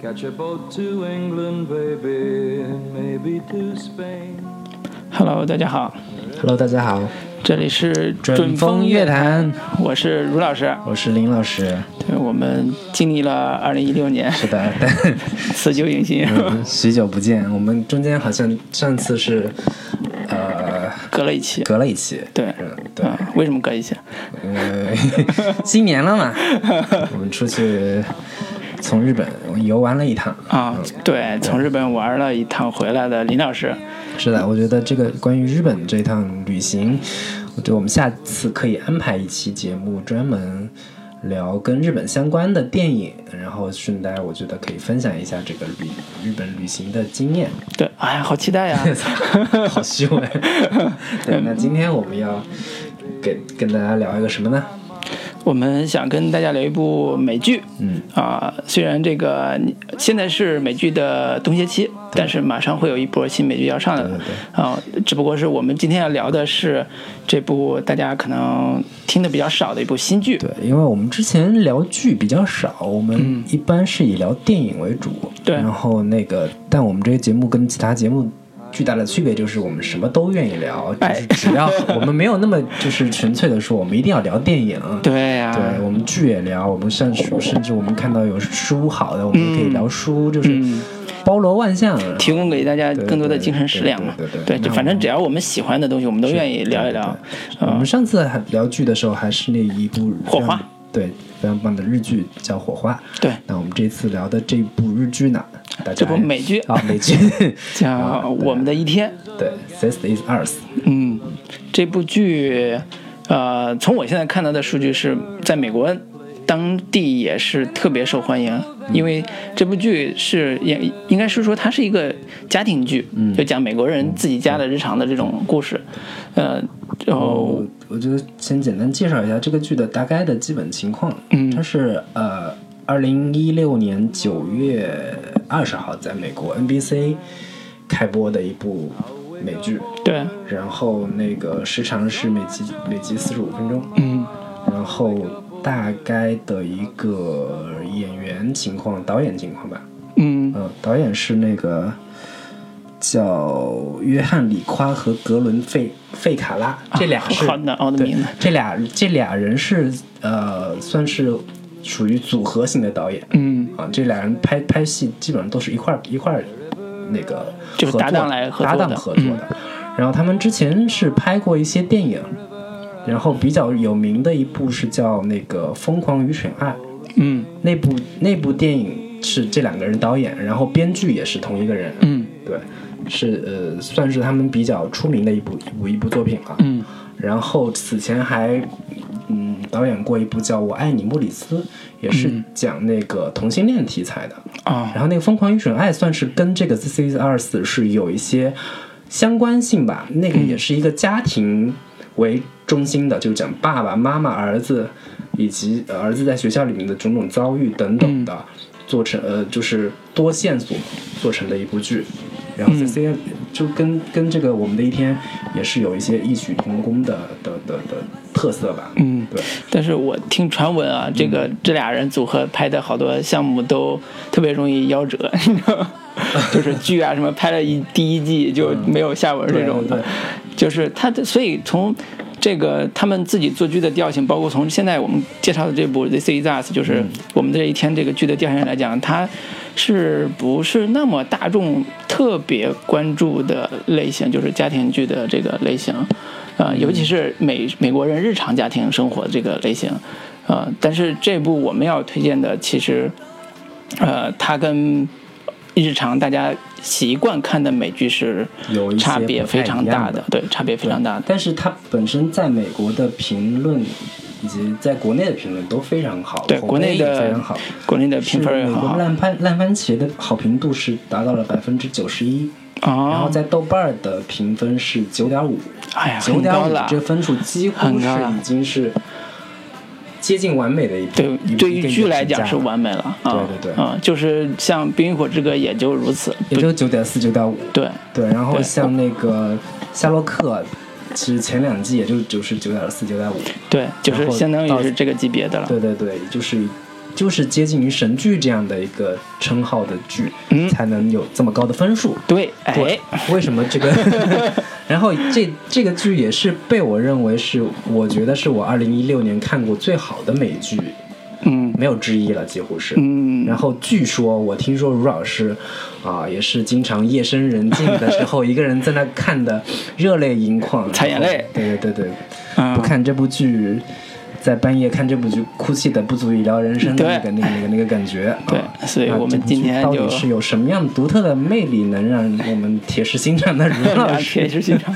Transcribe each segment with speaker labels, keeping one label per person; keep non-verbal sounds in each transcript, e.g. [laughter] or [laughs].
Speaker 1: Catch a boat to England, baby, maybe to Spain.
Speaker 2: Hello，大家好，
Speaker 3: Hello，大家好，
Speaker 2: 这里是
Speaker 3: 准风乐坛，
Speaker 2: 我是卢老师。
Speaker 3: 我是林老师。 [laughs]
Speaker 2: 对，我们经历了二零一六年，
Speaker 3: 是的，但
Speaker 2: 辞旧迎新，
Speaker 3: 许久不见，我们中间好像上次是呃
Speaker 2: 隔了一期。
Speaker 3: 隔了一期，
Speaker 2: 对
Speaker 3: 嗯，对，
Speaker 2: 啊，为什么隔一期？
Speaker 3: 呃， [laughs] 新年了嘛，我们出去从日本游玩了一趟。
Speaker 2: 啊，对，从日本玩了一趟回来的林老师，
Speaker 3: 是的，我觉得这个关于日本这一趟旅行，我觉得我们下次可以安排一期节目专门。聊跟日本相关的电影，然后顺带我觉得可以分享一下这个旅日本旅行的经验。 [laughs]
Speaker 2: 对，哎呀，好期待呀！
Speaker 3: 好虚伪。 [laughs] 对，那今天我们要给跟大家聊一个什么呢？
Speaker 2: 我们想跟大家聊一部美剧，
Speaker 3: 嗯
Speaker 2: 啊，虽然这个你现在是美剧的冬歇期，但是马上会有一波新美剧要上来的
Speaker 3: 对对
Speaker 2: 啊，只不过是我们今天要聊的是这部大家可能听的比较少的一部新剧，
Speaker 3: 对，因为我们之前聊剧比较少，我们一般是以聊电影为主。
Speaker 2: 嗯对
Speaker 3: 然后那个，但我们这个节目跟其他节目。巨大的区别就是我们什么都愿意聊，就
Speaker 2: 哎
Speaker 3: 是只
Speaker 2: [laughs]
Speaker 3: 要我们没有那么就是纯粹的说我们一定要聊电影，
Speaker 2: 对呀、
Speaker 3: 对我们剧也聊，我们甚至甚至我们看到有书好的，我们可以聊书，就是
Speaker 2: 嗯
Speaker 3: 包罗万象。啊
Speaker 2: 提供给大家更多的精神食粮嘛
Speaker 3: 对对对对，对
Speaker 2: 对，
Speaker 3: 那
Speaker 2: 就
Speaker 3: 我
Speaker 2: 反正只要我们喜欢的东西，我们都愿意聊一聊，嗯
Speaker 3: 我们上次还聊剧的时候，还是那一部
Speaker 2: 火花
Speaker 3: 非常，对，非常棒的日剧叫《火花》。
Speaker 2: 对，
Speaker 3: 那我们这次聊的这部日剧呢，大家
Speaker 2: 这部美剧
Speaker 3: 啊，美
Speaker 2: [laughs]
Speaker 3: 剧，
Speaker 2: 叫我们的一天，
Speaker 3: 对，This is Us，
Speaker 2: 嗯，这部剧，呃，从我现在看到的数据是在美国当地也是特别受欢迎，因为这部剧是也应该是说它是一个家庭剧，就讲美国人自己家的日常的这种故事，呃，然后
Speaker 3: 我我觉得先简单介绍一下这个剧的大概的基本情况。嗯，它是呃，二零一六年九月二十号在美国 NBC 开播的一部美剧，
Speaker 2: 对，
Speaker 3: 然后那个时长是每集每集四十五分钟。
Speaker 2: 嗯
Speaker 3: 然后大概的一个演员情况、导演情况吧。
Speaker 2: 嗯，
Speaker 3: 嗯，导演是那个叫约翰·里夸和格伦费费卡拉，这俩是、
Speaker 2: 啊好难熬的哦
Speaker 3: 对
Speaker 2: 名字，，
Speaker 3: 这俩这俩人是呃，算是属于组合型的导演。
Speaker 2: 嗯。
Speaker 3: 啊，这俩人拍拍戏基本上都是一块儿一块儿那个
Speaker 2: 就是
Speaker 3: 合作
Speaker 2: 搭档来合作
Speaker 3: 搭
Speaker 2: 的嗯
Speaker 3: 档合作的。然后他们之前是拍过一些电影，然后比较有名的一部是叫那个《疯狂与沈爱》，
Speaker 2: 嗯
Speaker 3: 那部那部电影是这两个人导演，然后编剧也是同一个人。
Speaker 2: 嗯
Speaker 3: 对，是呃，算是他们比较出名的一部一部一部作品了。
Speaker 2: 嗯
Speaker 3: 然后此前还嗯导演过一部叫《我爱你，莫里斯》，也
Speaker 2: 嗯
Speaker 3: 是讲那个同性恋题材的。
Speaker 2: 啊，
Speaker 3: 然后那个《疯狂与蠢爱》算是跟这个《This Is Us》是有一些相关性吧，那个也是一个家庭为中心的，就讲爸爸妈妈、儿子以及呃儿子在学校里面的种种遭遇等等的，做成呃就是多线索做成的一部剧。然后 This Is 就跟跟这个我们的一天也是有一些异曲同工的的的的特色吧。
Speaker 2: 嗯
Speaker 3: 对，
Speaker 2: 但是我听传闻
Speaker 3: 嗯
Speaker 2: 啊，这个这俩人组合拍的好多项目都特别容易夭折， [laughs] 你知道
Speaker 3: [laughs]
Speaker 2: 吗？就是剧啊什么拍了一第一季就没有下文这种的，
Speaker 3: 嗯对对
Speaker 2: 就是他的，所以从。这个他们自己做剧的调性，包括从现在我们介绍的这部《This Is Us》，就是
Speaker 3: 嗯
Speaker 2: 我们这一天这个剧的调性来讲，它是不是那么大众特别关注的类型，就是家庭剧的这个类型，呃，尤
Speaker 3: 嗯
Speaker 2: 其是美美国人日常家庭生活这个类型，呃，但是这部我们要推荐的其实，呃，它跟日常大家习惯看的美剧是
Speaker 3: 有一些
Speaker 2: 差别非常大的，
Speaker 3: 不
Speaker 2: 对，差别非常大的。
Speaker 3: 但是它本身在美国的评论以及在国内的评论都非常好，
Speaker 2: 对
Speaker 3: 口碑
Speaker 2: 国内
Speaker 3: 也非
Speaker 2: 的
Speaker 3: 常好，
Speaker 2: 国内的评分
Speaker 3: 是
Speaker 2: 也
Speaker 3: 美
Speaker 2: 很
Speaker 3: 国
Speaker 2: 好
Speaker 3: 烂番烂番茄的好评度是达到了百分之九十一，然后
Speaker 2: 哦，
Speaker 3: 在豆瓣儿的评分是九点五，
Speaker 2: 哎呀，
Speaker 3: 九
Speaker 2: 很
Speaker 3: 点
Speaker 2: 高
Speaker 3: 五
Speaker 2: 了。
Speaker 3: 这分数几乎
Speaker 2: 很
Speaker 3: 是
Speaker 2: 高了
Speaker 3: 已经是接近完美的一部
Speaker 2: 对
Speaker 3: 一，部
Speaker 2: 对
Speaker 3: 一
Speaker 2: 于
Speaker 3: 个
Speaker 2: 剧
Speaker 3: 评
Speaker 2: 来讲
Speaker 3: 价
Speaker 2: 是
Speaker 3: 了，
Speaker 2: 完美了啊！
Speaker 3: 对对对
Speaker 2: 啊，就是像《冰与火之歌》也就如此，
Speaker 3: 也就九点四九点五，
Speaker 2: 对，
Speaker 3: 对，然后
Speaker 2: 对
Speaker 3: 像那个夏洛克，其实前两季也就就是九点四九点五，
Speaker 2: 对，就
Speaker 3: 然
Speaker 2: 是
Speaker 3: 后
Speaker 2: 相当于
Speaker 3: 到
Speaker 2: 是这个级别的了。
Speaker 3: 对对对，就是就是接近于神剧这样的一个称号的剧，
Speaker 2: 嗯
Speaker 3: 才能有这么高的分数。
Speaker 2: 对，哎
Speaker 3: 对，，为什么这个？ [laughs] 然后这这个剧也是被我认为是，我觉得是我二零一六年看过最好的美剧，
Speaker 2: 嗯
Speaker 3: 没有之一了，几乎是。
Speaker 2: 嗯
Speaker 3: 然后据说我听说卢老师啊、也是经常夜深人静的时候，一个人在那看的热泪盈眶，
Speaker 2: 擦眼泪
Speaker 3: 然后对对对对，
Speaker 2: 啊
Speaker 3: 不，看这部剧，在半夜看这部剧，哭泣的不足以聊人生的那个
Speaker 2: 对
Speaker 3: 那个那个那个感觉。
Speaker 2: 对
Speaker 3: 啊
Speaker 2: 所以
Speaker 3: 那
Speaker 2: 我们
Speaker 3: 这部
Speaker 2: 今
Speaker 3: 剧
Speaker 2: 天
Speaker 3: 到底
Speaker 2: 就是
Speaker 3: 有什么样独特的魅力，能让我们铁石心肠的卢 [laughs] 老
Speaker 2: [laughs] 铁
Speaker 3: 师
Speaker 2: 石心肠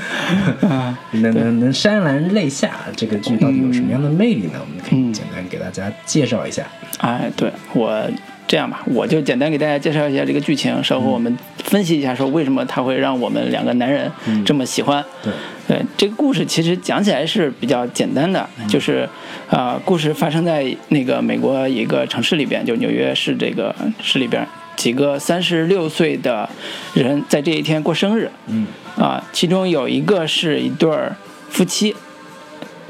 Speaker 2: 啊，
Speaker 3: 能能能潸然泪下？这个剧到底有什么样的魅力呢？我们
Speaker 2: 嗯
Speaker 3: 可以简单给大家介绍一下。
Speaker 2: 哎，对我这样吧，我就简单给大家介绍一下这个剧情，稍后我们分析一下，说为什么它会让我们两个男人这么喜欢。
Speaker 3: 对，
Speaker 2: 对这个故事其实讲起来是比较简单的，就是，呃，故事发生在那个美国一个城市里边，就纽约市这个市里边，几个三十六岁的人在这一天过生日，
Speaker 3: 嗯
Speaker 2: 啊，其中有一个是一对儿夫妻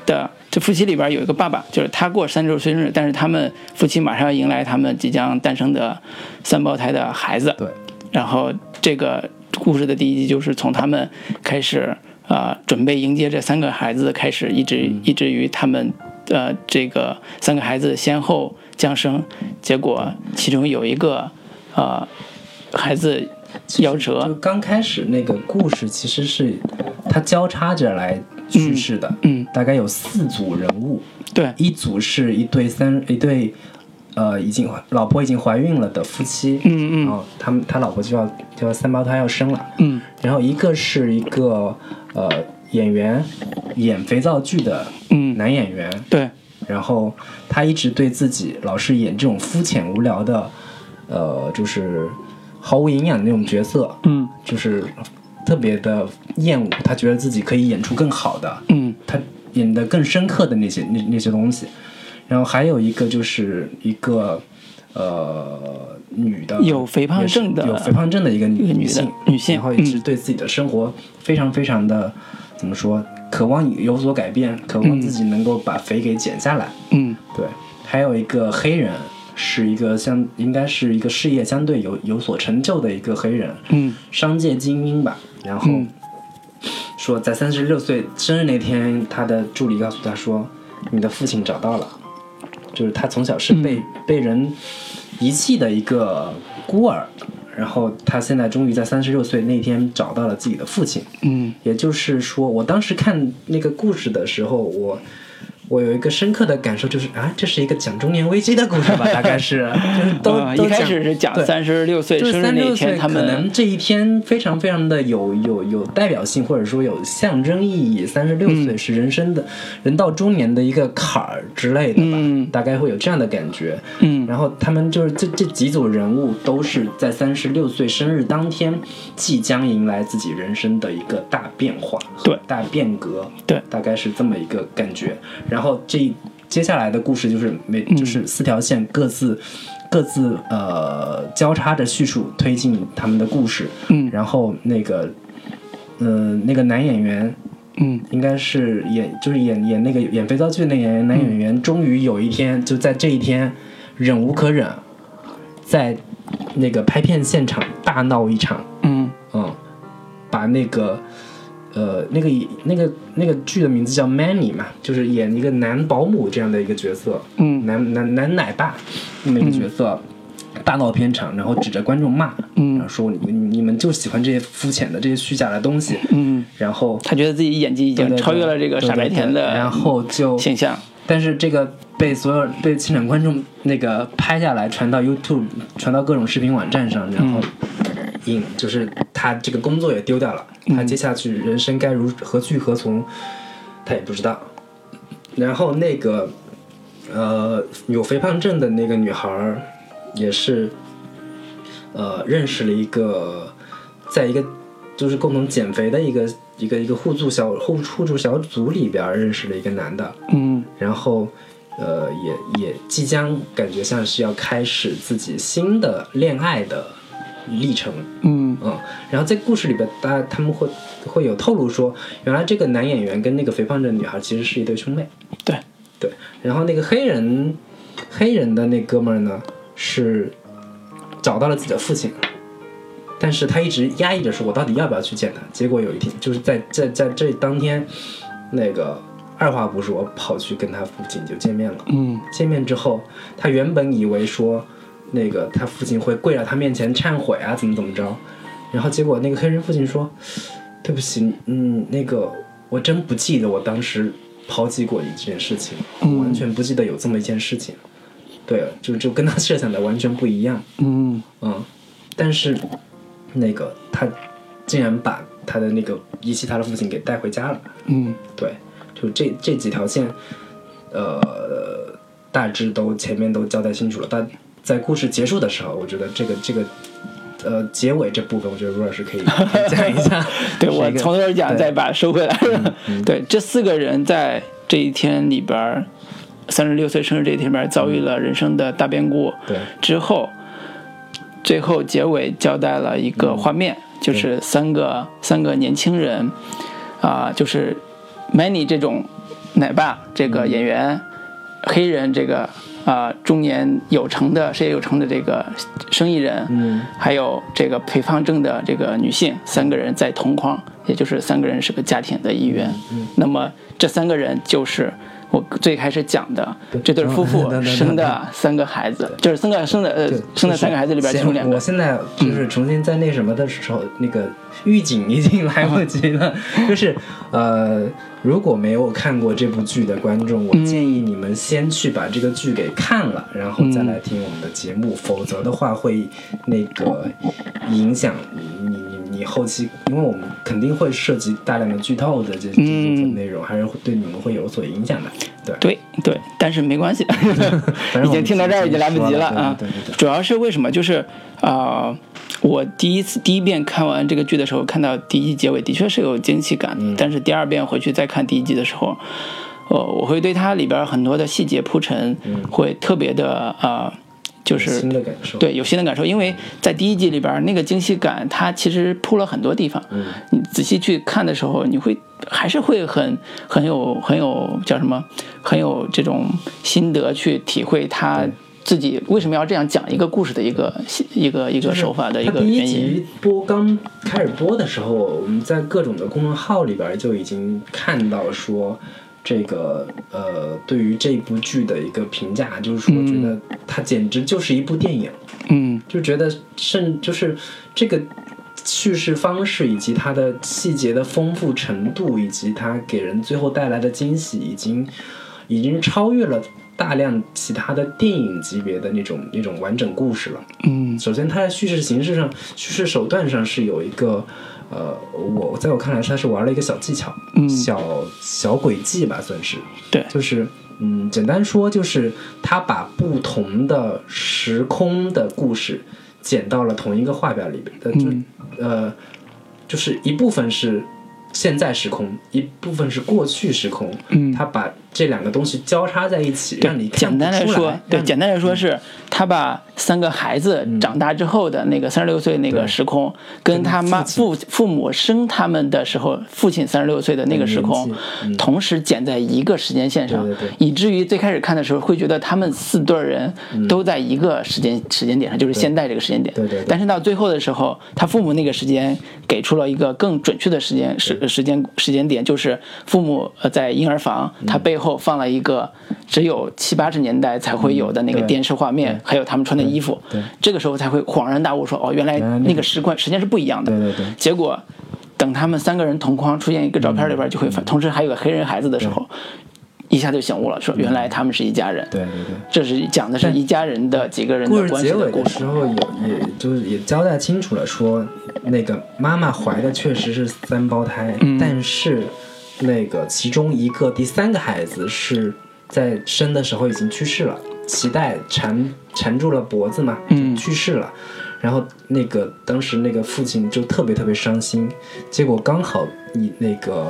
Speaker 2: 的，这夫妻里边有一个爸爸，就是他过三十六岁生日，但是他们夫妻马上要迎来他们即将诞生的三胞胎的孩子，
Speaker 3: 对，
Speaker 2: 然后这个故事的第一集就是从他们开始啊、呃准备迎接这三个孩子开始，一直
Speaker 3: 嗯
Speaker 2: 一直于他们呃这个三个孩子先后降生，结果其中有一个呃孩子夭
Speaker 3: 就
Speaker 2: 折，
Speaker 3: 刚开始那个故事其实是它交叉着来叙事的，
Speaker 2: 嗯嗯
Speaker 3: 大概有四组人物，
Speaker 2: 对
Speaker 3: 一组是一对三一对，呃，已经老婆已经怀孕了的夫妻，
Speaker 2: 嗯嗯
Speaker 3: 然后他们他老婆就要就要三胞胎要生了，
Speaker 2: 嗯
Speaker 3: 然后一个是一个呃演员演肥皂剧的
Speaker 2: 嗯
Speaker 3: 男演员，
Speaker 2: 对
Speaker 3: 然后他一直对自己老是演这种肤浅无聊的，呃，就是毫无营养的那种角色，
Speaker 2: 嗯
Speaker 3: 就是特别的厌恶，他觉得自己可以演出更好的，
Speaker 2: 嗯
Speaker 3: 他演的更深刻的那些那那些东西。然后还有一个就是一个呃女的
Speaker 2: 有肥胖症的
Speaker 3: 也是有肥胖症的一个
Speaker 2: 一
Speaker 3: 女
Speaker 2: 个女的
Speaker 3: 性
Speaker 2: 女性嗯
Speaker 3: 然后一直对自己的生活非常非常的怎么说，渴望有所改变，渴望自己能够把肥给减下来。
Speaker 2: 嗯
Speaker 3: 对，还有一个黑人。是一个相，应该是一个事业相对有有所成就的一个黑人，
Speaker 2: 嗯
Speaker 3: 商界精英吧。然后
Speaker 2: 嗯
Speaker 3: 说，在三十六岁生日那天，他的助理告诉他说：“你的父亲找到了，就是他从小是
Speaker 2: 嗯
Speaker 3: 被、被人遗弃的一个孤儿，然后他现在终于在三十六岁那天找到了自己的父亲。”
Speaker 2: 嗯
Speaker 3: 也就是说，我当时看那个故事的时候，我我有一个深刻的感受，就是啊，这是一个讲中年危机的故事吧，大
Speaker 2: [laughs]
Speaker 3: 概是，就是都、
Speaker 2: 啊
Speaker 3: 都
Speaker 2: 一开始是讲
Speaker 3: 对
Speaker 2: 三十六岁
Speaker 3: 就
Speaker 2: 生
Speaker 3: 是
Speaker 2: 日
Speaker 3: 三
Speaker 2: 那一
Speaker 3: 六
Speaker 2: 天，
Speaker 3: 岁，
Speaker 2: 他
Speaker 3: 可能
Speaker 2: 们
Speaker 3: 这一天非常非常的有有有代表性，或者说有象征意义。三十六
Speaker 2: 嗯
Speaker 3: 岁是人生的、人到中年的一个坎儿之类的吧，
Speaker 2: 嗯
Speaker 3: 大概会有这样的感觉。
Speaker 2: 嗯
Speaker 3: 然后他们就是这这几组人物都是在三十六岁生日当天，即将迎来自己人生的一个大变化，
Speaker 2: 对
Speaker 3: 大变革，
Speaker 2: 对
Speaker 3: 大概是这么一个感觉。然后这一接下来的故事就是每
Speaker 2: 嗯
Speaker 3: 就是四条线各自。各自呃交叉着叙述推进他们的故事，
Speaker 2: 嗯
Speaker 3: 然后那个，嗯、那个男演员
Speaker 2: 嗯
Speaker 3: 应该是演就是演演那个演肥皂剧的那个演员男演员，终于有一天就在这一天忍无可忍，在那个拍片现场大闹一场，
Speaker 2: 嗯
Speaker 3: 嗯，把那个呃那个那个那个剧的名字叫 Manny 嘛，就是演一个男保姆这样的一个角色，
Speaker 2: 嗯
Speaker 3: 男男男奶爸那么一个角色。大闹片场，然后指着观众骂，然后
Speaker 2: 嗯
Speaker 3: 说你你们就喜欢这些肤浅的、这些虚假的东西。
Speaker 2: 嗯，
Speaker 3: 然后
Speaker 2: 他觉得自己演技已
Speaker 3: 对
Speaker 2: 经
Speaker 3: 对
Speaker 2: 超越了这个
Speaker 3: 对
Speaker 2: 傻白
Speaker 3: 对
Speaker 2: 甜
Speaker 3: 对然
Speaker 2: 的
Speaker 3: 后就，
Speaker 2: 形象，
Speaker 3: 但是这个被所有被现场观众那个拍下来，传到 YouTube，传到各种视频网站上，然后引、就是他这个工作也丢掉了，他接下去人生该如何去何从，他也不知道。然后那个呃有肥胖症的那个女孩儿也是呃认识了一个，在一个就是共同减肥的一个一个一个互助小互互助小组里边儿认识了一个男的，
Speaker 2: 嗯
Speaker 3: 然后呃也也即将感觉像是要开始自己新的恋爱的历程，
Speaker 2: 嗯
Speaker 3: 嗯，然后在故事里边，大家他们会会有透露说，原来这个男演员跟那个肥胖症女孩其实是一对兄妹，
Speaker 2: 对，
Speaker 3: 对，然后那个黑人黑人的那哥们儿呢是找到了自己的父亲，但是他一直压抑着说，我到底要不要去见他？结果有一天，就是在在在这当天，那个二话不说跑去跟他父亲就见面了。
Speaker 2: 嗯
Speaker 3: 见面之后，他原本以为说，那个他父亲会跪到他面前忏悔啊，怎么怎么着，然后结果那个黑人父亲说，对不起，嗯，那个我真不记得我当时抛弃过你这件事情，我完全不记得有这么一件事情，对，就就跟他设想的完全不一样，
Speaker 2: 嗯
Speaker 3: 嗯，但是那个他竟然把他的那个遗弃他的父亲给带回家了。
Speaker 2: 嗯
Speaker 3: 对，就这这几条线，呃，大致都前面都交代清楚了。但在故事结束的时候，我觉得这个这个，呃，结尾这部分，我觉得如老
Speaker 2: [laughs]
Speaker 3: 师可以可以讲一下。
Speaker 2: 对
Speaker 3: 是一
Speaker 2: 我
Speaker 3: 个
Speaker 2: 从头讲，再把它收回来。[laughs]
Speaker 3: 嗯
Speaker 2: 对，这四个人在这一天里边，三十六岁生日这一天里边遭遇了人生的大变故
Speaker 3: 对
Speaker 2: 之后，最后结尾交代了一个画面，就是三个三个年轻人，啊、就是 Manny 这种奶爸这个演员，黑人这个啊、中年有成的事业有成的这个生意人，
Speaker 3: 嗯，
Speaker 2: 还有这个肥胖症的这个女性，三个人在同框，也就是三个人是个家庭的一员。嗯，那么这三个人就是我最开始讲的这对夫妇
Speaker 3: 等等等等
Speaker 2: 生的啊三个孩子，就是三个生的呃
Speaker 3: 对
Speaker 2: 生的三个孩子里边其中两
Speaker 3: 我
Speaker 2: 个。嗯
Speaker 3: 现在就是重新在那什么的时候，那个预警已经来
Speaker 2: 嗯
Speaker 3: 不及了。就是呃，如果没有看过这部剧的观众，我建
Speaker 2: 嗯
Speaker 3: 议你们先去把这个剧给看了，然后再来听我们的节目，否则的话会那个影响你你你你后期，因为我们肯定会涉及大量的剧透的这这部分内容，还是会对你们会有所影响的。对，
Speaker 2: 嗯对对，但是没关系，
Speaker 3: 反
Speaker 2: [laughs]
Speaker 3: 正
Speaker 2: 已
Speaker 3: 我们
Speaker 2: 经听到这儿已经来不及了啊
Speaker 3: 对对对。
Speaker 2: 主要是为什么？就是啊、呃我第一次第一遍看完这个剧的时候，看到第一集结尾的确是有惊喜感的，
Speaker 3: 嗯
Speaker 2: 但是第二遍回去再看第一集的时候，呃，我会对它里边很多的细节铺陈、会特别的啊、呃就是
Speaker 3: 嗯新的感受。
Speaker 2: 对，有新的感受，因为在第一季里边儿那个惊喜感，它其实铺了很多地方。嗯，你仔细去看的时候，你会还是会很很有很有叫什么，很有这种心得去体会他自己为什么要这样讲一个故事的一个一个一个手法的一
Speaker 3: 他
Speaker 2: 个
Speaker 3: 第一
Speaker 2: 原因。
Speaker 3: 集播刚开始播的时候，我们在各种的公众号里边就已经看到说，这个呃，对于这部剧的一个评价，就是说觉得它简直就是一部电影，
Speaker 2: 嗯
Speaker 3: 就觉得甚就是这个叙事方式以及它的细节的丰富程度，以及它给人最后带来的惊喜，已经已经超越了大量其他的电影级别的那种那种完整故事了。
Speaker 2: 嗯
Speaker 3: 首先，它在叙事形式上、叙事手段上是有一个，呃，我在我看来，它是玩了一个小技巧，
Speaker 2: 嗯
Speaker 3: 小小诡计吧，算是。
Speaker 2: 对
Speaker 3: 就是，嗯，简单说就是，他把不同的时空的故事剪到了同一个画表里边，呃，就、
Speaker 2: 嗯
Speaker 3: 呃，就是一部分是现在时空，一部分是过去时空，
Speaker 2: 嗯
Speaker 3: 他把这两个东西交叉在一起，
Speaker 2: 对
Speaker 3: 让你看
Speaker 2: 简
Speaker 3: 不
Speaker 2: 单来
Speaker 3: 出
Speaker 2: 说
Speaker 3: 来，嗯
Speaker 2: 对，
Speaker 3: 让你
Speaker 2: 简单来说是他把三个孩子
Speaker 3: 嗯
Speaker 2: 长大之后的那个三十六岁那个时空，跟他妈父父母生他们的时候，父亲三十六岁的那个时空
Speaker 3: 年纪，嗯
Speaker 2: 同时剪在一个时间线上
Speaker 3: 对对对，
Speaker 2: 以至于最开始看的时候会觉得他们四对儿人都在一个时间时间点上，就是现在这个时间点。
Speaker 3: 对对对
Speaker 2: 但是到最后的时候，他父母那个时间给出了一个更准确的时间时时间时间点，就是父母呃在婴儿房，他背后放了一个呃只有七八十年代才会有的那个
Speaker 3: 对
Speaker 2: 电视画面，还有他们穿的衣服
Speaker 3: 对对。
Speaker 2: 这个时候才会恍然大悟说，哦，原来
Speaker 3: 原来那个
Speaker 2: 那个时空时间是不一样的。
Speaker 3: 对对对
Speaker 2: 结果等他们三个人同框出现一个照片
Speaker 3: 嗯
Speaker 2: 里边，就会发，同时还有个黑人孩子的时候，一下就醒悟了，说原来他们是一家人。
Speaker 3: 嗯对对对。
Speaker 2: 这是讲的是一家人的几个人
Speaker 3: 故
Speaker 2: 的
Speaker 3: 事
Speaker 2: 关系
Speaker 3: 结
Speaker 2: 的
Speaker 3: 尾
Speaker 2: 故
Speaker 3: 的
Speaker 2: 事
Speaker 3: 时。候也也就是也交代清楚了说，那个妈妈怀的确实是三胞胎，
Speaker 2: 嗯
Speaker 3: 但是那个其中一个第三个孩子是在生的时候已经去世了，脐带缠缠住了脖子嘛，
Speaker 2: 嗯
Speaker 3: 去世了。然后那个当时那个父亲就特别特别伤心，结果刚好你那个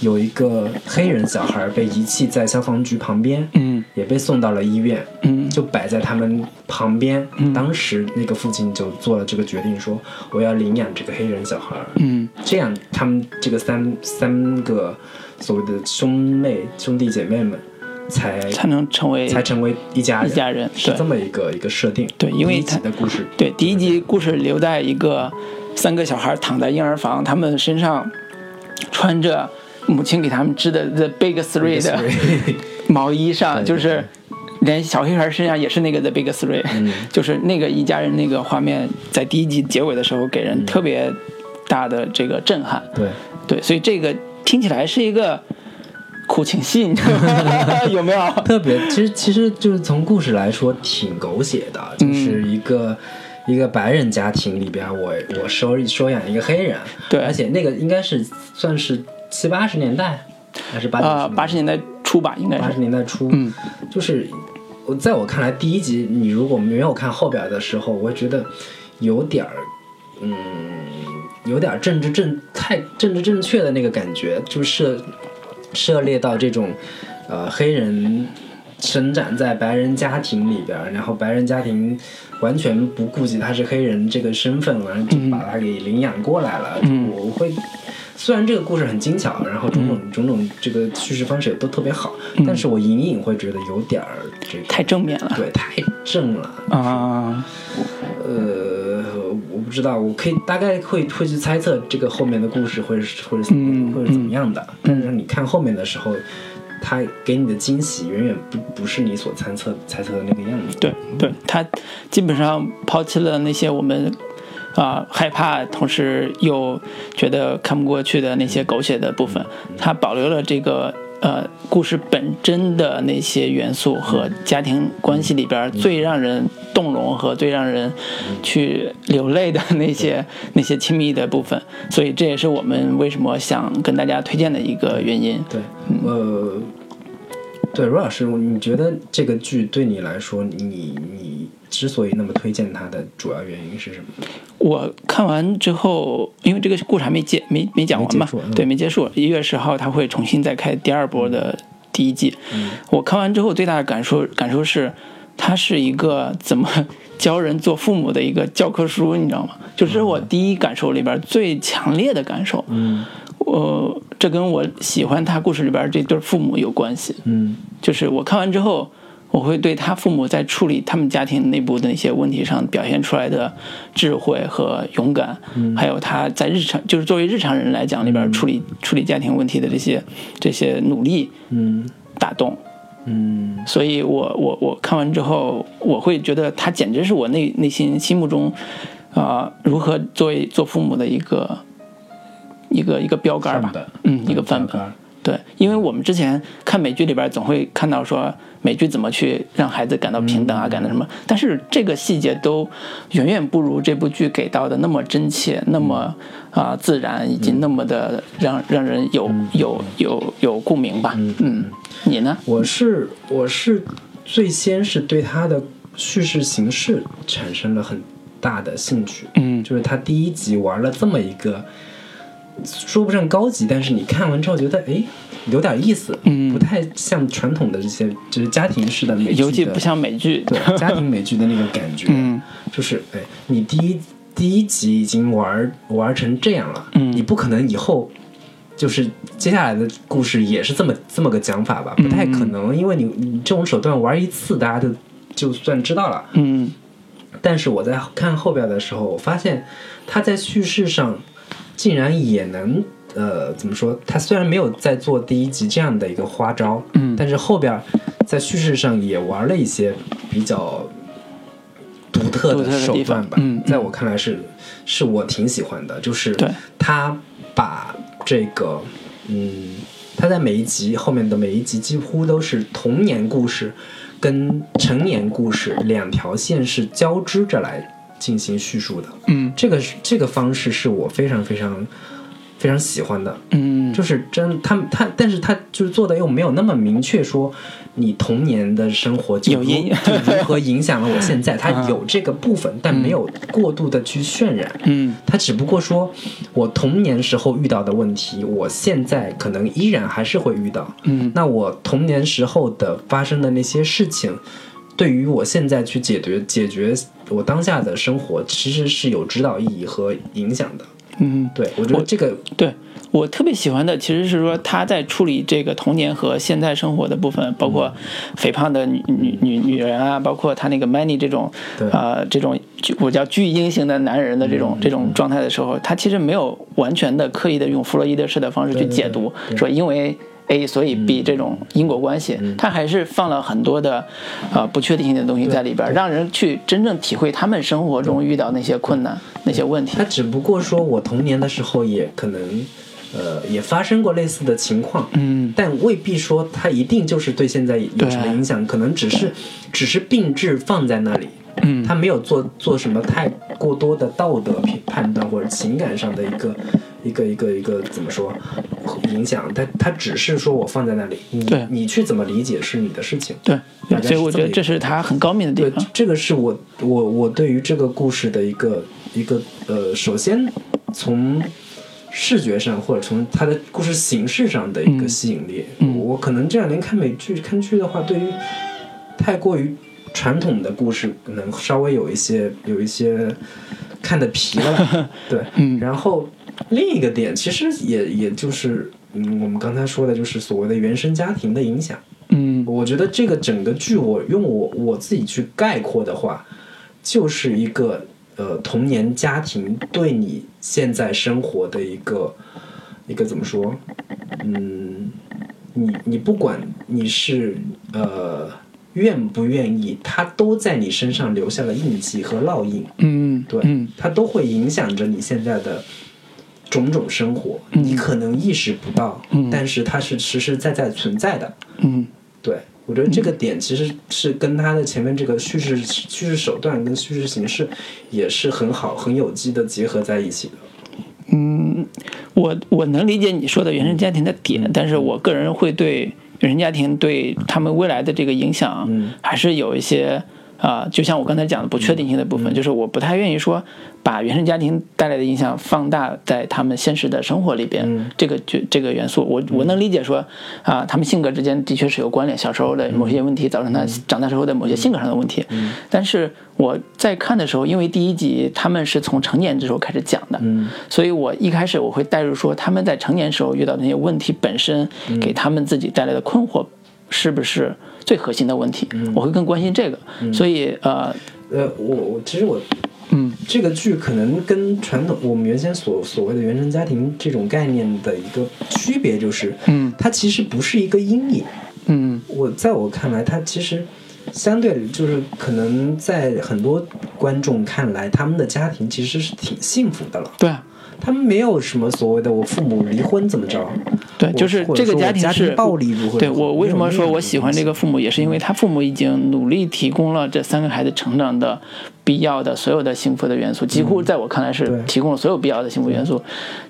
Speaker 3: 有一个黑人小孩被遗弃在消防局旁边，
Speaker 2: 嗯
Speaker 3: 也被送到了医院，
Speaker 2: 嗯
Speaker 3: 就摆在他们旁边。当时那个父亲就做了这个决定说，我要领养这个黑人小孩儿。
Speaker 2: 嗯
Speaker 3: 这样，他们这个三三个所谓的兄妹兄弟姐妹们，才
Speaker 2: 才能成为
Speaker 3: 才成为一家人
Speaker 2: 一家人
Speaker 3: 是
Speaker 2: 对
Speaker 3: 这么一个一个设定。
Speaker 2: 对因为
Speaker 3: 第一集
Speaker 2: 他
Speaker 3: 的故事，
Speaker 2: 对，第一集故事留在一个三个小孩躺在婴儿房，他们身上穿着母亲给他们织的 The Big
Speaker 3: 对
Speaker 2: Three 的 [laughs] 毛衣上，
Speaker 3: 对嗯
Speaker 2: 就是连小黑孩身上也是那个 The Big Three，、就是 [laughs] 那个一家人那个画面，在第一集结尾的时候给
Speaker 3: 嗯
Speaker 2: 人特别大的这个震撼。
Speaker 3: [laughs] 对，
Speaker 2: 对，所以这个听起来是一个苦情戏， [laughs] 你知道吗有
Speaker 3: [laughs]
Speaker 2: 没有？
Speaker 3: 特别，其实其实就是从故事来说挺狗血的，就是一个、一个白人家庭里边我，我收收养一个黑人，
Speaker 2: 对
Speaker 3: 而且那个应该是算是七八十年代还是八
Speaker 2: 呃，八十年代初吧，应该
Speaker 3: 呃八
Speaker 2: 是
Speaker 3: 十。年代初，
Speaker 2: 嗯，
Speaker 3: 就是我在我看来，第一集你如果没有看后边的时候，我会觉得有点儿，嗯，有点儿政治正太政治正确的那个感觉，就是涉涉猎到这种呃黑人生长在白人家庭里边儿，然后白人家庭完全不顾及他是黑人这个身份，完了就
Speaker 2: 嗯
Speaker 3: 把他给领养过来了。我会虽然这个故事很精巧，然后种种、
Speaker 2: 嗯
Speaker 3: 种种这个叙事方式也都特别好，但是我隐隐会觉得有点儿这个
Speaker 2: 太正面了
Speaker 3: 对太正了。
Speaker 2: 啊、
Speaker 3: 呃，我不知道，我可以大概会会去猜测这个后面的故事会是会是、
Speaker 2: 嗯
Speaker 3: 会是怎么样的，但是你看后面的时候。他给你的惊喜远远不不是你所猜测猜测的那个样子。
Speaker 2: 对对，他基本上抛弃了那些我们啊、害怕，同时又觉得看不过去的那些狗血的部分，他保留了这个呃故事本真的那些元素和家庭关系里边儿最让人动容和最让人去流泪的那些那些亲密的部分，所以这也是我们为什么想跟大家推荐的一个原因。
Speaker 3: 对，
Speaker 2: 嗯
Speaker 3: 呃，对，罗老师，你觉得这个剧对你来说，你你之所以那么推荐它的主要原因是什么？
Speaker 2: 我看完之后，因为这个故事还没结没没讲完
Speaker 3: 没
Speaker 2: 嘛
Speaker 3: 结束，嗯
Speaker 2: 对，没结束。一月十号他会重新再开第二波的第一季。
Speaker 3: 嗯
Speaker 2: 我看完之后最大的感受感受是，它是一个怎么教人做父母的一个教科书，你知道吗？就是我第一感受里边最强烈的感受。
Speaker 3: 嗯
Speaker 2: 我这跟我喜欢他故事里边这对父母有关系。
Speaker 3: 嗯
Speaker 2: 就是我看完之后，我会对他父母在处理他们家庭内部的那些问题上表现出来的智慧和勇敢，还有他在日常就是作为日常人来讲里边处理、处理家庭问题的这些这些努力
Speaker 3: 嗯
Speaker 2: 打动。
Speaker 3: 嗯
Speaker 2: 所以我我我看完之后，我会觉得他简直是我内内心心目中，啊、如何作为做父母的一个一个一个标杆吧
Speaker 3: 范本，
Speaker 2: 嗯，一个范
Speaker 3: 标
Speaker 2: 本
Speaker 3: 杆。
Speaker 2: 对，因为我们之前看美剧里边总会看到说美剧怎么去让孩子感到平等啊，感到什么，但是这个细节都远远不如这部剧给到的那么真切，那么啊、自然，以及那么的让让人有有有有共鸣吧。嗯，你呢？
Speaker 3: 我是我是最先是对它的叙事形式产生了很大的兴趣。
Speaker 2: 嗯
Speaker 3: 就是他第一集玩了这么一个，说不上高级，但是你看完之后觉得哎有点意思，
Speaker 2: 嗯
Speaker 3: 不太像传统的这些就是家庭式的美剧的，
Speaker 2: 尤其不像美剧。
Speaker 3: 对家庭美剧的那个感觉，
Speaker 2: 嗯
Speaker 3: 就是哎你第一第一集已经玩玩成这样了，
Speaker 2: 嗯
Speaker 3: 你不可能以后。就是接下来的故事也是这么这么个讲法吧，不太可能，因为你你这种手段玩一次，大家就就算知道了。
Speaker 2: 嗯
Speaker 3: 但是我在看后边的时候，我发现他在叙事上竟然也能，呃，怎么说？他虽然没有在做第一集这样的一个花招，
Speaker 2: 嗯
Speaker 3: 但是后边在叙事上也玩了一些比较独特
Speaker 2: 独特
Speaker 3: 的
Speaker 2: 的
Speaker 3: 手
Speaker 2: 地
Speaker 3: 段
Speaker 2: 方
Speaker 3: 吧。
Speaker 2: 嗯嗯
Speaker 3: 在我看来是是我挺喜欢的，就是
Speaker 2: 对
Speaker 3: 他把这个，嗯，他在每一集后面的每一集几乎都是童年故事跟成年故事两条线是交织着来进行叙述的。
Speaker 2: 嗯
Speaker 3: 这个是这个方式是我非常非常非常喜欢的，
Speaker 2: 嗯，
Speaker 3: 就是真他他，但是他就是做的又没有那么明确说你童年的生活就
Speaker 2: 有
Speaker 3: 如
Speaker 2: 阴
Speaker 3: 就如何影响了我
Speaker 2: [laughs]
Speaker 3: 现在，他有这个部分，但没有过度的去渲染。
Speaker 2: 嗯
Speaker 3: 他只不过说，我童年时候遇到的问题，我现在可能依然还是会遇到。
Speaker 2: 嗯
Speaker 3: 那我童年时候的发生的那些事情，对于我现在去解决解决我当下的生活，其实是有指导意义和影响的。
Speaker 2: 嗯，
Speaker 3: 对我觉得
Speaker 2: 我
Speaker 3: 这个
Speaker 2: 对我特别喜欢的其实是说他在处理这个童年和现在生活的部分，包
Speaker 3: 嗯
Speaker 2: 括肥胖的女女女女人啊，包括他那个 Manny 这种
Speaker 3: 对嗯
Speaker 2: 呃这种巨我叫巨婴型的男人的这种这种状态的时候，他其实没有完全的刻意的用弗洛伊德式的方式去
Speaker 3: 对
Speaker 2: 解
Speaker 3: 对嗯
Speaker 2: 读，说因为 A 所以 B 这种因果关系，他还是放了很多的呃不确定性的东西在里边儿，让人去真正体会他们生活中遇到那些困难、那些问题。
Speaker 3: 他只不过说我童年的时候也可能，呃，也发生过类似的情况，
Speaker 2: 嗯，
Speaker 3: 但未必说他一定就是对现在有
Speaker 2: 对
Speaker 3: 什么影响，可能只是只是病治放在那里，
Speaker 2: 嗯
Speaker 3: 他没有做做什么太过多的道德评判断或者情感上的一个一个一个一个怎么说影响，他他只是说我放在那里，你
Speaker 2: 对
Speaker 3: 你去怎么理解是你的事情，
Speaker 2: 对，对
Speaker 3: 大概
Speaker 2: 所以
Speaker 3: 是
Speaker 2: 我
Speaker 3: 这
Speaker 2: 觉得
Speaker 3: 么一
Speaker 2: 这
Speaker 3: 个
Speaker 2: 是他很高明的地
Speaker 3: 对
Speaker 2: 方。，
Speaker 3: 这个是我我我对于这个故事的一个一个呃，首先从视觉上或者从它的故事形式上的一
Speaker 2: 嗯
Speaker 3: 个吸引力。我可能这两年看美剧看剧的话，对于太过于传统的故事，可能稍微有一些有一些看的疲了
Speaker 2: [laughs]
Speaker 3: 吧。对，
Speaker 2: 嗯
Speaker 3: 然后另一个点其实也也就是嗯，我们刚才说的就是所谓的原生家庭的影响。
Speaker 2: 嗯
Speaker 3: 我觉得这个整个剧我，用我我自己去概括的话，就是一个呃童年家庭对你现在生活的一个一个怎么说？嗯，你你不管你是呃愿不愿意，它都在你身上留下了印记和烙印。
Speaker 2: 嗯，
Speaker 3: 对，
Speaker 2: 嗯
Speaker 3: 它都会影响着你现在的种种生活。你可能意识不到，但是它是实实在在存在的。
Speaker 2: 嗯
Speaker 3: 对，我觉得这个点其实是跟他的前面这个叙事叙事手段跟叙事形式也是很好很有机的结合在一起的。
Speaker 2: 嗯，我我能理解你说的原生家庭的
Speaker 3: 嗯
Speaker 2: 点，但是我个人会对原生家庭对他们未来的这个影响
Speaker 3: 嗯，
Speaker 2: 还是有一些。啊、就像我刚才讲的不确定性的部
Speaker 3: 嗯
Speaker 2: 分，就是我不太愿意说把原生家庭带来的影响放大在他们现实的生活里边，
Speaker 3: 嗯
Speaker 2: 这个就这个元素，我我能理解说啊、他们性格之间的确是有关联，小时候的
Speaker 3: 嗯
Speaker 2: 某些问题造成他长大时候的某些性格上的问题，但是我在看的时候，因为第一集他们是从成年之后开始讲的，
Speaker 3: 嗯
Speaker 2: 所以我一开始我会带入说，他们在成年时候遇到的那些问题本身
Speaker 3: 嗯
Speaker 2: 给他们自己带来的困惑，是不是最核心的问题？
Speaker 3: 嗯
Speaker 2: 我会更关心这个。所以呃，
Speaker 3: 呃，我我其实我
Speaker 2: 嗯
Speaker 3: 这个剧可能跟传统我们原先所所谓的原生家庭这种概念的一个区别就是，
Speaker 2: 嗯
Speaker 3: 它其实不是一个阴影。
Speaker 2: 嗯
Speaker 3: 我在我看来，它其实相对就是可能在很多观众看来，他们的家庭其实是挺幸福的了。
Speaker 2: 对啊
Speaker 3: 他们没有什么所谓的我父母离婚怎么着，
Speaker 2: 对，
Speaker 3: 我
Speaker 2: 就是
Speaker 3: 或者
Speaker 2: 这个
Speaker 3: 说我
Speaker 2: 家庭
Speaker 3: 家
Speaker 2: 是
Speaker 3: 庭暴力如何
Speaker 2: 对
Speaker 3: 如何
Speaker 2: 我为什么
Speaker 3: 没有
Speaker 2: 说
Speaker 3: 那样
Speaker 2: 我
Speaker 3: 的
Speaker 2: 喜欢这个父母，也是
Speaker 3: 嗯
Speaker 2: 因为他父母已经努力提供了这三个孩子成长的必要的所有的幸福的元素，几乎在我看来是
Speaker 3: 嗯对
Speaker 2: 提供了所有必要的幸福元素，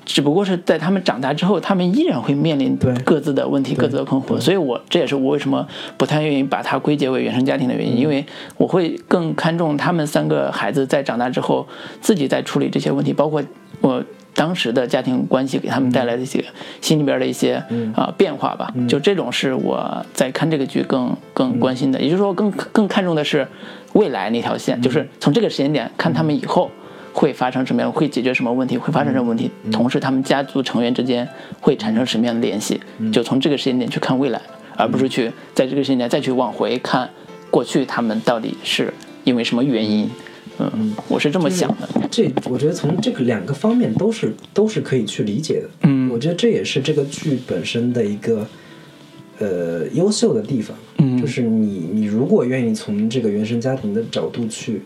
Speaker 2: 只不过是在他们长大之后，他们依然会面临
Speaker 3: 对
Speaker 2: 各自的问题、各自的困惑，所以我这也是我为什么不太愿意把它归结为原生家庭的原因，因为我会更看重他们三个孩子在长大之后自己在处理这些问题，包括我。当时的家庭关系给他们带来的一些心里边的一些啊、变化吧，就这种是我在看这个剧更更关心的，也就是说更更看重的是未来那条线，就是从这个时间点看他们以后会发生什么样，会解决什么问题，会发生什么问题，同时他们家族成员之间会产生什么样的联系，就从这个时间点去看未来，而不是去在这个时间点再去往回看过去他们到底是因为什么原因。嗯，我是这么想的。
Speaker 3: 这我觉得从这个两个方面都是都是可以去理解的。嗯，我觉得这也是这个剧本身的一个呃优秀的地方。嗯，就是你你如果愿意从这个原生家庭的角度去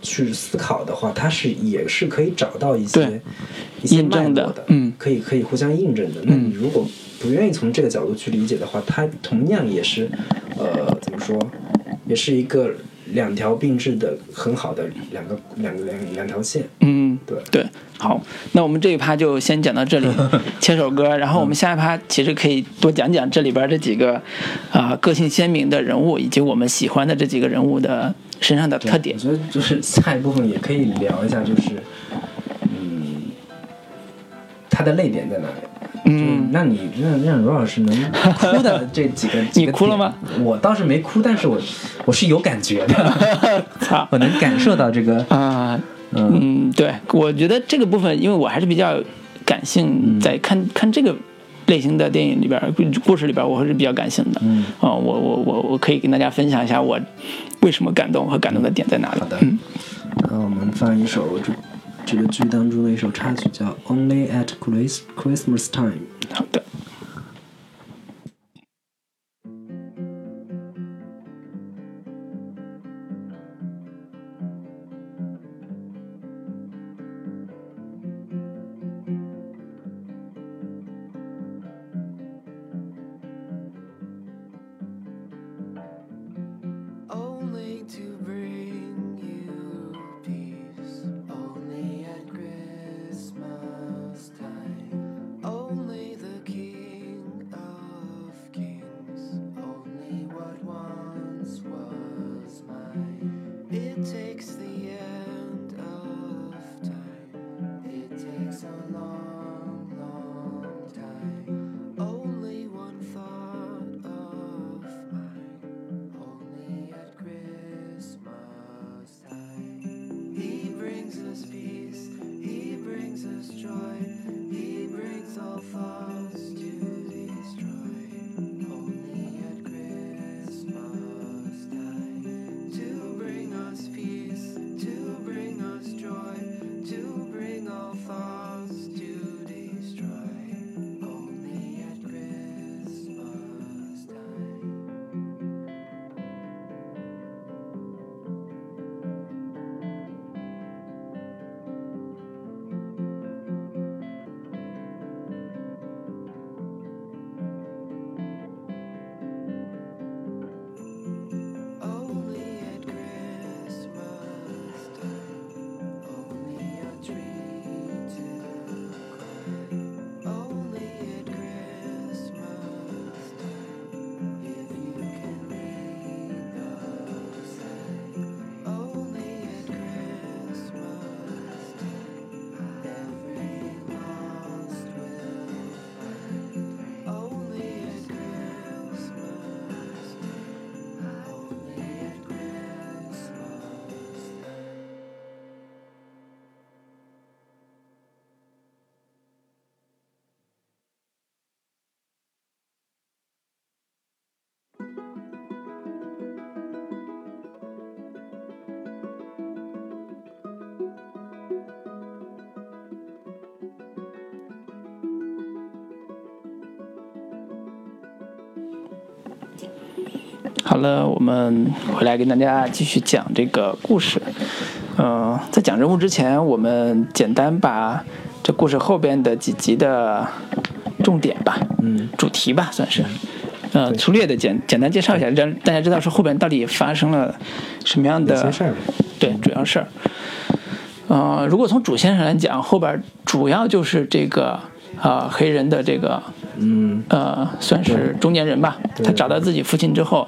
Speaker 3: 去思考的话，它是也是可以找到一
Speaker 2: 对
Speaker 3: 些一些
Speaker 2: 印
Speaker 3: 脉
Speaker 2: 证的
Speaker 3: 络的，
Speaker 2: 嗯
Speaker 3: 可以可以互相印证的。那你如果不愿意从这个角度去理解的话，它同样也是呃怎么说，也是一个。两条并置的很好的两个两个两两条线，
Speaker 2: 嗯，
Speaker 3: 对
Speaker 2: 对，好，嗯那我们这一趴就先讲到 [laughs] 这里，切首歌，然后我们下一趴其实可以多讲讲这里边这几个啊、个性鲜明的人物，以及我们喜欢的这几个人物的身上的特点
Speaker 3: 我。觉得就是下一部分也可以聊一下，就是嗯，他的泪点在哪里？嗯，那你让让罗老师能哭的这
Speaker 2: [laughs]
Speaker 3: 几个，几
Speaker 2: 你
Speaker 3: 个
Speaker 2: 哭了吗
Speaker 3: 点？我倒是没哭，但是我我是有感觉的，
Speaker 2: [laughs]
Speaker 3: [laughs]
Speaker 2: 操
Speaker 3: 我能感受到这个，
Speaker 2: 啊、
Speaker 3: 嗯
Speaker 2: 嗯，对，我觉得这个部分，因为我还是比较。感性，在看看这个类型的电影里边儿故故事里边儿，我还是比较感性的。嗯，啊、我我我我可以跟大家分享一下我为什么感动和感动的点在哪里
Speaker 4: 好。的
Speaker 2: 嗯，
Speaker 3: 呃
Speaker 4: 那我们放一首这这个剧当中的一首插曲，叫《Only at Chris Christmas Time》。
Speaker 2: 好的。
Speaker 5: only to bring you peace. Only at Christmas time. Only the King of Kings. Only what once was mine. It takes the end of time. It takes a long, long time. Only one thought of mine. Only at Christmas time. He brings us peace, He brings us joy, He brings all thoughts to destroy. Only at Christmas time. To bring us peace, to bring us joy, to bring all thoughts to destroy. Only at Christmas time. Only at Christmas time, only a tree to climb. Only at Christmas time, if you can read the sign. Only at Christmas time, everything lost will find. Only at Christmas time. Only at Christmas
Speaker 2: 好了，我们回来跟大家继续讲这个故事。呃，在讲人物之前，我们简单把这故事后边的几集的重点吧，嗯，主题吧，算是，
Speaker 3: 嗯
Speaker 2: 呃，粗略的简简单介绍一下，让大家知道说后边到底发生了什么样的
Speaker 3: 哪些事儿嗯
Speaker 2: 对，主要事儿。呃，如果从主线上来讲，后边主要就是这个呃黑人的这个嗯呃算是中年人吧，他找到自己父亲之后，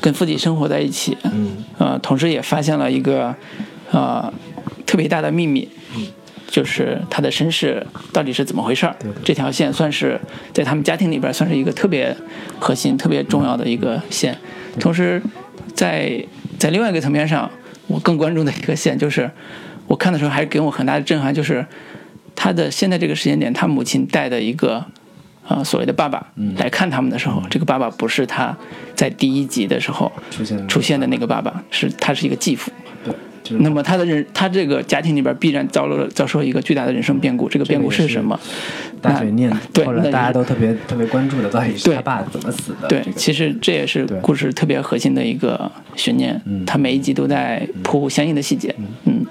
Speaker 2: 跟父亲生活在一起，嗯，呃，同时也发现了一个呃特别大的秘密，就是他的身世到底是怎么回事儿。这条线算是在他们家庭里边儿算是一个特别核心、特别重要的一个线。同时在，在另外一个层面上，我更关注的一个线就是，我看的时候还给我很大的震撼，就是他的现在这个时间点，他母亲带的一个。呃，所谓的爸爸来看他们的时候，这个爸爸不是他在第一集的时候
Speaker 3: 出现的
Speaker 2: 出现的那个爸爸，是他是一个继父。
Speaker 3: 对，就是
Speaker 2: 那么他的人，他这个家庭里边必然遭了遭受一个巨大的人生变故，这个变故是什么？
Speaker 3: 大嘴念
Speaker 2: 那，对，
Speaker 3: 后来
Speaker 2: 那
Speaker 3: 大家都特别特别关注的，到底是
Speaker 2: 对
Speaker 3: 他爸怎么死的？
Speaker 2: 对
Speaker 3: 这，个
Speaker 2: 其实这也是
Speaker 3: 对
Speaker 2: 故事特别核心的一个悬念，
Speaker 3: 嗯
Speaker 2: 他每一集都在铺相应的细节，嗯，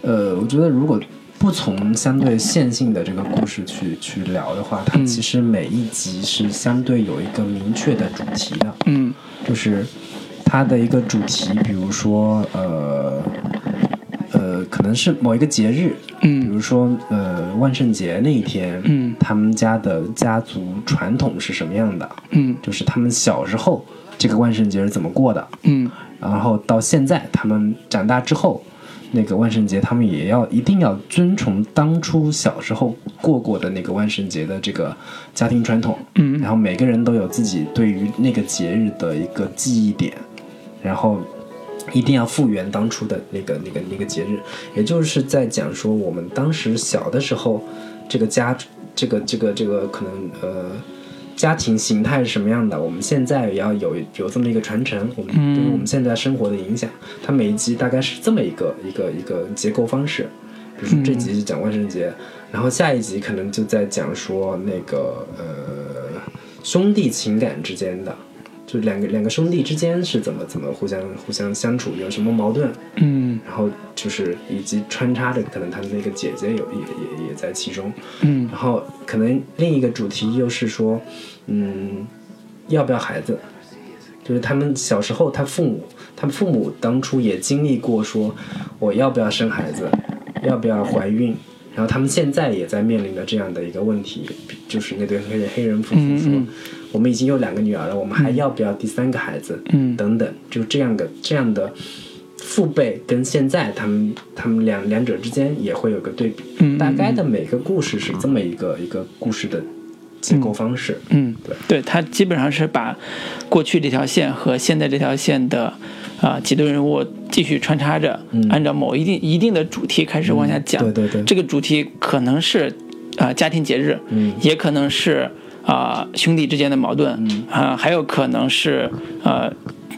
Speaker 3: 呃，我觉得如果不从相对线性的这个故事去去聊的话，它其实每一集是相对有一个明确的主题的，
Speaker 2: 嗯，
Speaker 3: 就是它的一个主题，比如说呃呃，可能是某一个节日，
Speaker 2: 嗯
Speaker 3: 比如说呃万圣节那一天，
Speaker 2: 嗯
Speaker 3: 他们家的家族传统是什么样的？
Speaker 2: 嗯
Speaker 3: 就是他们小时候这个万圣节是怎么过的？
Speaker 2: 嗯
Speaker 3: 然后到现在他们长大之后，那个万圣节他们也要一定要遵从当初小时候过过的那个万圣节的这个家庭传统，
Speaker 2: 嗯
Speaker 3: 然后每个人都有自己对于那个节日的一个记忆点，然后。一定要复原当初的那个、那个、那个节日，也就是在讲说我们当时小的时候，这个家这个这个这个可能呃家庭形态是什么样的，我们现在也要有有这么一个传承，我们
Speaker 2: 嗯
Speaker 3: 对于我们现在生活的影响。它每一集大概是这么一个一个一个结构方式，比如说
Speaker 2: 嗯
Speaker 3: 这集是讲万圣节，然后下一集可能就在讲说那个呃兄弟情感之间的。就两个两个兄弟之间是怎么怎么互相互相相处，有什么矛盾，
Speaker 2: 嗯
Speaker 3: 然后就是以及穿插着可能他们那个姐姐有也也也在其中，
Speaker 2: 嗯
Speaker 3: 然后可能另一个主题又是说，嗯，要不要孩子？就是他们小时候，他父母，他父母当初也经历过说，我要不要生
Speaker 2: [laughs]
Speaker 3: 孩子，要不要怀孕，然后他们现在也在面临着这样的一个问题，就是那对黑人黑人夫妇
Speaker 2: 嗯
Speaker 3: 说，
Speaker 2: 嗯
Speaker 3: 我们已经有两个女儿了，我们还要不要第三个孩子？
Speaker 2: 嗯
Speaker 3: 等等，就这样的这样的父辈跟现在他们他们两两者之间也会有个对比。
Speaker 2: 嗯嗯
Speaker 3: 大概的每个故事是这么一个一个故事的结构方式。
Speaker 2: 嗯
Speaker 3: 对，
Speaker 2: 对，他基本上是把过去这条线和现在这条线的啊、几对人物继续穿插着，
Speaker 3: 嗯
Speaker 2: 按照某一定一定的主题开始往下讲。
Speaker 3: 对对对
Speaker 2: 这个主题可能是啊、家庭节日，
Speaker 3: 嗯
Speaker 2: 也可能是啊、兄弟之间的矛盾，
Speaker 3: 嗯
Speaker 2: 啊、还有可能是呃。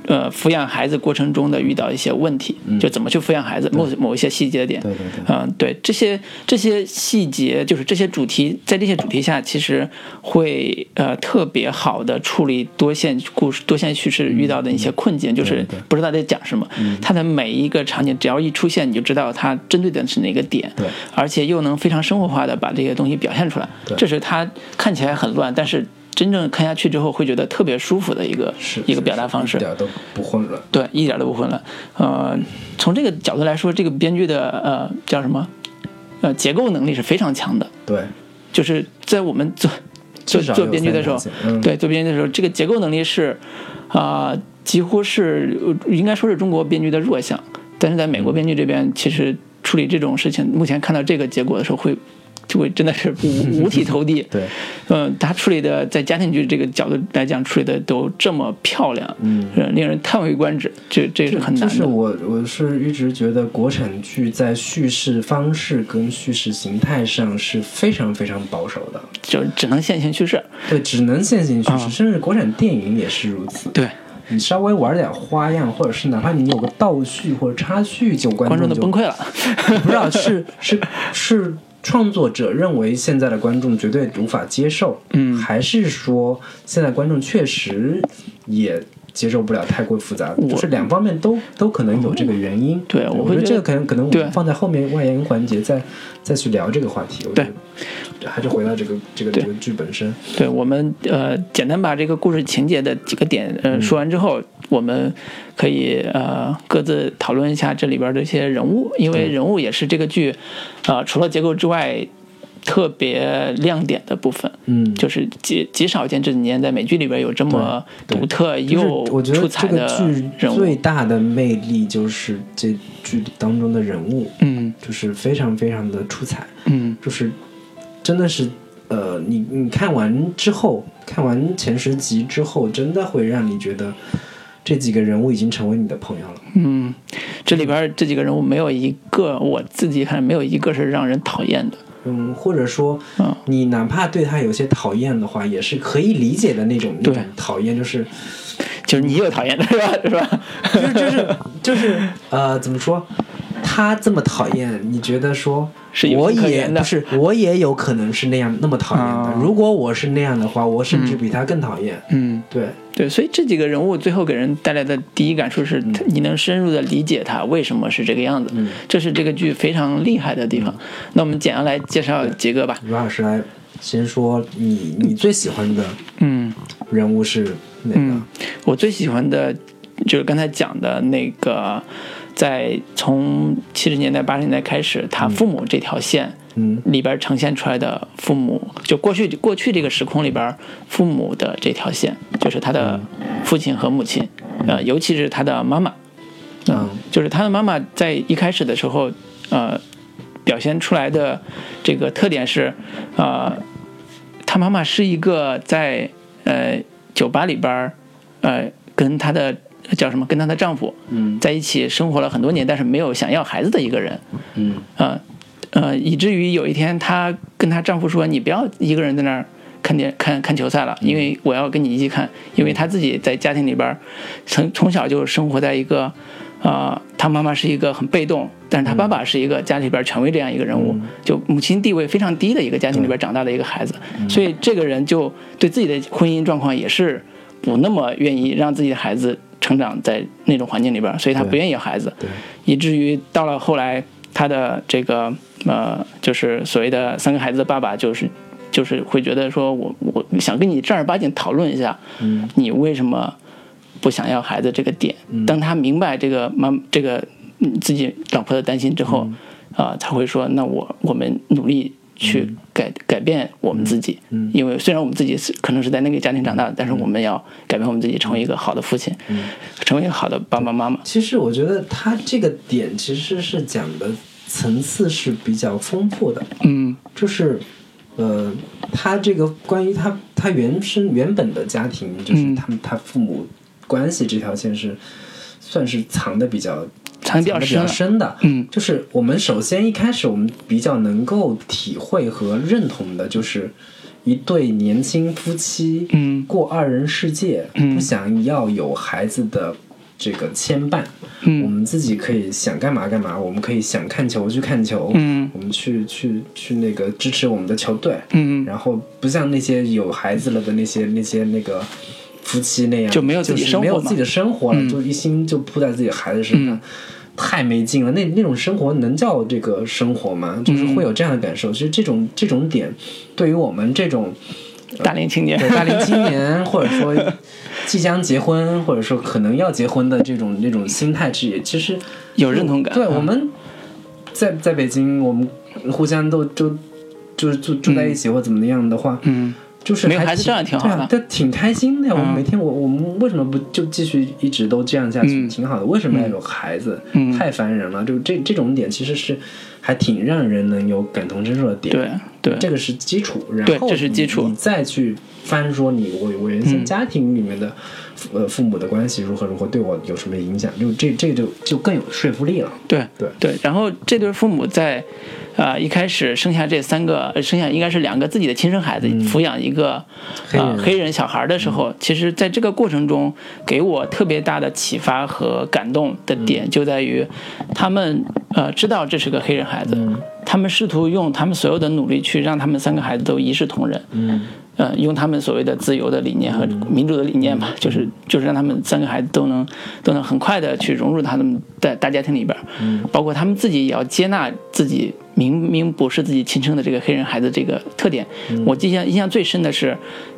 Speaker 2: 呃，抚养孩子过程中的遇到一些问题，就怎么去抚养孩子，某某一些细节点，
Speaker 3: 嗯对对对
Speaker 2: 嗯，对这些这些细节，就是这些主题，在这些主题下，其实会呃特别好的处理多线故事、多线叙事遇到的
Speaker 3: 嗯
Speaker 2: 一些困境，就是不知道在讲什么。它的每一个场景，只要一出现，你就知道它针对的是哪个点，
Speaker 3: 对
Speaker 2: 而且又能非常生活化的把这些东西表现出来。
Speaker 3: 对
Speaker 2: 这是它看起来很乱，但是真正看下去之后会觉得特别舒服的一个
Speaker 3: 是
Speaker 2: 一个表达方式。
Speaker 3: 一点都不混乱。
Speaker 2: 对，一点都不混乱。呃，从这个角度来说，这个编剧的呃叫什么？呃，结构能力是非常强的。
Speaker 3: 对，
Speaker 2: 就是在我们做做
Speaker 3: [laughs] 至少有
Speaker 2: 做编剧的时候
Speaker 3: 三条，线嗯
Speaker 2: 对做编剧的时候，这个结构能力是啊、呃几乎是呃应该说是中国编剧的弱项。但是在美国
Speaker 3: 嗯
Speaker 2: 编剧这边，其实处理这种事情，目前看到这个结果的时候会。就会真的是五五体投地，
Speaker 3: 对，
Speaker 2: 嗯，他处理的在家庭剧这个角度来讲，处理的都这么漂亮，嗯，令人叹为观止，这这是很难
Speaker 3: 就
Speaker 2: 的。
Speaker 3: 是我我是一直觉得国产剧在叙事方式跟叙事形态上是非常非常保守的，
Speaker 2: 就只能线性叙事。
Speaker 3: 对，只能线性叙
Speaker 2: 啊
Speaker 3: 事，甚至国产电影也是如此。
Speaker 2: 对，
Speaker 3: 你稍微玩点花样，或者是哪怕你有个倒叙或者插叙，就观
Speaker 2: 观众
Speaker 3: 众
Speaker 2: 都
Speaker 3: 就
Speaker 2: 崩溃了。 [laughs]
Speaker 3: [laughs] 不知道是是是创作者认为现在的观众绝对无法接受，
Speaker 2: 嗯
Speaker 3: 还是说现在观众确实也接受不了太过复杂，
Speaker 2: 我嗯
Speaker 3: 就是两方面都都可能有这个原因。
Speaker 2: 对我
Speaker 3: 我
Speaker 2: 会
Speaker 3: 觉得
Speaker 2: 觉
Speaker 3: 这个
Speaker 2: 得
Speaker 3: 可能可能我
Speaker 2: 对
Speaker 3: 们放在后面外延环节再再去聊这个话题。我觉
Speaker 2: 对
Speaker 3: 得还是回到这个这个
Speaker 2: 对
Speaker 3: 这个剧本身。
Speaker 2: 对我们呃，简单把这个故事情节的几个点
Speaker 3: 嗯
Speaker 2: 呃说完之后，我们可以呃各自讨论一下这里边的一些人物，因为人物也是这个剧呃除了结构之外特别亮点的部分。
Speaker 3: 嗯，
Speaker 2: 就是极极少见这几年在美剧里边有这么
Speaker 3: 对对
Speaker 2: 独特
Speaker 3: 就是
Speaker 2: 又
Speaker 3: 我觉
Speaker 2: 出
Speaker 3: 得
Speaker 2: 彩
Speaker 3: 这个
Speaker 2: 的
Speaker 3: 剧
Speaker 2: 人
Speaker 3: 最
Speaker 2: 物。
Speaker 3: 大的魅力就是这剧当中的人物，
Speaker 2: 嗯
Speaker 3: 就是非常非常的出彩。
Speaker 2: 嗯
Speaker 3: 就是真的是，呃，你你看完之后，看完前十集之后，真的会让你觉得这几个人物已经成为你的朋友了。
Speaker 2: 嗯，这里边这几个人物没有一个我自己看没有一个是让人讨厌的。
Speaker 3: 嗯，或者说
Speaker 2: 嗯，
Speaker 3: 你哪怕对他有些讨厌的话，也是可以理解的那种那
Speaker 2: 对
Speaker 3: 种讨厌，就是
Speaker 2: 就是你有讨厌的是吧？ [laughs] 是吧？
Speaker 3: 就是就是就是呃，怎么说？他这么讨厌，你觉得说
Speaker 2: 是有
Speaker 3: 我
Speaker 2: 情可
Speaker 3: 也
Speaker 2: 原的
Speaker 3: 不是我也有可能是那样那么讨厌的。
Speaker 2: 啊
Speaker 3: 如果我是那样的话，我甚至比他更讨厌。
Speaker 2: 嗯，
Speaker 3: 对，
Speaker 2: 对，所以这几个人物最后给人带来的第一感受是，他你能深入的理解他为什么是这个样子，这是这个剧非常厉害的地方。那我们简要来介绍几个吧。
Speaker 3: 于老师来先说你你最喜欢的
Speaker 2: 嗯
Speaker 3: 人物是哪个？
Speaker 2: 嗯，我最喜欢的就是刚才讲的那个，在从七十年代八十年代开始，他父母这条线。
Speaker 3: 嗯
Speaker 2: 里边呈现出来的父母，就过去过去这个时空里边父母的这条线，就是他的父亲和母亲，呃，尤其是他的妈妈，嗯、
Speaker 3: 嗯
Speaker 2: 就是他的妈妈在一开始的时候，呃，表现出来的这个特点是，呃，他妈妈是一个在呃酒吧里边儿，呃，跟她的叫什么，跟她的丈夫，嗯，在一起生活了很多年，但是没有想要孩子的一个人，嗯，啊、呃，以至于有一天她跟她丈夫说：“你不要一个人在那儿看电看看球赛了，因为我要跟你一起看。”因为她自己在家庭里边儿从从小就生活在一个。啊、她妈妈是一个很被动，但是她爸爸是一个家里边儿权威这样一个人物，就母亲地位非常低的一个家庭里边儿长大的一个孩子，所以这个人就对自己的婚姻状况也是不那么愿意让自己的孩子成长在那种环境里边儿，所以他不愿意有孩子，以至于到了后来，他的这个呃，就是所谓的三个孩子的爸爸，就是就是会觉得说我我想跟你正儿八经讨论一下，
Speaker 3: 嗯
Speaker 2: 你为什么不想要孩子这个点？当他明白这个妈这个嗯自己老婆的担心之后，
Speaker 3: 嗯
Speaker 2: 啊、才会说那我我们努力。去
Speaker 3: 嗯
Speaker 2: 改改变我们自己，因为虽然我们自己是可能是在那个家庭
Speaker 3: 嗯
Speaker 2: 长大的，但是我们要改变我们自己，成为一个好的父亲，成为一个好的爸爸妈妈。
Speaker 3: 其实我觉得他这个点其实是讲的层次是比较丰富的，
Speaker 2: 嗯
Speaker 3: 就是，呃，他这个关于他他原生原本的家庭，就是
Speaker 2: 嗯
Speaker 3: 他们、他父母关系这条线是算是藏的比较
Speaker 2: 藏得比较
Speaker 3: 藏得比
Speaker 2: 深
Speaker 3: 较
Speaker 2: 了
Speaker 3: 深的。
Speaker 2: 嗯
Speaker 3: 就是我们首先一开始我们比较能够体会和认同的，就是一对年轻夫妻，
Speaker 2: 嗯
Speaker 3: 过二人世界，
Speaker 2: 嗯
Speaker 3: 不想要有孩子的这个牵绊，
Speaker 2: 嗯
Speaker 3: 我们自己可以想干嘛干嘛，我们可以想看球去看球，
Speaker 2: 嗯
Speaker 3: 我们去去去那个支持我们的球队，
Speaker 2: 嗯，
Speaker 3: 然后不像那些有孩子了的那些那些那个夫妻那样，
Speaker 2: 就没有自己
Speaker 3: 是
Speaker 2: 生活
Speaker 3: 没有
Speaker 2: 嘛
Speaker 3: 自己的生活了，
Speaker 2: 嗯
Speaker 3: 就一心就扑在自己孩子身上。
Speaker 2: 嗯
Speaker 3: 太没劲了，那那种生活能叫这个生活吗？就是会有这样的感受。其实这种这种点，对于我们这种
Speaker 2: 大龄青年，
Speaker 3: 对大龄青年，或者说即将结婚，或者说可能要结婚的这种那种心态，其实也其实
Speaker 2: 有认同感
Speaker 3: 对，
Speaker 2: 嗯
Speaker 3: 我们在在北京，我们互相都就就是住住在一起或怎么样的话，
Speaker 2: 嗯
Speaker 3: 就是
Speaker 2: 没有
Speaker 3: 还
Speaker 2: 孩子
Speaker 3: 挺
Speaker 2: 这样挺好
Speaker 3: 对啊
Speaker 2: 的嗯
Speaker 3: 但挺开心的呀。我们每天我我们为什么不就继续一直都这样下去？
Speaker 2: 嗯
Speaker 3: 挺好的。为什么要有孩子？
Speaker 2: 嗯
Speaker 3: 太烦人了。就这这种点其实是还挺让人能有感同身受的点。
Speaker 2: 对对，
Speaker 3: 这个是基础，
Speaker 2: 对
Speaker 3: 然后
Speaker 2: 这是基础嗯
Speaker 3: 你你再去翻说你我我原生家庭里面的、呃父母的关系如何如何对我有什么影响，就这这就就更有说服力了。
Speaker 2: 对
Speaker 3: 对
Speaker 2: 然后这对父母在，呃，一开始生下这三个，呃生下应该是两个自己的亲生孩子，抚养一个
Speaker 3: 嗯黑人嗯
Speaker 2: 呃黑人小孩的时候，其实在这个过程中，给我特别大的启发和感动的
Speaker 3: 嗯
Speaker 2: 点就在于，他们呃知道这是个黑人孩子，
Speaker 3: 嗯
Speaker 2: 他们试图用他们所有的努力去让他们三个孩子都一视同仁。
Speaker 3: 嗯
Speaker 2: 呃，用他们所谓的自由的理念和民主的理念吧，就是就是让他们三个孩子都能都能很快的去融入他们在大家庭里边儿，包括他们自己也要接纳自己明明不是自己亲生的这个黑人孩子这个特点。我印象印象最深的是，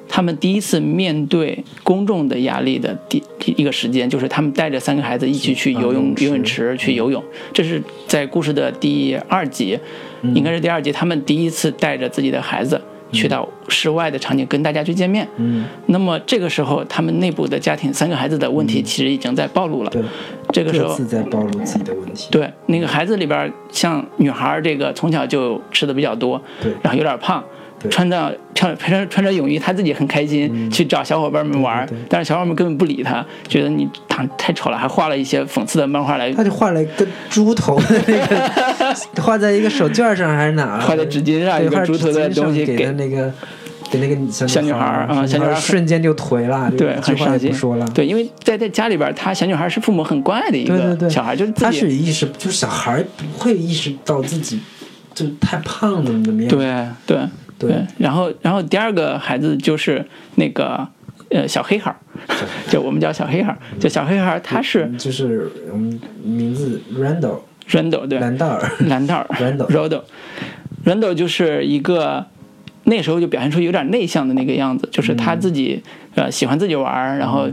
Speaker 2: 他们第一次面对公众的压力的第第一个时间，就是他们带着三个孩子一起去游泳游泳池去游泳，这是在故事的第二集，
Speaker 3: 嗯
Speaker 2: 应该是第二集，他们第一次带着自己的孩子。去到室外的场景跟大家去见面，嗯，那么这个时候他们内部的家庭三个孩子的问题其实已经在暴露了，
Speaker 3: 嗯对，
Speaker 2: 这个时
Speaker 3: 各
Speaker 2: 候
Speaker 3: 自在暴露自己的问题。
Speaker 2: 对，那个孩子里边儿，像女孩儿这个从小就吃的比较多，
Speaker 3: 对
Speaker 2: 然后有点胖，
Speaker 3: 对嗯
Speaker 2: 穿着穿穿穿着泳衣，她自己很开心，去找小伙伴们玩儿，但是小伙伴们根本不理她，觉得你长太丑了，还画了一些讽刺的漫画来
Speaker 3: 他就画了一个猪头的那
Speaker 2: [laughs]
Speaker 3: 个，画在一个手绢上还是哪儿？
Speaker 2: 画在纸巾上
Speaker 3: 对
Speaker 2: 一个
Speaker 3: 画在
Speaker 2: 猪头的
Speaker 3: 纸巾上
Speaker 2: 东西
Speaker 3: 给
Speaker 2: 给
Speaker 3: 的那个。给那个
Speaker 2: 小
Speaker 3: 小
Speaker 2: 女孩儿啊小
Speaker 3: 嗯小
Speaker 2: 女孩儿很
Speaker 3: 瞬间就颓了，就
Speaker 2: 对，
Speaker 3: 一句
Speaker 2: 很
Speaker 3: 话
Speaker 2: 伤
Speaker 3: 也
Speaker 2: 心。
Speaker 3: 不说了。
Speaker 2: 对，因为在在家里边儿，她小女孩是父母很关爱的一
Speaker 3: 对对
Speaker 2: 个
Speaker 3: 对，
Speaker 2: 小孩，就是自
Speaker 3: 他
Speaker 2: 己
Speaker 3: 是意识，就是小孩儿不会意识到自己就太胖怎么怎么样。
Speaker 2: 对对
Speaker 3: 对
Speaker 2: 然后然后第二个孩子就是那个呃小黑孩儿， [laughs] 就我们叫小黑孩儿，就小黑孩儿他是
Speaker 3: 嗯就是我们名字 Randall
Speaker 2: Randall 对
Speaker 3: 兰道尔，
Speaker 2: 蓝道
Speaker 3: Randall
Speaker 2: Rodo Rodo 就是一个那时候就表现出有点内向的那个样子，就是
Speaker 3: 嗯
Speaker 2: 他自己、呃喜欢自己玩儿，然后。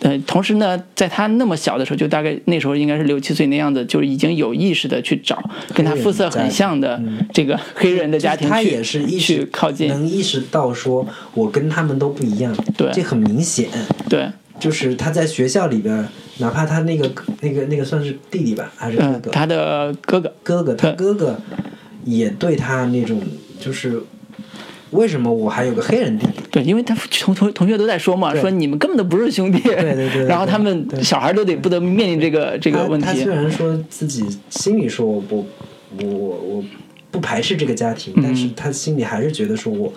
Speaker 2: 呃，同时呢，在他那么小的时候，就大概那时候应该是六七岁那样子，就已经有意识的去找跟他肤色很像的这个黑人的家庭去，
Speaker 3: 他也嗯是意
Speaker 2: 去
Speaker 3: 识
Speaker 2: 靠近，
Speaker 3: 能意识到说我跟他们都不一样，
Speaker 2: 对
Speaker 3: 这很明显。
Speaker 2: 对，
Speaker 3: 就是他在学校里边儿，哪怕他那个那个那个算是弟弟吧，还是哥
Speaker 2: 嗯，
Speaker 3: 哥，
Speaker 2: 他的哥哥，
Speaker 3: 哥哥，他
Speaker 2: 对
Speaker 3: 哥哥也对他那种就是为什么我还有个黑人弟弟？
Speaker 2: 对，因为他同同同学都在说嘛，
Speaker 3: 对
Speaker 2: 说你们根本都不是兄弟，对
Speaker 3: 对对
Speaker 2: [laughs]
Speaker 3: 对
Speaker 2: 然后他们
Speaker 3: 对
Speaker 2: 小孩都得不得面临这个这个问
Speaker 3: 他他
Speaker 2: 题
Speaker 3: 虽，然说自己心里说我我我我不排斥这个家庭，但是他心里还是觉得说我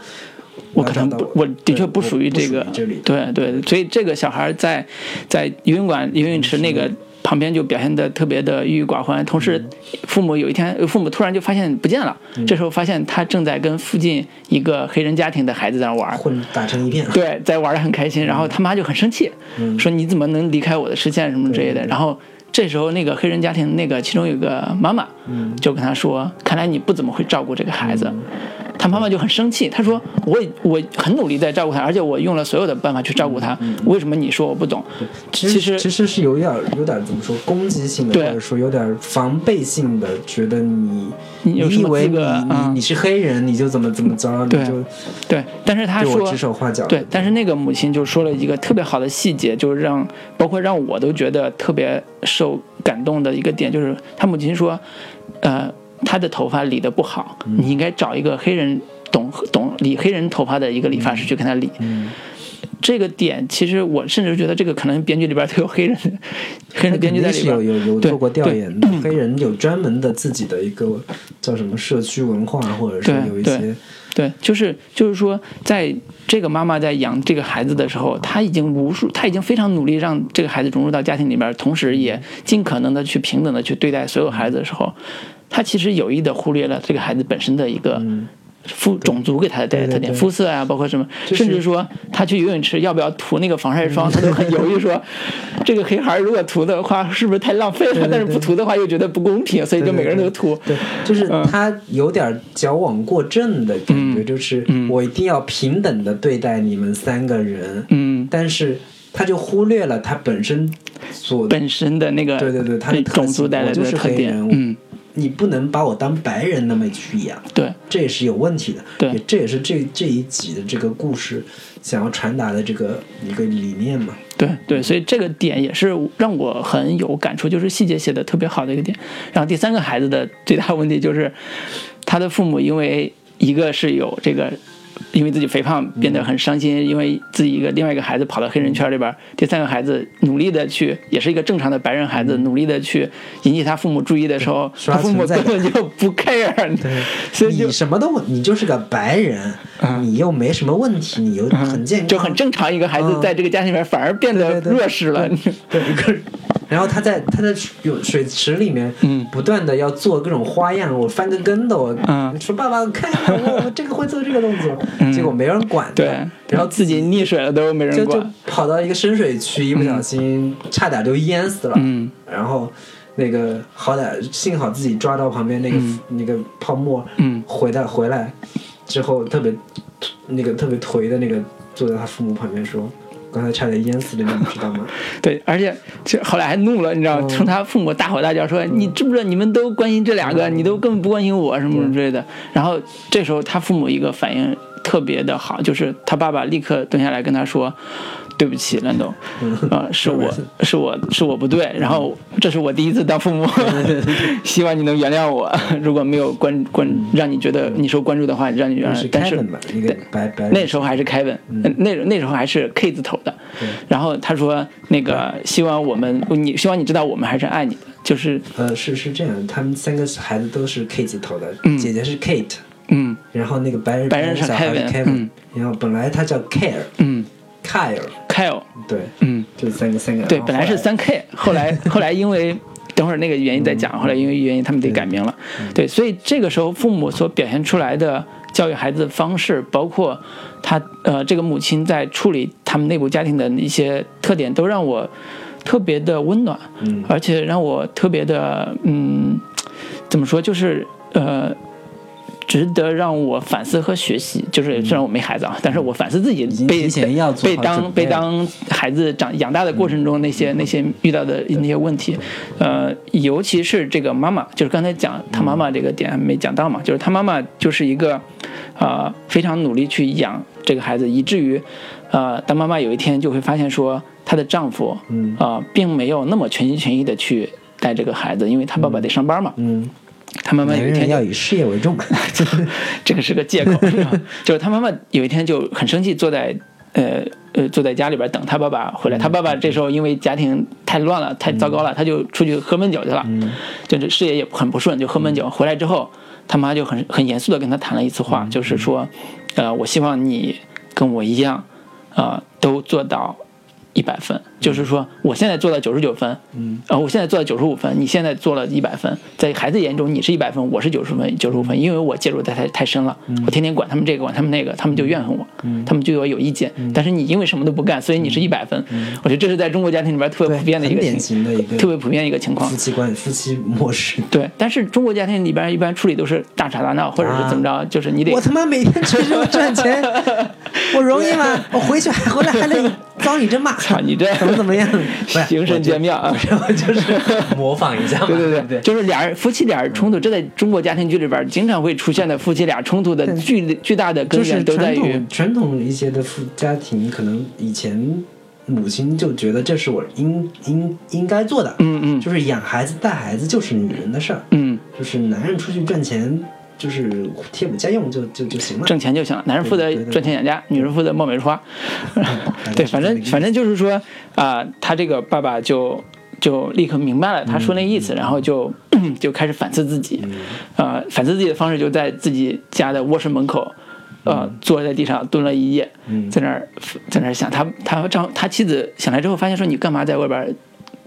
Speaker 2: 嗯我可能不，我的确不属于这个，
Speaker 3: 这里。
Speaker 2: 对对，所以这个小孩在在游泳馆、游泳池那个旁边就表现的特别的郁郁寡欢，同时父母有一天，呃父母突然就发现不见了，这时候发现他正在跟附近一个黑人家庭的孩子在那玩儿，
Speaker 3: 混打成一片，
Speaker 2: [laughs] 对，在玩的很开
Speaker 3: 嗯
Speaker 2: 心，然后他妈就很生气，说你怎么能离开我的视线什么之
Speaker 3: 嗯
Speaker 2: 类的。然后这时候那个黑人家庭那个其中有个妈妈，
Speaker 3: 嗯
Speaker 2: 就跟他说，看来你不怎么会照顾这个孩子。他妈妈就很生气，他说我我很努力在照顾他，而且我用了所有的办法去照顾
Speaker 3: 嗯
Speaker 2: 他，为什么你说我不懂？其实
Speaker 3: 其实是有点儿有点儿怎么说攻击性的，
Speaker 2: 对
Speaker 3: 或者说有点儿防备性的，觉得你
Speaker 2: 你有什
Speaker 3: 以
Speaker 2: 么
Speaker 3: 为
Speaker 2: 资
Speaker 3: 你
Speaker 2: 格
Speaker 3: 你
Speaker 2: 啊
Speaker 3: 你是黑人，你就怎么怎么着，
Speaker 2: 对
Speaker 3: 你就
Speaker 2: 对，但是他
Speaker 3: 对
Speaker 2: 说
Speaker 3: 我指手画脚。
Speaker 2: 对，，但是那个母亲就说了一个特别好的细节，就是让包括让我都觉得特别受感动的一个点，就是他母亲说，呃，他的头发理得不好，你应该找一个黑人懂懂理黑人头发的一个理发师去跟他理。这个点其实我甚至觉得这个可能编剧里边都有黑人，黑人编剧在里
Speaker 3: 是
Speaker 2: 边
Speaker 3: 有。有有
Speaker 2: 对
Speaker 3: 做过调
Speaker 2: 对嗯
Speaker 3: 研的，黑人有专门的自己的一个叫什么社区文化，或者是
Speaker 2: 对
Speaker 3: 有一
Speaker 2: 对
Speaker 3: 些
Speaker 2: 对，就是就是说，在这个妈妈在养这个孩子的时候，她已经无数，她已经非常努力让这个孩子融入到家庭里边，同时也尽可能的去平等的去对待所有孩子的时候，她其实有意的忽略了这个孩子本身的一个
Speaker 3: 嗯
Speaker 2: 肤、种族给他带来的特点，肤色啊，包括什么，甚至说他去游泳池要不要涂那个防晒
Speaker 3: 嗯
Speaker 2: 霜，他都很犹豫说，这个黑孩儿如果涂的话是不是太浪费了？但是不涂的话又觉得不公平，所以就每个人都涂。
Speaker 3: 对，就是
Speaker 2: 嗯
Speaker 3: 他有点矫枉过正的感觉，就是
Speaker 2: 嗯
Speaker 3: 我一定要平等的对待你们三个人，
Speaker 2: 嗯，
Speaker 3: 但是他就忽略了他本身所
Speaker 2: 本身的那个
Speaker 3: 对对对他的特
Speaker 2: 种族
Speaker 3: 性
Speaker 2: 带来
Speaker 3: 我就
Speaker 2: 的
Speaker 3: 是
Speaker 2: 特
Speaker 3: 黑
Speaker 2: 点
Speaker 3: 人，我
Speaker 2: 嗯，
Speaker 3: 你不能把我当白人那么去养，
Speaker 2: 对
Speaker 3: 这也是有问题的。
Speaker 2: 对
Speaker 3: 也这也是这这一集的这个故事想要传达的这个一个理念嘛。
Speaker 2: 对对，所以这个点也是让我很有感触，就是细节写的特别好的一个点。然后第三个孩子的最大问题就是，他的父母因为一个是有这个。因为自己肥胖变得很伤心，因为自己一个另外一个孩子跑到黑人圈里边儿，第三个孩子努力的去，也是一个正常的白人孩子，努力的去引起他父母注意的时候，
Speaker 3: 嗯刷
Speaker 2: 他父母
Speaker 3: 存在
Speaker 2: 根
Speaker 3: 感
Speaker 2: 本就不 care，所
Speaker 3: [laughs]
Speaker 2: 以就嗯
Speaker 3: 你什么都，你就是个白人，你又没什么问题，你又很健康，嗯
Speaker 2: 就很正常，一个孩子在这个家里面反而变得
Speaker 3: 对对对
Speaker 2: 弱势了。
Speaker 3: 对，一个人。然后他在他在有水池里面，不断的要做各种花样，我翻个跟斗，
Speaker 2: 嗯
Speaker 3: 说爸爸看我我这个会做这个动作，结果没人管，
Speaker 2: 对，
Speaker 3: 然后
Speaker 2: 自己溺水了都没人
Speaker 3: 就就
Speaker 2: 管。
Speaker 3: 跑到一个深水区，一不小心差点就淹死了，
Speaker 2: 嗯，
Speaker 3: 然后那个好歹幸好自己抓到旁边那个、那个泡沫，
Speaker 2: 嗯，
Speaker 3: 回来回来之后特别那个特别颓的那个坐在他父母旁边说，刚才差点淹死了，你们知
Speaker 2: [laughs]
Speaker 3: 道吗？
Speaker 2: 对，而且这后来还怒了，你知道，冲他父母大吼大叫说：“你知不知道你们都关心这两个，你都根本不关心我什么什么之类的。”然后这时候他父母一个反应特别的好，就是他爸爸立刻蹲下来跟他说。对不起，兰总，啊、是我是我是我不对，然后这是我第一次当父母， [laughs] 希望你能原谅我。如果没有关关让你觉得你受关注的话，让你原谅
Speaker 3: 是。
Speaker 2: 但是
Speaker 3: Kevin 吧，那个
Speaker 2: 对
Speaker 3: 白白
Speaker 2: 那时候还是凯文，呃那那时候还是 K 字头的。然后他说那个希望我们，你希望你知道我们还是爱你的，就是
Speaker 3: 呃，是是这样，他们三个孩子都是 K 字头的，姐姐是 Kate，
Speaker 2: 嗯
Speaker 3: 然后那个白人
Speaker 2: 白人是
Speaker 3: 小孩
Speaker 2: Kevin，
Speaker 3: Kevin，、
Speaker 2: 嗯
Speaker 3: 然后本来他叫 Care，
Speaker 2: 嗯
Speaker 3: Kyle，
Speaker 2: ，Kyle，
Speaker 3: 对，
Speaker 2: 嗯，
Speaker 3: 就三个三个，
Speaker 2: 对，
Speaker 3: 然后
Speaker 2: 本来
Speaker 3: 后
Speaker 2: 是三 K，后来后来因为等会儿那个原因再讲，后来因为原因他们得改名了，对，所以这个时候父母所表现出来的教育孩子的方式，包括他呃这个母亲在处理他们内部家庭的一些特点，都让我特别的温暖，
Speaker 3: 嗯
Speaker 2: 而且让我特别的嗯怎么说就是呃。值得让我反思和学习，就是虽然我没孩子啊，但是我反思自己
Speaker 6: 经
Speaker 2: 被
Speaker 6: 提
Speaker 2: [laughs]
Speaker 6: 前要做
Speaker 2: 被
Speaker 6: 好
Speaker 2: 当
Speaker 6: 准备嗯
Speaker 2: 被
Speaker 6: 了
Speaker 2: 当。当孩子长养大的过程中，那些那些遇到的那些问题，呃，尤其是这个妈妈，就是刚才讲他妈妈这个点没讲到嘛，就是他妈妈就是一个，呃，非常努力去养这个孩子，以至于，呃，当妈妈有一天就会发现说，她的丈夫，
Speaker 3: 嗯
Speaker 2: 呃，并没有那么全心全意的去带这个孩子，因为她爸爸得上班嘛，
Speaker 3: 嗯，
Speaker 2: 她妈妈有
Speaker 3: 男
Speaker 2: 一天
Speaker 3: 人
Speaker 2: 就
Speaker 3: 要以事业为
Speaker 2: [laughs]
Speaker 3: 重， [laughs]
Speaker 2: 这个是个借口，是吧就是他妈妈有一天就很生气，坐在呃呃坐在家里边等他爸爸回来。他爸爸这时候因为家庭太乱了，太糟糕了，他就出去喝闷酒去了，就是事业也很不顺，就喝闷酒。回来之后，他妈就很很严肃的跟他谈了一次
Speaker 3: 嗯
Speaker 2: 话，就是说，呃，我希望你跟我一样，啊、都做到一百分，
Speaker 3: 嗯
Speaker 2: 就是说我现在做到九十九分，嗯，呃，我现在做到九十五分，你现在做了一百分，在孩子眼中你是一百分，我是九十分，九十
Speaker 3: 嗯
Speaker 2: 五分，因为我介入的太太深了，我天天管他们这个管他们那个，他们就怨恨我，
Speaker 3: 嗯
Speaker 2: 他们对我有意见，但是你因为什么都不干，所以你是一百分，我觉得这是在中国家庭里边特别普遍的一
Speaker 3: 嗯很
Speaker 2: 个
Speaker 3: 典
Speaker 2: 情，
Speaker 3: 型的一个
Speaker 2: 特别普遍一个情况
Speaker 3: 夫，妻关系、夫妻模式。
Speaker 2: 对，但是中国家庭里边一般处理都是大吵大闹，或者是怎么着，就是你得
Speaker 3: 啊我他妈每天吃这么赚钱，我容易吗？我回去还回来还得你遭你这骂，
Speaker 2: 操你这
Speaker 3: 怎么怎
Speaker 2: [laughs]
Speaker 3: 么样？不是
Speaker 2: 行神见面啊。
Speaker 3: 我就是模仿一下嘛，对
Speaker 2: [laughs] 对
Speaker 3: 不
Speaker 2: 对，就是俩人夫妻俩人冲突，这在中国家庭剧里边儿经常会出现的夫妻俩冲突的巨巨大的根
Speaker 3: 就
Speaker 2: 源
Speaker 3: 是
Speaker 2: 都在
Speaker 3: 传
Speaker 2: 于
Speaker 3: 统传统一些的父家庭，可能以前母亲就觉得这是我应应应该做的，
Speaker 2: 嗯嗯
Speaker 3: 就是养孩子带孩子就是女人的事儿，
Speaker 2: 嗯
Speaker 3: 就是男人出去赚钱，就是贴补家用就就就行了，
Speaker 2: 挣钱就行了，男人负责
Speaker 3: 对对对
Speaker 2: 赚钱养家，女人负责貌美如
Speaker 3: [laughs]
Speaker 2: 花。对，反正反正就是说啊、他这个爸爸就就立刻明白了他说那意
Speaker 3: 嗯
Speaker 2: 思，然后就 [clears throat] 就开始反思自己，呃，反思自己的方式就在自己家的卧室门口。
Speaker 3: 嗯
Speaker 2: 呃，坐在地上蹲了一夜，在那儿在那儿想他他丈他妻子醒来之后发现说你干嘛在外边儿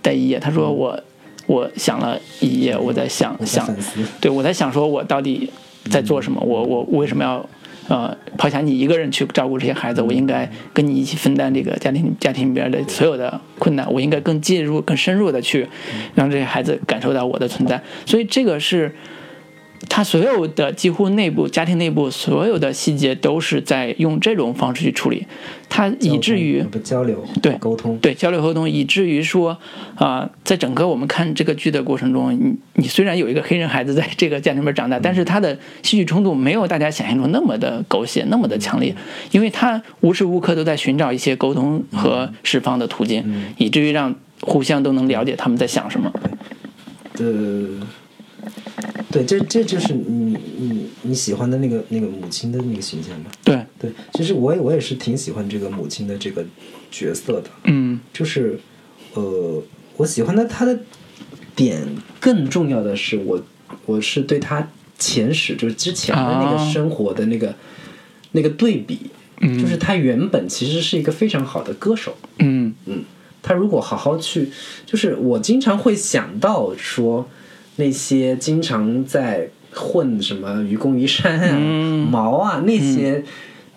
Speaker 2: 待一夜？他说我我想了一夜，我在想
Speaker 3: 嗯我在
Speaker 2: 想
Speaker 3: 反思
Speaker 2: 对我在想说，我到底在做什么？我我我为什么要呃抛下你一个人去照顾这些孩子？我应该跟你一起分担这个家庭家庭里边的所有的困难。我应该更介入、更深入的去让这些孩子感受到我的存在。所以这个是他所有的几乎内部家庭内部所有的细节都是在用这种方式去处理，他以至于
Speaker 3: 不交嗯流
Speaker 2: 对
Speaker 3: 沟通，
Speaker 2: 对交流沟通，以至于说，啊、在整个我们看这个剧的过程中，你你虽然有一个黑人孩子在这个家庭里面长大，但是他的戏剧冲突没有大家想象中那么的狗血，那么的强烈，因为他无时无刻都在寻找一些沟通和释放的途径，以至于让互相都能了解他们在想什么。
Speaker 3: 呃，对，这这就是你你你喜欢的那个那个母亲的那个形象吗？
Speaker 2: 对，
Speaker 3: 对，其实我也我也是挺喜欢这个母亲的这个角色的，
Speaker 2: 嗯
Speaker 3: 就是呃，我喜欢的她的点更重要的是我我是对她前史就是之前的那
Speaker 2: 啊
Speaker 3: 个生活的那个、那个对比，就是她原本其实是一个非常好的歌手，
Speaker 2: 嗯
Speaker 3: 他如果好好去，就是我经常会想到说，那些经常在混什么愚公移山啊、
Speaker 2: 嗯
Speaker 3: 毛啊那些，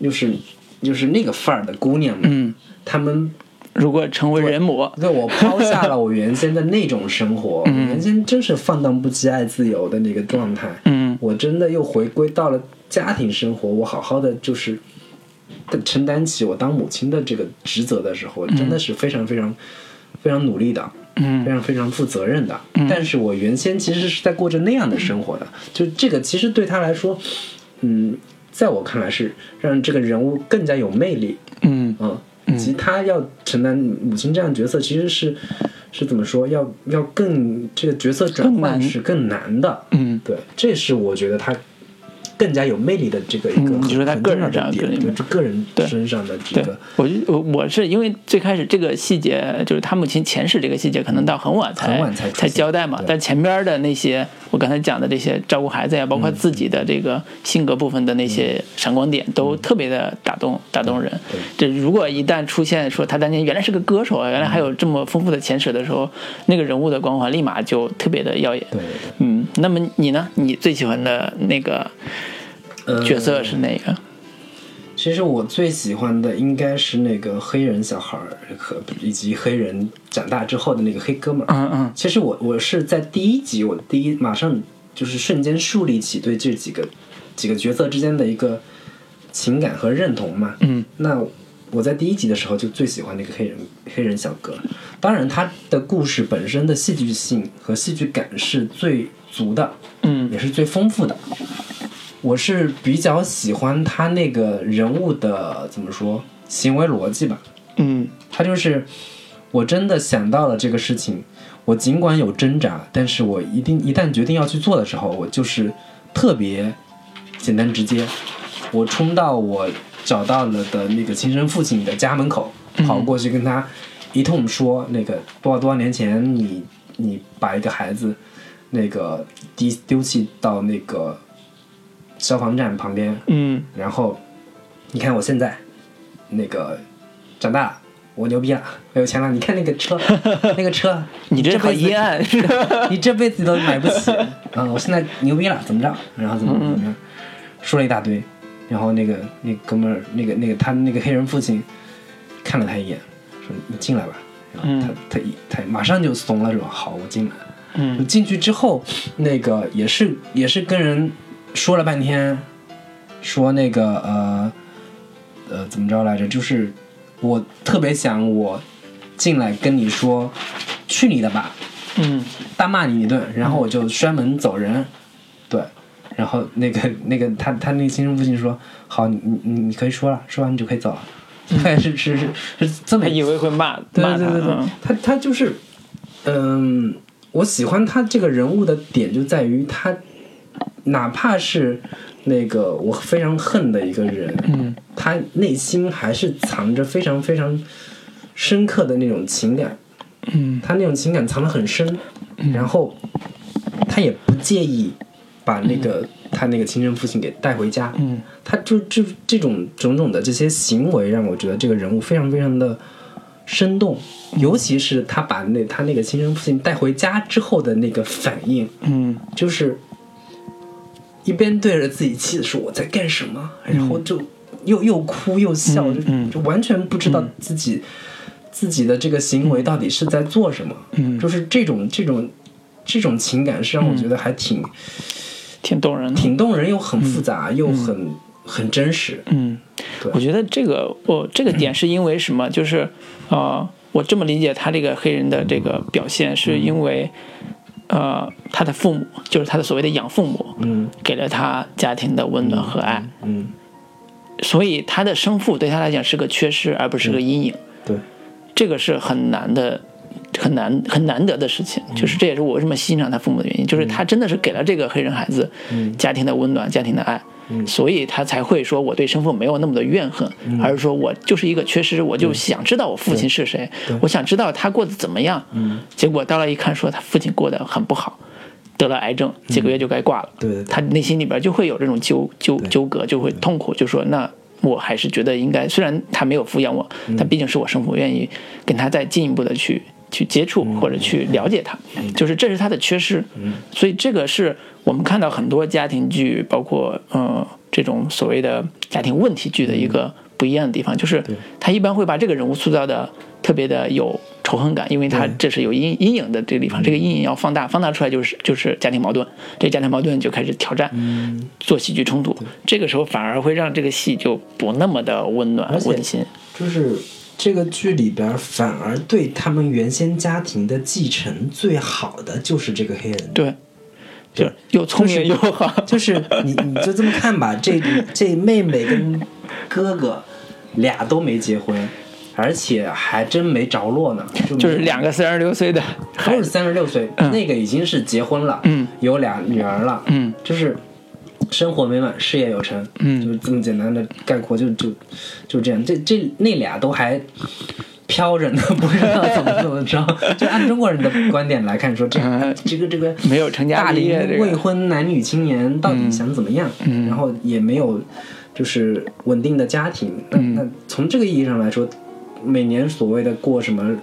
Speaker 3: 就是就是那个范儿的姑娘们，
Speaker 2: 嗯，
Speaker 3: 她们
Speaker 2: 如果成为人母，
Speaker 3: 对我抛下了我原先的那种生活，我原先真是放荡不羁、爱自由的那个状态，
Speaker 2: 嗯
Speaker 3: 我真的又回归到了家庭生活，我好好的就是承担起我当母亲的这个职责的时候，真的是非常非常非常努力的，非
Speaker 2: 嗯
Speaker 3: 常非常负责任的。但是我原先其实是在过着那样的生活的，就这个其实对他来说，嗯，在我看来是让这个人物更加有魅力，
Speaker 2: 嗯
Speaker 3: 嗯，以及他要承担母亲这样的角色，其实是是怎么说，要要更这个角色转
Speaker 2: 更难
Speaker 3: 换是更难的，
Speaker 2: 嗯
Speaker 3: 对，这是我觉得他更加有魅力的这个一个
Speaker 2: 嗯
Speaker 3: 很
Speaker 2: 你说他
Speaker 3: 很
Speaker 2: 个人
Speaker 3: 重要的
Speaker 2: 这样
Speaker 3: 点
Speaker 2: 个人
Speaker 3: 对这个人
Speaker 2: 对
Speaker 3: 身上的这
Speaker 2: 对
Speaker 3: 个，
Speaker 2: 我就我我是因为最开始这个细节就是他母亲前世这个细节，可能到很晚才
Speaker 3: 很晚才出现
Speaker 2: 交代嘛。
Speaker 3: 对
Speaker 2: 但前边儿的那些我刚才讲的这些照顾孩子呀，包括自己的这个性格部分的那些闪光点，都特别的打动打动人。
Speaker 3: 嗯
Speaker 2: 这如果一旦出现说他当年原来是个歌手啊，原来还有这么丰富的前史的时候，那个人物的光环立马就特别的耀眼。
Speaker 3: 对对
Speaker 2: 嗯，那么你呢？你最喜欢的那个
Speaker 3: 对，呃
Speaker 2: 角色是哪个？
Speaker 3: 其实我最喜欢的应该是那个黑人小孩儿和以及黑人长大之后的那个黑哥们儿。
Speaker 2: 嗯嗯
Speaker 3: 其实我我是在第一集，我第一马上就是瞬间树立起对这几个几个角色之间的一个情感和认同嘛。
Speaker 2: 嗯，
Speaker 3: 那我在第一集的时候就最喜欢那个黑人黑人小哥，当然他的故事本身的戏剧性和戏剧感是最足的，
Speaker 2: 嗯
Speaker 3: 也是最丰富的。我是比较喜欢他那个人物的怎么说行为逻辑吧，
Speaker 2: 嗯
Speaker 3: 他就是我真的想到了这个事情，我尽管有挣扎，但是我一定一旦决定要去做的时候，我就是特别简单直接，我冲到我找到了的那个亲生父亲的家门口，跑过去跟他一通说，那个多少多少年前你你把一个孩子那个丢丢弃到那个消防站旁边，
Speaker 2: 嗯
Speaker 3: 然后你看我现在那个长大了，我牛逼了，我有钱了，你看那个
Speaker 2: [laughs]
Speaker 3: 车，那个车，
Speaker 2: 你这
Speaker 3: 这
Speaker 2: 好
Speaker 3: 辈子
Speaker 2: 阴暗是吧
Speaker 3: [laughs] 你这辈子都买不起啊、我现在牛逼了，怎么着？然后怎么怎么怎么样，说了一大堆。然后那个那哥们儿，那个那个他那个黑人父亲看了他一眼，说：“你进来吧。”然后他、
Speaker 2: 嗯
Speaker 3: 他一他马上就怂了，说：“好，我进来。”
Speaker 2: 嗯
Speaker 3: 进去之后，那个也是也是跟人说了半天，说那个呃呃怎么着来着？就是我特别想我进来跟你说，去你的吧！
Speaker 2: 嗯
Speaker 3: 大骂你一顿，然后我就摔门走人。对，然后那个那个他他那个亲生父亲说：“好，你你你可以说了，说完你就可以走了。”
Speaker 2: 嗯
Speaker 3: 对，是是是是这么
Speaker 2: 他
Speaker 3: 一
Speaker 2: 以为会骂
Speaker 3: 对
Speaker 2: 骂他，
Speaker 3: 对对对
Speaker 2: 嗯，
Speaker 3: 他他就是，嗯，我喜欢他这个人物的点就在于他，哪怕是那个我非常恨的一个人，
Speaker 2: 嗯，
Speaker 3: 他内心还是藏着非常非常深刻的那种情感，
Speaker 2: 嗯，
Speaker 3: 他那种情感藏得很深，然后他也不介意把那个、他那个亲生父亲给带回家，
Speaker 2: 嗯，
Speaker 3: 他就这这种种种的这些行为，让我觉得这个人物非常非常的生动，尤其是他把那他那个亲生父亲带回家之后的那个反应，
Speaker 2: 嗯
Speaker 3: 就是一边对着自己妻子说我在干什么，然后就又又哭又笑，
Speaker 2: 嗯嗯
Speaker 3: 就就完全不知道自己、自己的这个行为到底是在做什么，
Speaker 2: 嗯，
Speaker 3: 就是这种这种这种情感是让我觉得还挺、
Speaker 2: 挺动人的，
Speaker 3: 挺动人，又很复杂，又很、很真实。
Speaker 2: 嗯，
Speaker 3: 对
Speaker 2: 我觉得这个我、这个点是因为什么？就是呃，我这么理解他这个黑人的这个表现，
Speaker 3: 嗯
Speaker 2: 是因为、呃，他的父母就是他的所谓的养父母，
Speaker 3: 嗯
Speaker 2: 给了他家庭的温暖和爱，
Speaker 3: 嗯，
Speaker 2: 所以他的生父对他来讲是个缺失，而不是个阴影。
Speaker 3: 嗯对，
Speaker 2: 这个是很难的。很难很难得的事情，
Speaker 3: 嗯
Speaker 2: 就是这也是我为什么欣赏他父母的原因，就是他真的是给了这个黑人孩子
Speaker 3: 嗯
Speaker 2: 家庭的温暖、家庭的爱，所以他才会说我对生父没有那么的怨恨，而是说我就是一个缺失，我就想知道我父亲是谁，我想知道他过得怎么样。结果到了一看，说他父亲过得很不好，得了癌症，几个月就该挂了。
Speaker 3: 嗯对对对
Speaker 2: 他内心里边就会有这种纠纠纠葛，就会痛苦，就说那我还是觉得应该，虽然他没有抚养我，
Speaker 3: 嗯
Speaker 2: 但毕竟是我生父，愿意跟他再进一步的去去接触
Speaker 3: 嗯
Speaker 2: 或者去了解他，就是这是他的缺失，所以这个是我们看到很多家庭剧，包括呃这种所谓的家庭问题剧的一个不一样的地方，就是他一般会把这个人物塑造的特别的有仇恨感，因为他这是有阴阴影的这个
Speaker 3: 嗯
Speaker 2: 地方，这个阴影要放大，放大出来就是就是家庭矛盾，这家庭矛盾就开始挑战，
Speaker 3: 嗯
Speaker 2: 做戏剧冲突，这个时候反而会让这个戏就不那么的温暖
Speaker 3: 而且
Speaker 2: 温馨，
Speaker 3: 就是这个剧里边儿反而对他们原先家庭的继承最好的就是这个黑人，
Speaker 2: 对，就是又聪明又好，
Speaker 3: 就是你你就这么看吧，这这妹妹跟哥哥俩都没结婚，而且还真没着落呢，就
Speaker 2: [laughs]
Speaker 3: 没
Speaker 2: 就是两个三十六岁的孩
Speaker 3: 都是
Speaker 2: 子，
Speaker 3: 三十六岁，
Speaker 2: 嗯
Speaker 3: 那个已经是结婚了，
Speaker 2: 嗯，
Speaker 3: 有俩女儿了，
Speaker 2: 嗯，
Speaker 3: 就是生活美满，事业有成，
Speaker 2: 嗯
Speaker 3: 就是这么简单的概括，就就就这样。这这那俩都还飘着呢， [laughs] 不知道怎么怎
Speaker 2: [laughs]
Speaker 3: 么着。就按中国人的观点来看，说这
Speaker 2: 嗯
Speaker 3: 这个这个
Speaker 2: 没有成家
Speaker 3: 大
Speaker 2: 立
Speaker 3: 龄
Speaker 2: 业这
Speaker 3: 未
Speaker 2: 个，嗯
Speaker 3: 婚男女青年到底想怎么样？然后也没有就是稳定的家庭。那
Speaker 2: 嗯
Speaker 3: 那从这个意义上来说，每年所谓的过什么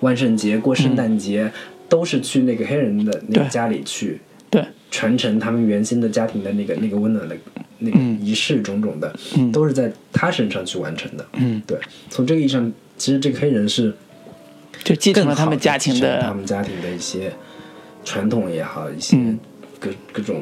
Speaker 3: 万圣节、过圣诞节，都是去那个黑人的那个
Speaker 2: 嗯对
Speaker 3: 家里去
Speaker 2: 对，
Speaker 3: 传承他们原先的家庭的那个那个温暖的那个仪式种种的，
Speaker 2: 嗯
Speaker 3: 都是在他身上去完成的。
Speaker 2: 嗯，
Speaker 3: 对，从这个意义上，其实这个黑人是。
Speaker 2: 就继
Speaker 3: 更
Speaker 2: 承了他
Speaker 3: 好
Speaker 2: 们
Speaker 3: 地
Speaker 2: 家庭
Speaker 3: 继承他
Speaker 2: 的，
Speaker 3: 们家庭的一些传统也好，一些
Speaker 2: 嗯
Speaker 3: 各、各种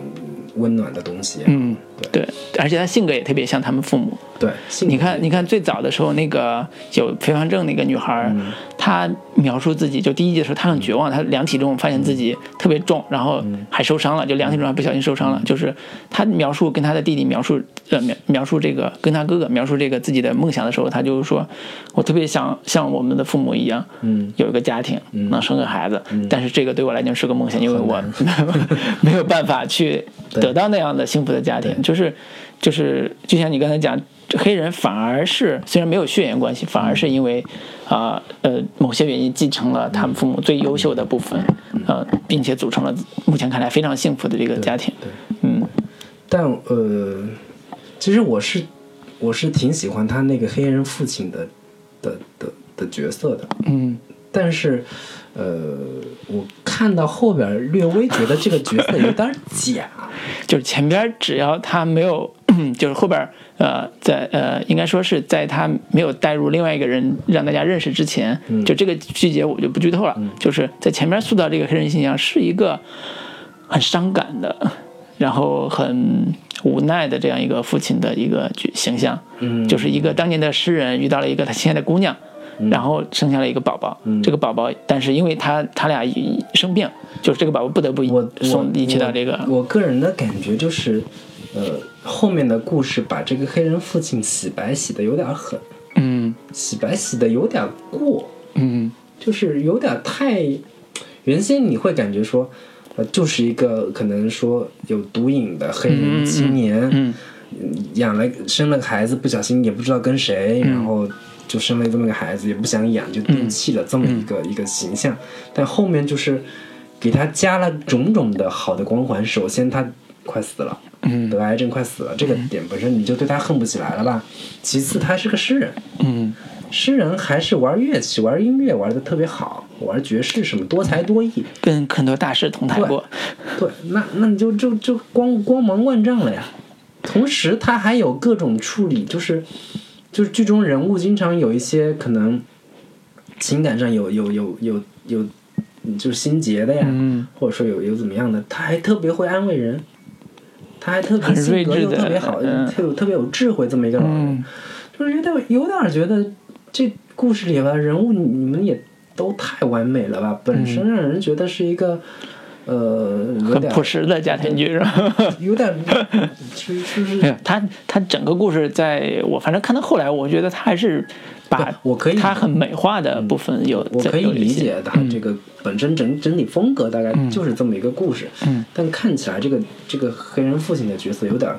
Speaker 3: 温暖的东西也好。
Speaker 2: 嗯，对，而且他性格也特别像他们父母，
Speaker 3: 对，性格
Speaker 2: 你看，你看最早的时候，那个有肥胖症那个女孩儿，她描述自己就第一集的时候，她很绝望，她量体重发现自己特别重，然后还受伤了，就量体重还不小心受伤了。就是她描述跟她的弟弟描述，呃，描描述这个跟她哥哥描述这个自己的梦想的时候，她就说，我特别想像我们的父母一样，
Speaker 3: 嗯，
Speaker 2: 有一个家庭，能生个孩子，但是这个对我来讲是个梦想，因为我 [laughs] 没有办法去得到那样的幸福的家庭，就是就是就像你刚才讲，这黑人反而是虽然没有血缘关系，反而是因为啊呃某些原因继承了他们父母最优秀的部分，呃，并且组成了目前看来非常幸福的这个家庭。嗯
Speaker 3: 但呃，其实我是我是挺喜欢他那个黑人父亲的的的的角色的，
Speaker 2: 嗯
Speaker 3: 但是呃，我看到后边儿略微觉得这个角色有点儿假，
Speaker 2: 就是前边只要他没有， [clears throat] 就是后边儿呃，在呃，应该说是在他没有带入另外一个人让大家认识之前，
Speaker 3: 嗯
Speaker 2: 就这个细节我就不剧透了。就是在前面塑造这个黑人形象是一个很伤感的，然后很无奈的这样一个父亲的一个角形象，
Speaker 3: 嗯
Speaker 2: 就是一个当年的诗人遇到了一个他心爱的姑娘。然后生下了一个宝宝，
Speaker 3: 嗯
Speaker 2: 这个宝宝，但是因为他他俩一生病，就是这个宝宝不得不
Speaker 3: 我我
Speaker 2: 送移去到这个
Speaker 3: 我，我个人的感觉就是，呃，后面的故事把这个黑人父亲洗白洗的有点儿狠，
Speaker 2: 嗯
Speaker 3: 洗白洗的有点儿过，
Speaker 2: 嗯
Speaker 3: 就是有点太，原先你会感觉说，呃，就是一个可能说有毒瘾的黑人青年，
Speaker 2: 嗯
Speaker 3: 养了生了个孩子，不小心也不知道跟谁，
Speaker 2: 嗯
Speaker 3: 然后就生了这么个孩子，也不想养，就丢弃了这么一个、
Speaker 2: 嗯
Speaker 3: 一个形象。但后面就是给他加了种种的好的光环，首先他快死了。
Speaker 2: 嗯
Speaker 3: 得癌症快死了，这个点本身你就对他恨不起来了吧？其次，他是个诗人，
Speaker 2: 嗯
Speaker 3: 诗人还是玩乐器、玩音乐玩的特别好，玩爵士什么多才多艺。
Speaker 2: 跟很多大师同台过，
Speaker 3: 对，那那你就就就光光芒万丈了呀。同时，他还有各种处理，就是就是剧中人物经常有一些可能情感上有有有有有就是心结的呀，
Speaker 2: 嗯
Speaker 3: 或者说有有怎么样的，他还特别会安慰人，他还特别
Speaker 2: 很
Speaker 3: 性
Speaker 2: 睿
Speaker 3: 格
Speaker 2: 智
Speaker 3: 又
Speaker 2: 的
Speaker 3: 特别好，
Speaker 2: 嗯
Speaker 3: 特有特别有智慧这么一个老人。
Speaker 2: 嗯
Speaker 3: 就是有点有点觉得这故事里吧，人物你们也都太完美了
Speaker 2: 嗯
Speaker 3: 吧，本身让人觉得是一个、呃有
Speaker 2: 很
Speaker 3: 点
Speaker 2: 朴实的家庭剧是吧？
Speaker 3: 有点就是就是
Speaker 2: 没有， [laughs] 他他整个故事在我反正看到后来，我觉得他还是把
Speaker 3: 我可以嗯
Speaker 2: 他很美化的部分有
Speaker 3: 我
Speaker 2: 在
Speaker 3: 可以
Speaker 2: 有一
Speaker 3: 理
Speaker 2: 些嗯
Speaker 3: 解他这个本身整整体风格大概就是这么一个故事，
Speaker 2: 嗯
Speaker 3: 但看起来这个这个黑人父亲的角色有点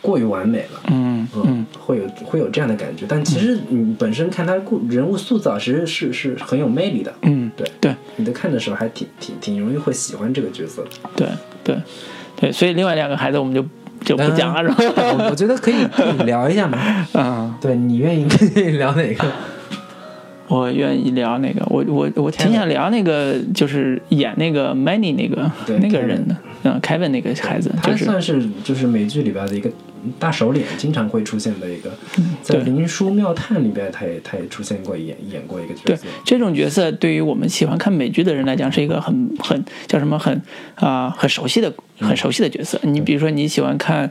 Speaker 3: 过于完美了。
Speaker 2: 嗯嗯，
Speaker 3: 会有会有这样的感觉，但其实你本身看他故人物塑造，其实是是很有魅力的。
Speaker 2: 嗯
Speaker 3: 对
Speaker 2: 对
Speaker 3: 你在看的时候还挺挺挺容易会喜欢这个角色的。
Speaker 2: 对对对，所以另外两个孩子我们
Speaker 3: 嗯
Speaker 2: 就就不讲了
Speaker 3: [laughs]
Speaker 2: 是吧？
Speaker 4: 我我觉得可以可以聊一下嘛。
Speaker 2: 嗯，
Speaker 4: 对你愿
Speaker 2: [laughs]
Speaker 4: 意可以聊哪个？
Speaker 2: 我愿意聊那个，我我我挺想聊那个，就是演那个 Manny 那个
Speaker 3: 对
Speaker 2: 那个人的，嗯，Kevin 那个孩子，
Speaker 3: 他
Speaker 2: 就是
Speaker 3: 算是就是美剧里边的一个大手脸，经常会出现的一个，在
Speaker 2: 嗯对
Speaker 3: 《灵书妙探》里边，他也他也出现过演演过一个角
Speaker 2: 对
Speaker 3: 色。
Speaker 2: 这种角色，对于我们喜欢看美剧的人来讲，是一个很很叫什么很啊、很熟悉的很熟悉的角
Speaker 3: 嗯
Speaker 2: 色。你比如说，你喜欢看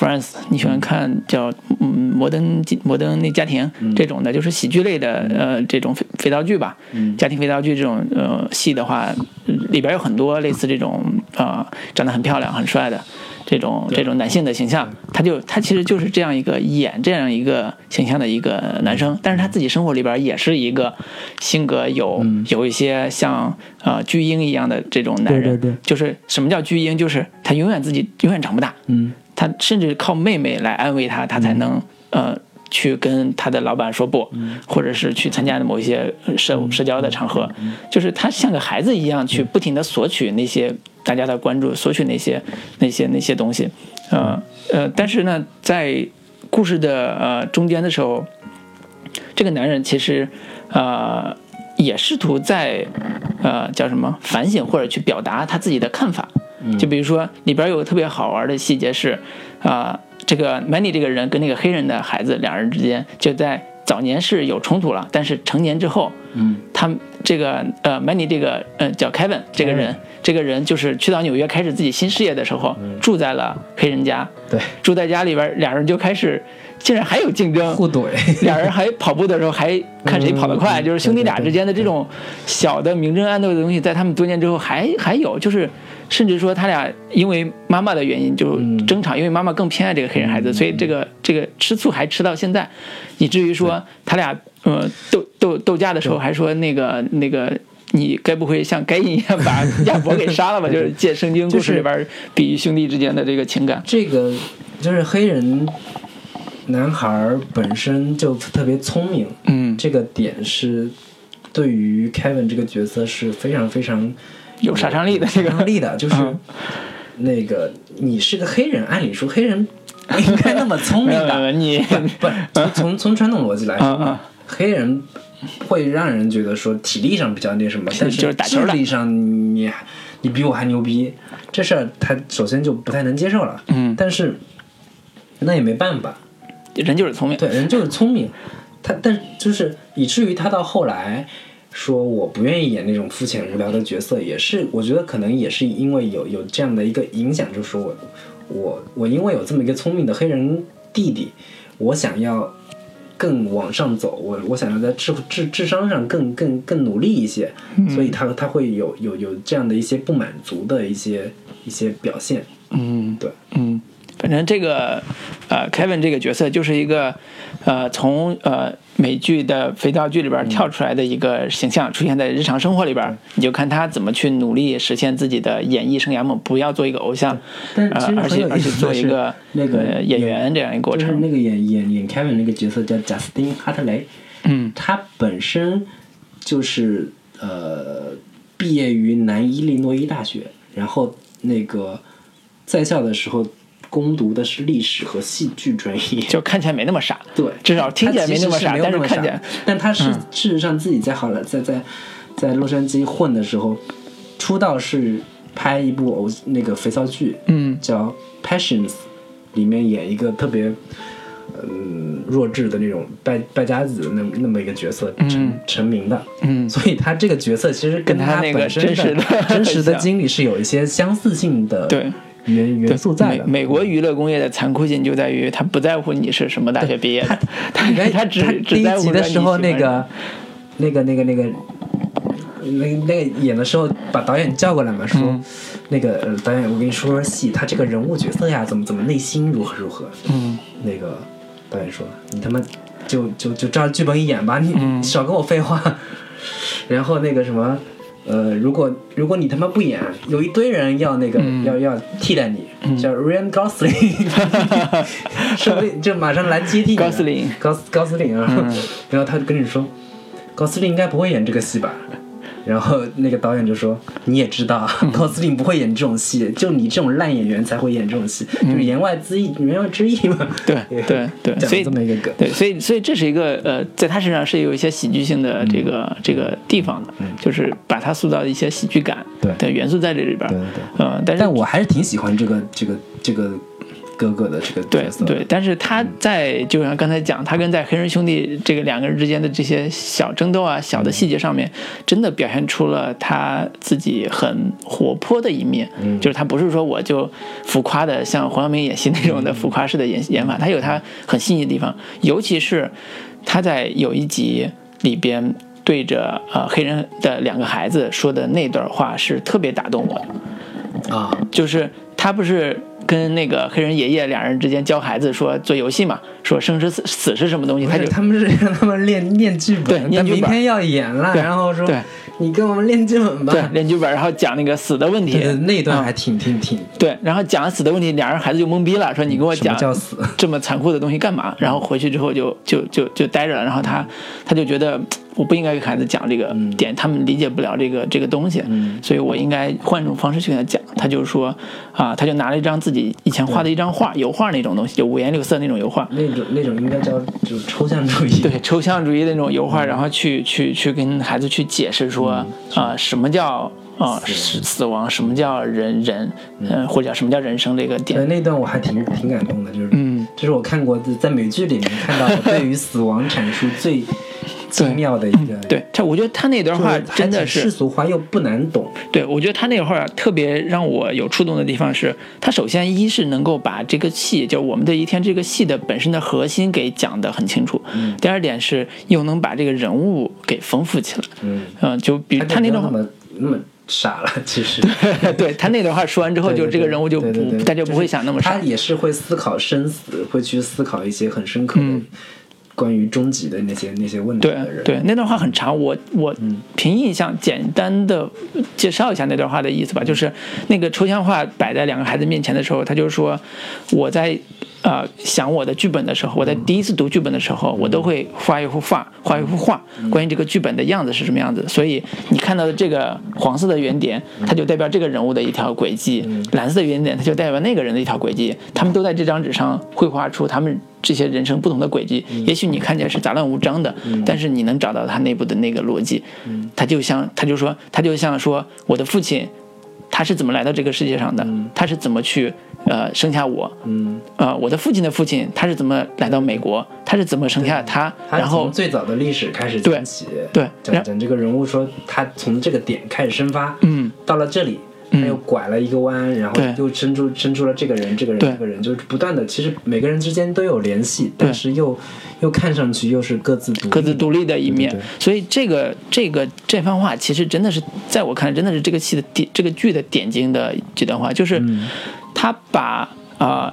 Speaker 2: 《Friends》，你喜欢看叫嗯《摩登摩登那家庭》
Speaker 3: 嗯
Speaker 2: 这种的，就是喜剧类的呃这种肥肥皂剧吧，
Speaker 3: 嗯
Speaker 2: 家庭肥皂剧这种呃戏的话，里边有很多类似这种啊、长得很漂亮、很帅的。这种这种男性的形象，他就他其实就是这样一个演这样一个形象的一个男生，但是他自己生活里边也是一个性格有、
Speaker 4: 嗯
Speaker 2: 有一些像呃巨婴一样的这种男人，
Speaker 4: 对对对
Speaker 2: 就是什么叫巨婴，就是他永远自己永远长不大，
Speaker 4: 嗯，
Speaker 2: 他甚至靠妹妹来安慰他，他才能、呃去跟他的老板说不，或者是去参加某一些社社交的场合，就是他像个孩子一样去不停的索取那些大家的关注，索取那些那些那些东西，呃呃，但是呢，在故事的呃中间的时候，这个男人其实呃也试图在呃叫什么反省或者去表达他自己的看法。就比如说里边有个特别好玩的细节是，啊、这个 Manny 这个人跟那个黑人的孩子两人之间就在早年是有冲突了，但是成年之后，嗯，他们这个呃 Manny 这个呃叫 Kevin 这个人，这个人就是去到纽约开始自己新事业的时候，住在了黑人家，
Speaker 4: 对，
Speaker 2: 住在家里边，俩人就开始竟然还有竞争，
Speaker 4: 互
Speaker 3: [laughs]
Speaker 4: 怼。
Speaker 2: 俩人还跑步的时候还看谁跑得快，就是兄弟俩之间的这种小的明争暗斗的东西，在他们多年之后还还有，就是甚至说他俩因为妈妈的原因就争吵，因为妈妈更偏爱这个黑人孩子，所以这个这个吃醋还吃到现在，以至于说他俩呃斗斗斗架的时候还说那个那个。你该不会像该隐一样把亚伯给杀了吧？就是借圣经故事里边比喻兄弟之间的这个情感。
Speaker 3: 这个就是黑人男孩儿本身就特别聪明，
Speaker 2: 嗯，
Speaker 3: 这个点是对于 Kevin 这个角色是非常非常
Speaker 2: 有杀伤力的这
Speaker 3: 杀伤
Speaker 2: 个，
Speaker 3: 力的，就是
Speaker 2: 嗯
Speaker 3: 那个你是个黑人，按理说黑人不应该那么聪
Speaker 2: [laughs] 没
Speaker 3: 明
Speaker 2: 有没有没
Speaker 3: 吧？
Speaker 2: 有你，
Speaker 3: 不，
Speaker 2: [laughs]
Speaker 3: 从从传统逻辑来
Speaker 2: 啊
Speaker 3: 说，
Speaker 2: 啊，
Speaker 3: 黑人会让人觉得说体力上比较那什么，但是
Speaker 2: 就是打球
Speaker 3: 智
Speaker 2: 了
Speaker 3: 力上你你比我还牛逼，这事儿他首先就不太能接受了。
Speaker 2: 嗯
Speaker 3: 但是那也没办法，
Speaker 2: 人就是聪明，
Speaker 3: 对，人就是聪明，他但就是以至于他到后来说我不愿意演那种肤浅无聊的角色，也是我觉得可能也是因为有有这样的一个影响，就是说我我我因为有这么一个聪明的黑人弟弟，我想要更往上走，我我想要在智智智商上更更更努力一些，所以他他会有有有这样的一些不满足的一些一些表现，
Speaker 2: 嗯，
Speaker 3: 对，
Speaker 2: 嗯，反正这个呃，Kevin 这个角色就是一个呃，从呃美剧的肥皂剧里边
Speaker 3: 嗯
Speaker 2: 跳出来的一个形象，出现在日常生活里边，你就看他怎么去努力实现自己的演艺生涯梦，不要做一个偶像，
Speaker 3: 但
Speaker 2: 呃
Speaker 3: 其实
Speaker 2: 而
Speaker 3: 很
Speaker 2: 且
Speaker 3: 有
Speaker 2: 而
Speaker 3: 意
Speaker 2: 且
Speaker 3: 思
Speaker 2: 做
Speaker 3: 的
Speaker 2: 一
Speaker 3: 是
Speaker 2: 个
Speaker 3: 那个
Speaker 2: 呃演
Speaker 3: 演
Speaker 2: 员这样一个过
Speaker 3: 就是
Speaker 2: 程。
Speaker 3: 那个演演演 Kevin 那个角色叫贾斯汀·哈特雷，
Speaker 2: 嗯
Speaker 3: 他本身就是呃毕业于南伊利诺伊大学，然后那个在校的时候攻读的是历史和戏剧专业，
Speaker 2: 就看起来没那么傻，
Speaker 3: 对，
Speaker 2: 至少听起来
Speaker 3: 他其实
Speaker 2: 那么
Speaker 3: 是
Speaker 2: 傻，
Speaker 3: 有
Speaker 2: 但
Speaker 3: 那
Speaker 2: 是
Speaker 3: 么
Speaker 2: 看
Speaker 3: 傻
Speaker 2: 起来，
Speaker 3: 但他是
Speaker 2: 嗯
Speaker 3: 事实上自己在好莱在在在洛杉矶混的时候，出道是拍一部偶那个肥皂剧，
Speaker 2: 嗯
Speaker 3: 叫《Passions》，里面演一个特别嗯弱智的那种败败家子的那那么一个角色，成、
Speaker 2: 嗯
Speaker 3: 成名的。
Speaker 2: 嗯
Speaker 3: [laughs] 所以他这个角色其实
Speaker 2: 跟他
Speaker 3: 他
Speaker 2: 那个
Speaker 3: 本身的
Speaker 2: 真实的
Speaker 3: 真实
Speaker 2: [laughs] 很
Speaker 3: 的
Speaker 2: 像
Speaker 3: 经历是有一些相似性的
Speaker 2: 对
Speaker 3: 元元素在
Speaker 2: 美
Speaker 3: 的。嗯
Speaker 2: 美国娱乐工业的残酷性就在于，他不在乎你是什么大学毕业的，他
Speaker 3: [laughs] 你看
Speaker 2: 他只
Speaker 3: 第
Speaker 2: 只
Speaker 3: 一
Speaker 2: 在
Speaker 3: 集
Speaker 2: 乎
Speaker 3: 的
Speaker 2: 说你
Speaker 3: 时候，
Speaker 2: 喜欢
Speaker 3: 那个那个那个那个那那个演的时候，把导演叫过来嘛，说、
Speaker 2: 嗯
Speaker 3: 那个、呃、导演，我跟你说说戏，他这个人物角色呀，怎么怎么内心如何如何。
Speaker 2: 嗯
Speaker 3: 那个导演说：“你他妈就就就照剧本演吧，你、
Speaker 2: 嗯
Speaker 3: 少跟我废话。”然后那个什么，呃，如果如果你他妈不演，有一堆人要那个、
Speaker 2: 嗯
Speaker 3: 要要替代你，叫
Speaker 2: [laughs]
Speaker 3: Ryan Gosling，说不定就马上来接替你了。
Speaker 2: Gosling 嗯
Speaker 3: 高斯高司令啊， [laughs] 然后他就跟你说，高司令应该不会演这个戏吧？然后那个导演就说：“你也知道啊，
Speaker 2: 嗯
Speaker 3: 高司令不会演这种戏，就你这种烂演员才会演这种戏，就是言外之意，言外之意嘛。”
Speaker 2: 嗯对对对，
Speaker 3: [laughs] 讲
Speaker 2: 所以
Speaker 3: 了这么一个梗。
Speaker 2: 对，所以所以这是一个呃，在他身上是有一些喜剧性
Speaker 3: 嗯
Speaker 2: 的这个、这个地方的，就是把他塑造一些喜剧感
Speaker 3: 对
Speaker 2: 的元素在这里边儿。
Speaker 3: 对对对
Speaker 2: 嗯、但是
Speaker 3: 但我还是挺喜欢这个这个这个哥哥的这个
Speaker 2: 对
Speaker 3: 角色。
Speaker 2: 对，但是他在就像刚才讲，他跟在黑人兄弟这个两个人之间的这些小争斗啊、小
Speaker 3: 嗯
Speaker 2: 的细节上面，真的表现出了他自己很活泼的一面。嗯，就是他不是说我就浮夸的像黄晓明演戏那种的浮夸式的演 [laughs] 演法，他有他很细腻的地方，尤其是他在有一集里边。对着呃黑人的两个孩子说的那段话是特别打动我的，
Speaker 3: 啊，
Speaker 2: 就是他不是跟那个黑人爷爷俩人之间教孩子说做游戏嘛，说生是死死是什么东西，
Speaker 3: 不
Speaker 2: 他
Speaker 3: 是
Speaker 2: 就
Speaker 3: 他们是让他们练练剧
Speaker 2: 对
Speaker 3: 本，
Speaker 2: 练
Speaker 3: 但
Speaker 2: 剧本
Speaker 3: 明天要演了，
Speaker 2: 对
Speaker 3: 然后说
Speaker 2: 对
Speaker 3: 你跟我们练剧本吧。
Speaker 2: 对练剧本，然后讲那个死的问题，
Speaker 3: 对对那一段
Speaker 2: 嗯
Speaker 3: 还挺挺挺
Speaker 2: 对，然后讲了死的问题，俩人孩子就懵逼了，说你跟我
Speaker 3: 什么
Speaker 2: 讲
Speaker 3: 叫死？
Speaker 2: 这么残酷的东西干嘛？然后回去之后就就就就待着了，然后他他就觉得嘖我不应该给孩子讲这个
Speaker 3: 嗯
Speaker 2: 点，他们理解不了这个这个东西，所以我应该换一种方式去跟他讲。他就说啊、他就拿了一张自己以前画的一张
Speaker 3: 嗯
Speaker 2: 画，油画那种东西，就五颜六色那种油画，
Speaker 3: 那种那种应该叫就是抽象主义。
Speaker 2: 对抽象主义的那种油
Speaker 3: 嗯
Speaker 2: 画，然后去去去跟孩子去解释说啊、什么叫啊、死死亡，什么叫人人，嗯、或者叫什么叫人生这个
Speaker 3: 对，
Speaker 2: 点，
Speaker 3: 那段我还挺挺感动的，就是
Speaker 2: 嗯，
Speaker 3: 这是我看过的在美剧里面看到的对于死亡阐述最奇妙的一个。
Speaker 2: 对他，我觉得他那段
Speaker 3: 就是
Speaker 2: 话
Speaker 3: 还
Speaker 2: 真的
Speaker 3: 挺
Speaker 2: 是
Speaker 3: 世俗化又不难懂，
Speaker 2: 对，我觉得他那会儿特别让我有触动的地方是，他首先一是能够把这个戏，就是我们的一天这个戏的本身的核心给讲得很清楚。
Speaker 3: 嗯
Speaker 2: 第二点是又能把这个人物给丰富起来。
Speaker 3: 嗯，
Speaker 2: 嗯，就比如
Speaker 3: 他
Speaker 2: 他
Speaker 3: 就
Speaker 2: 那种
Speaker 3: 不要那么那么傻了， [laughs] 其实。
Speaker 2: 对他那段话 [laughs] 说完之后，
Speaker 3: 对
Speaker 2: 就
Speaker 3: 对
Speaker 2: 这个
Speaker 3: 对
Speaker 2: 人物就
Speaker 3: 对对
Speaker 2: 不，
Speaker 3: 对
Speaker 2: 他就不会想那么
Speaker 3: 他
Speaker 2: 傻。
Speaker 3: 也是会思考生死，会去思考一些很深刻的
Speaker 2: 嗯
Speaker 3: 关于终极的那些那些问题
Speaker 2: 对
Speaker 3: 的人。嗯
Speaker 2: 对，那段话很长，我我凭印象简单的介绍一下那段话的意思吧，就是那个抽象画摆在两个孩子面前的时候，他就说我在呃想我的剧本的时候，我在
Speaker 3: 嗯
Speaker 2: 第一次读剧本的时候，我都会画一幅画，画一幅画，
Speaker 3: 嗯
Speaker 2: 关于这个剧本的样子是什么样子。所以你看到的这个黄色的圆点，它就代表这个人物的一条轨迹；蓝色的圆点，它就代表那个人的一条轨迹。他们都在这张纸上绘画出他们这些人生不同的轨迹。也许你看起来是杂乱无章的，但是你能找到它内部的那个逻辑。他就像，他就说，他就像说，我的父亲他是怎么来到这个世界上的，他是怎么去呃生下我，嗯，呃，我的父亲的父亲他是怎么来到美国，他是怎么生下他，
Speaker 3: 他
Speaker 2: 然后
Speaker 3: 从最早的历史开始
Speaker 2: 对
Speaker 3: 讲起，
Speaker 2: 对
Speaker 3: 讲
Speaker 2: 然
Speaker 3: 讲这个人物说他从这个点开始生发，
Speaker 2: 嗯，
Speaker 3: 到了这里。他又拐了一个弯，然后
Speaker 2: 对
Speaker 3: 又生出生出了这个人，这个人，
Speaker 2: 对
Speaker 3: 这个人，就是不断的。其实每个人之间都有联系，但是又又看上去又是各自独立
Speaker 2: 各自独立的一面
Speaker 3: 对对，
Speaker 2: 所以这个这个这番话其实真的是在我看来真的是这个戏的点这个剧的点睛的几段话，就是
Speaker 3: 嗯
Speaker 2: 他把啊、呃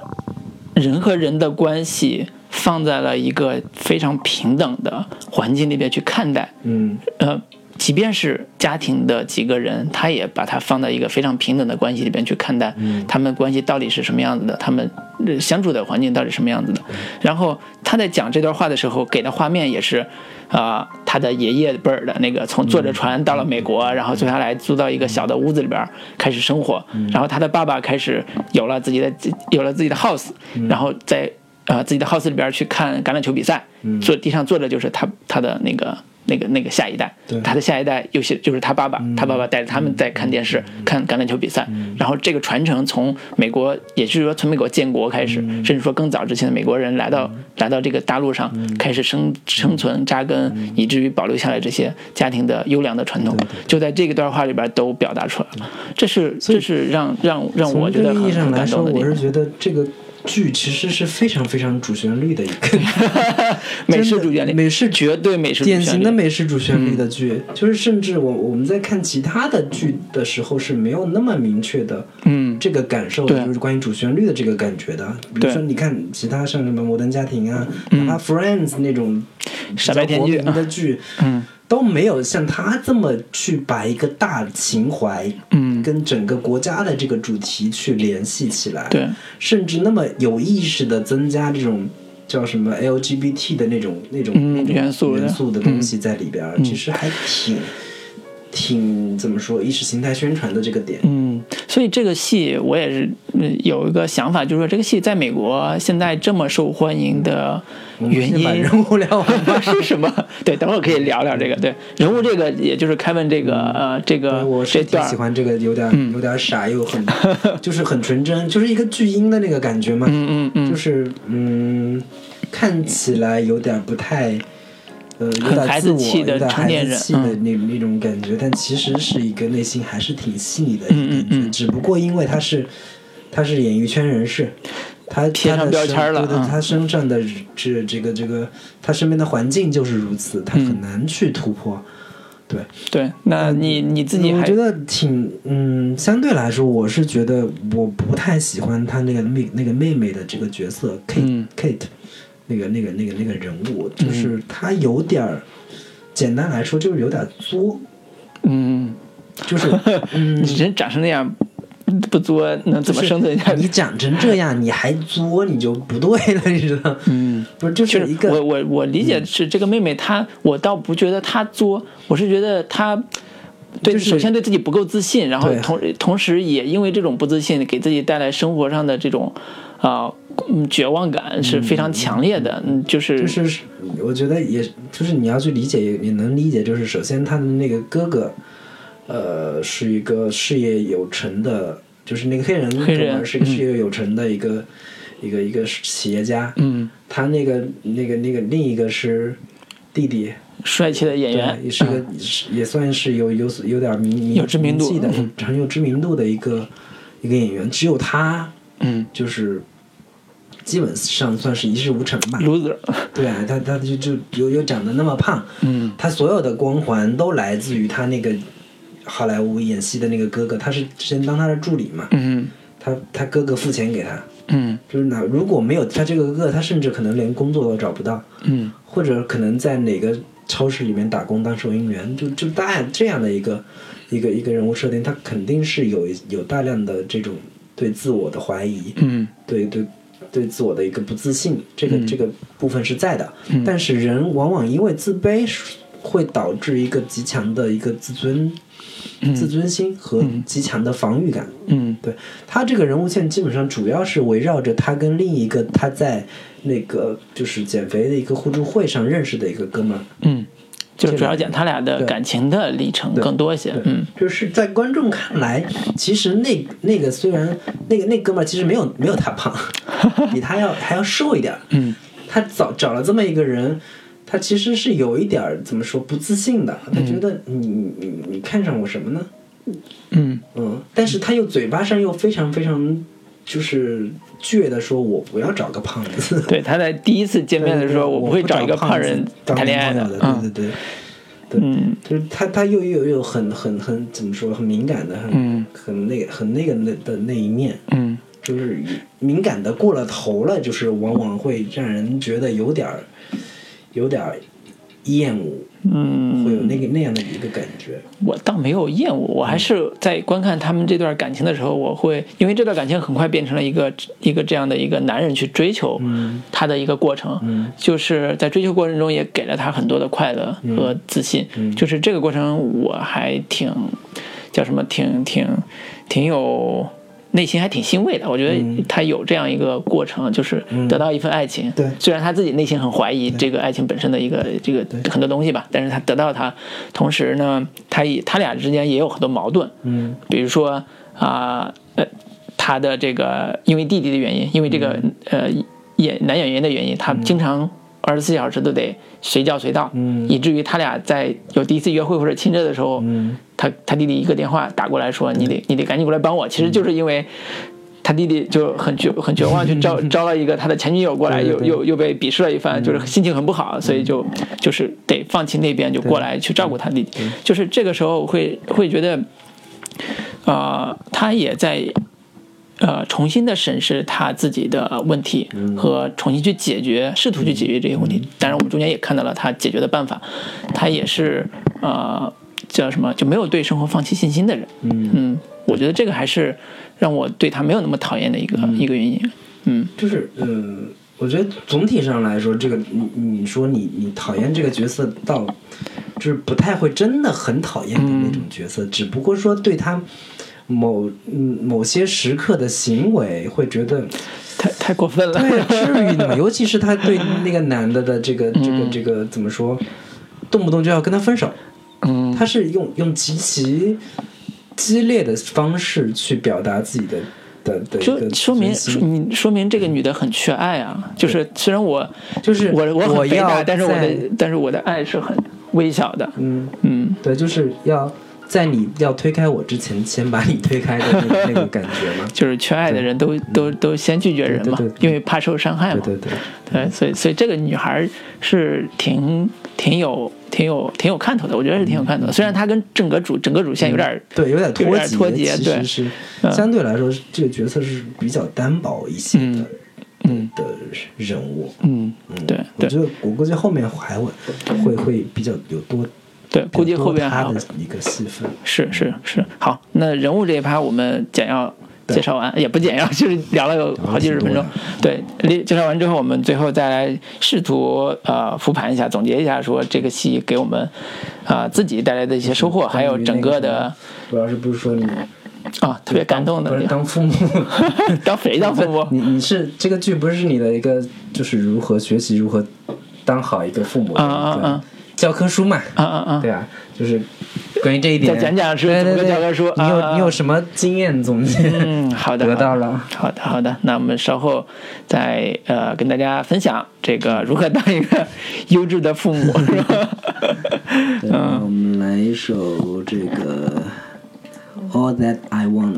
Speaker 2: 人和人的关系放在了一个非常平等的环境里边去看待，
Speaker 3: 嗯，
Speaker 2: 呃，即便是家庭的几个人，他也把它放在一个非常平等的关系里边去看待，他们关系到底是什么样子的，他们呃相处的环境到底什么样子的。然后他在讲这段话的时候，给的画面也是。啊、他的爷爷辈儿的那个从坐着船到了美国，然后坐下来租到一个小的屋子里边儿开始生活，然后他的爸爸开始有了自己的有了自己的 house，然后在呃自己的 house 里边儿去看橄榄球比赛，
Speaker 3: 嗯
Speaker 2: 坐地上坐着就是他他的那个那个那个下一代，他的下一代有些就是他爸爸，
Speaker 3: 嗯
Speaker 2: 他爸爸带着他们在看电视、看橄榄球比赛，然后这个传承从美国，也就是说从美国建国开始，
Speaker 3: 嗯
Speaker 2: 甚至说更早之前的美国人来到、来到这个大陆上，
Speaker 3: 嗯
Speaker 2: 开始生生存扎根，以至于保留下来这些家庭的优良的传统，就在这个段话里边都表达出来了。这是这是让让让
Speaker 3: 从
Speaker 2: 我
Speaker 3: 这
Speaker 2: 觉
Speaker 3: 个
Speaker 2: 得
Speaker 3: 意
Speaker 2: 很
Speaker 3: 义上
Speaker 2: 很
Speaker 3: 来
Speaker 2: 感
Speaker 3: 说，
Speaker 2: 动的地
Speaker 3: 我
Speaker 2: 方
Speaker 3: 是。觉得这个剧其实是非常非常主旋律的一 [laughs] 个
Speaker 2: [laughs] 美式
Speaker 3: 真的
Speaker 2: 主旋律，
Speaker 3: 美式
Speaker 2: 绝对美式主旋
Speaker 3: 典
Speaker 2: 律，
Speaker 3: 型的美式主旋律的
Speaker 2: 嗯
Speaker 3: 剧，就是甚至我我们在看其他的剧的时候是没有那么明确的，
Speaker 2: 嗯
Speaker 3: 这个感受
Speaker 2: 对
Speaker 3: 就是关于主旋律的这个感觉的。比如
Speaker 2: 对嗯
Speaker 3: 说你看其他像什么《摩登家庭》啊，哪怕《Friends》那种
Speaker 2: 傻白甜剧
Speaker 3: 比较国民的剧，
Speaker 2: 嗯
Speaker 3: 都没有像他这么去把一个大情怀
Speaker 2: 嗯，
Speaker 3: 跟整个国家的这个主题去联系起来。
Speaker 2: 对。
Speaker 3: 甚至那么有意识的增加这种叫什么 LGBT 的那种那种、
Speaker 2: 嗯
Speaker 3: 那种
Speaker 2: 元素的嗯
Speaker 3: 元素的东西在里边儿，其实还挺挺怎么说意识形态宣传的这个点，
Speaker 2: 嗯，所以这个戏我也是嗯有一个想法，就是说这个戏在美国现在这么受欢迎的原
Speaker 3: 先把
Speaker 2: 因
Speaker 3: 人物聊完吧。
Speaker 2: 是什么？ [laughs] 对，等会儿可以聊聊这个。对，人物这个，也就是凯文这个呃这个
Speaker 3: 我
Speaker 2: 这
Speaker 3: 是挺
Speaker 2: 段
Speaker 3: 喜
Speaker 2: 儿，嗯
Speaker 3: 欢这个，有点有点傻，
Speaker 2: [laughs]
Speaker 3: 又很就是很纯真，就是一个巨婴的那个感觉嘛，
Speaker 2: 嗯嗯嗯，
Speaker 3: 就是嗯，看起来有点不太，呃，有
Speaker 2: 很
Speaker 3: 点
Speaker 2: 孩
Speaker 3: 自
Speaker 2: 子
Speaker 3: 我，
Speaker 2: 气的
Speaker 3: 有点
Speaker 2: 成年
Speaker 3: 孩子
Speaker 2: 人嗯
Speaker 3: 气的那、那种感觉，但其实是一个内心还是挺细腻的一个
Speaker 2: 嗯
Speaker 3: 感
Speaker 2: 嗯
Speaker 3: 觉，
Speaker 2: 嗯
Speaker 3: 只不过因为他是他是演艺圈人士。他
Speaker 2: 贴上标签了
Speaker 3: 他
Speaker 2: 嗯
Speaker 3: 的身对对，他身上的这这个这个，他身边的环境就是如此，他
Speaker 2: 嗯
Speaker 3: 很难去突破。对，
Speaker 2: 对，那你你自己
Speaker 3: 嗯我
Speaker 2: 还
Speaker 3: 觉得挺嗯，相对来说，我是觉得我不太喜欢他那个妹那个妹妹的这个角色 Kate、
Speaker 2: 嗯
Speaker 3: Kate 那个那个那个那个人物，就是他有点儿，简单来说就是有点作，
Speaker 2: 嗯，
Speaker 3: 就是嗯，
Speaker 2: 你人长成那样不作，能怎么
Speaker 3: 就是
Speaker 2: 生存下
Speaker 3: 你
Speaker 2: 去？
Speaker 3: 长成这样，你还作，你就不对了，你知道？
Speaker 2: 嗯。
Speaker 3: 不是，就
Speaker 2: 就是
Speaker 3: 一个嗯
Speaker 2: 我我我理解是这个妹妹她，我倒不觉得她作，我是觉得她。对，
Speaker 3: 就是
Speaker 2: 首先对自己不够自信，然后
Speaker 3: 对
Speaker 2: 同同时也因为这种不自信，给自己带来生活上的这种，啊、嗯绝望感是非常强烈的。嗯，就是
Speaker 3: 就是我觉得也就是你要去理解，也能理解，就是首先他的那个哥哥，呃，是一个事业有成的，就是那个黑人
Speaker 2: 黑人
Speaker 3: 哥们儿是一个
Speaker 2: 嗯
Speaker 3: 事业有成的一个、一个一个企业家，
Speaker 2: 嗯，
Speaker 3: 他那个那个那个另一个是弟弟，
Speaker 2: 帅气的演
Speaker 3: 对吧，
Speaker 2: 员嗯
Speaker 3: 也是个、是也算是有有有点名名
Speaker 2: 有知名度
Speaker 3: 气的
Speaker 2: 嗯，
Speaker 3: 很有知名度的一个一个演员，只有他
Speaker 2: 嗯
Speaker 3: 就是基本上算是一事无成吧，
Speaker 2: ，loser，
Speaker 3: 对啊，他他就就又又长得那么胖，
Speaker 2: 嗯
Speaker 3: 他所有的光环都来自于他那个好莱坞演戏的那个哥哥，他是之前当他的助理嘛，
Speaker 2: 嗯
Speaker 3: 他他哥哥付钱给他，
Speaker 2: 嗯
Speaker 3: 就是哪如果没有他这个哥哥，他甚至可能连工作都找不到，
Speaker 2: 嗯
Speaker 3: 或者可能在哪个超市里面打工当收银员，就就大概这样的一个一个一个人物设定，他肯定是有有大量的这种对自我的怀疑，
Speaker 2: 嗯
Speaker 3: 对对对自我的一个不自信，这个、
Speaker 2: 嗯
Speaker 3: 这个部分是在的。但是人往往因为自卑，会导致一个极强的一个自尊、自尊心和极强的防御感。
Speaker 2: 嗯
Speaker 3: 对他这个人物线基本上主要是围绕着他跟另一个他在那个就是减肥的一个互助会上认识的一个哥们儿。
Speaker 2: 嗯，就是主要讲他俩的感情的历程更多一些。嗯，
Speaker 3: 就是在观众看来，其实那那个虽然那个那哥们儿其实没有没有他
Speaker 2: [laughs]
Speaker 3: 胖，比他要还要瘦一点。
Speaker 2: 嗯，
Speaker 3: 他找找了这么一个人，他其实是有一点儿怎么说不自信的，他觉得你你你你看上我什么呢？
Speaker 2: 嗯
Speaker 3: 嗯，但是他又嘴巴上又非常非常就是倔的说，我不要找个胖子。
Speaker 2: 对，他在第一次见面的时候，
Speaker 3: 对对对
Speaker 2: 我
Speaker 3: 我
Speaker 2: 不会找一个
Speaker 3: 胖
Speaker 2: 胖
Speaker 3: 子
Speaker 2: 人
Speaker 3: 当
Speaker 2: 谈恋爱
Speaker 3: 女
Speaker 2: 的
Speaker 3: 朋友。
Speaker 2: 嗯
Speaker 3: 对对对。
Speaker 2: 嗯
Speaker 3: 就是他他又又又很很很怎么说，很敏感的，很、
Speaker 2: 嗯
Speaker 3: 很那个很那个的的那一面，
Speaker 2: 嗯
Speaker 3: 就是敏感的过了头了，就是往往会让人觉得有点儿有点儿厌恶，
Speaker 2: 嗯，
Speaker 3: 会有那个那样的一个感觉。
Speaker 2: 我倒没有厌恶，我还是在观看他们这段感情的时候，我会因为这段感情很快变成了一个一个这样的一个男人去追求他的一个过程，就是在追求过程中也给了他很多的快乐和自信，就是这个过程我还挺叫什么挺挺挺有。内心还挺欣慰的，我觉得他有这样一个过程，就是得到一份爱情。
Speaker 3: 对
Speaker 2: 虽然他自己内心很怀疑这个爱情本身的一个这个很多东西吧，但是他得到它，同时呢，他也他俩之间也有很多矛盾，
Speaker 3: 嗯，
Speaker 2: 比如说啊呃，他的这个因为弟弟的原因，因为这个、
Speaker 3: 嗯
Speaker 2: 呃演男演员的原因，他经常二十四小时都得随叫随到，
Speaker 3: 嗯
Speaker 2: 以至于他俩在有第一次约会或者亲热的时候，
Speaker 3: 嗯
Speaker 2: 他他弟弟一个电话打过来说你得你得赶紧过来帮我，
Speaker 3: 嗯
Speaker 2: 其实就是因为。他弟弟就很绝很绝
Speaker 3: [laughs]
Speaker 2: 望，就招招了一个他的前女友过来，又又又被鄙视了一
Speaker 3: 嗯
Speaker 2: 番，就是心情很不好，所以就就是得放弃那边，就过来去照顾他弟弟。就是这个时候会会觉得，呃，他也在呃重新的审视他自己的问题和重新去解决，试图去解决这些问
Speaker 3: 嗯
Speaker 2: 题。当然，我们中间也看到了他解决的办法，他也是呃叫什么就没有对生活放弃信心的人。嗯我觉得这个还是让我对他没有那么讨厌的一个、一个原因。嗯
Speaker 3: 就是嗯，我觉得总体上来说，这个你你说你你讨厌这个角色到，就是不太会真的很讨厌的那种
Speaker 2: 嗯
Speaker 3: 角色，只不过说对他某嗯某些时刻的行为会
Speaker 2: [laughs]
Speaker 3: 觉得，
Speaker 2: 太太过分了。
Speaker 3: 对呀，至于的吗？尤其是他对那个男的的这个
Speaker 2: 嗯
Speaker 3: 这个这个怎么说，动不动就要跟他分手，
Speaker 2: 嗯
Speaker 3: 他是用用极其激烈的方式去表达自己的。的的一
Speaker 2: 就
Speaker 3: 个
Speaker 2: 说明
Speaker 3: 真心
Speaker 2: 说你说明这个女的很缺爱啊，就是虽然我
Speaker 3: 就是
Speaker 2: 我我
Speaker 3: 我
Speaker 2: 很肥
Speaker 3: 要
Speaker 2: 大，但是我的
Speaker 3: 在
Speaker 2: 但是我的爱是很微小的，
Speaker 3: 嗯，
Speaker 2: 嗯
Speaker 3: 对，就是要在你要推开我之前，先把你推开的那个那个感觉
Speaker 2: [laughs]
Speaker 3: 嘛。
Speaker 2: 就是缺爱的人都都都先拒绝人嘛，
Speaker 3: 嗯对对对
Speaker 2: 因为怕受伤害
Speaker 3: 对
Speaker 2: 嘛，
Speaker 3: 对对，
Speaker 2: 对所以所以这个女孩是挺挺有挺有挺有看头的，我觉得是挺有看
Speaker 3: 嗯
Speaker 2: 头的，虽然她跟整个主整个主线有点儿
Speaker 3: 对，有点
Speaker 2: 有
Speaker 3: 脱
Speaker 2: 点
Speaker 3: 节，
Speaker 2: 脱节
Speaker 3: 其
Speaker 2: 对
Speaker 3: 实是、
Speaker 2: 嗯
Speaker 3: 相对来说，这个角色是比较单薄一些的、
Speaker 2: 嗯
Speaker 3: 的人物。
Speaker 2: 嗯对
Speaker 3: 我
Speaker 2: 对
Speaker 3: 觉得我估计后面还会会会比较有多，
Speaker 2: 对，估计后边还
Speaker 3: 有
Speaker 2: 会
Speaker 3: 多他的一个戏份。
Speaker 2: 是是是，好，那人物这一趴我们简要介绍完，也不简要， [laughs] 就是聊了有好几十分钟。对，介介绍完之后，我们最后再来试图呃复盘一下，总结一下，说这个戏给我们啊、呃自己带来的一些收获，还有整个的
Speaker 3: 主要是不是说你
Speaker 2: 啊特别感动的
Speaker 3: 不
Speaker 2: 地
Speaker 3: 是
Speaker 2: 方。
Speaker 3: 当父
Speaker 2: [laughs]
Speaker 3: 母， [laughs]
Speaker 2: 当谁当父母？
Speaker 3: 你你是这个剧不是你的一个就是如何学习如何当好一个父母的
Speaker 2: 啊啊
Speaker 3: 一个
Speaker 2: 啊
Speaker 3: 教科书嘛？
Speaker 2: 啊啊啊！
Speaker 3: 对啊，就是关于这一点，
Speaker 2: 再讲讲是
Speaker 3: 对对
Speaker 2: 怎么
Speaker 3: 对
Speaker 2: 个教科书
Speaker 3: 你有、
Speaker 2: 啊啊
Speaker 3: 你有什么经验总结？
Speaker 2: 嗯，好
Speaker 3: [laughs]
Speaker 2: 的，
Speaker 3: 得
Speaker 2: 好的
Speaker 3: 到了。
Speaker 2: 好的，好的，那我们稍后再呃跟大家分享这个如何当一个优质的
Speaker 3: [laughs]
Speaker 2: 父母，是吧？
Speaker 3: 嗯，我们来一首这个《All That I Want》。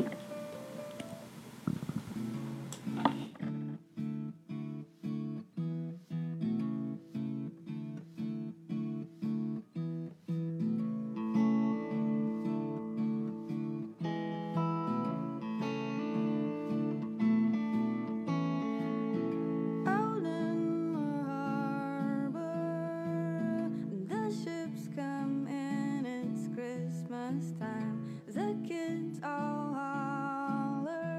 Speaker 5: Out in the harbor, the ships come in. It's Christmas time. The kids all holler.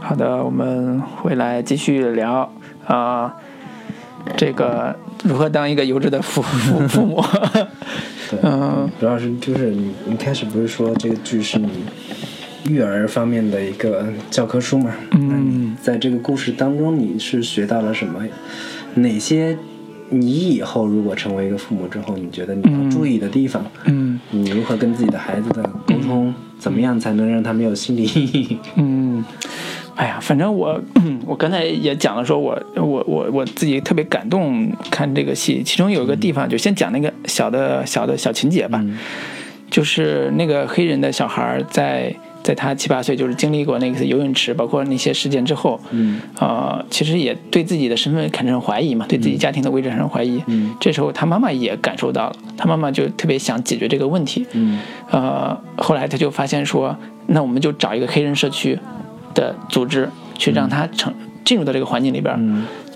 Speaker 2: 好的，我们会来继续聊啊、呃这个如何当一个优质的父父父母。
Speaker 3: 对
Speaker 2: 嗯，
Speaker 3: 罗老师，就是你，你开始不是说这个剧是你育儿方面的一个教科书嘛？嗯，在这个故事当中，你是学到了什么？哪些你以后如果成为一个父母之后，你觉得你要注意的地方？
Speaker 2: 嗯，
Speaker 3: 你如何跟自己的孩子的沟通？怎么样才能让他没有心理 [laughs] 阴影？
Speaker 2: 嗯，哎呀，反正我 [clears throat] 我刚才也讲了，说我我我我自己特别感动，看这个戏，其中有一个地方，就先讲那个小的小的小情节吧，就是那个黑人的小孩儿在。在他七八岁，就是经历过那个游泳池，包括那些事件之后，嗯，呃，其实也对自己的身份产生怀疑嘛，对自己家庭的位置产生怀疑。嗯，这时候他妈妈也感受到了，他妈妈就特别想解决这个问题。嗯，呃，后来他就发现说，那我们就找一个黑人社区的组织去让他成进入到这个环境里边儿。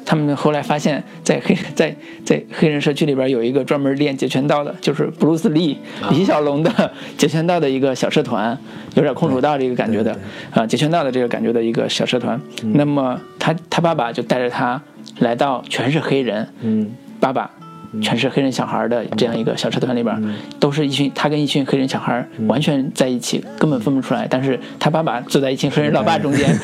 Speaker 2: 他们后来发现，在黑在在黑人社区里边有一个专门练截拳道的，就是布鲁斯利、李小龙的截拳道的一个小社团，有点空手道这个感觉的，啊，截拳道的这个感觉的一个小社团。那么他他爸爸就带着他来到全是黑人，
Speaker 3: 嗯，
Speaker 2: 爸爸全是黑人小孩的这样一个小社团里边，
Speaker 3: 嗯
Speaker 2: 都是一群他跟一群黑人小孩完全在一起，根本分不出来。但是他爸爸坐在一群黑人老爸中间，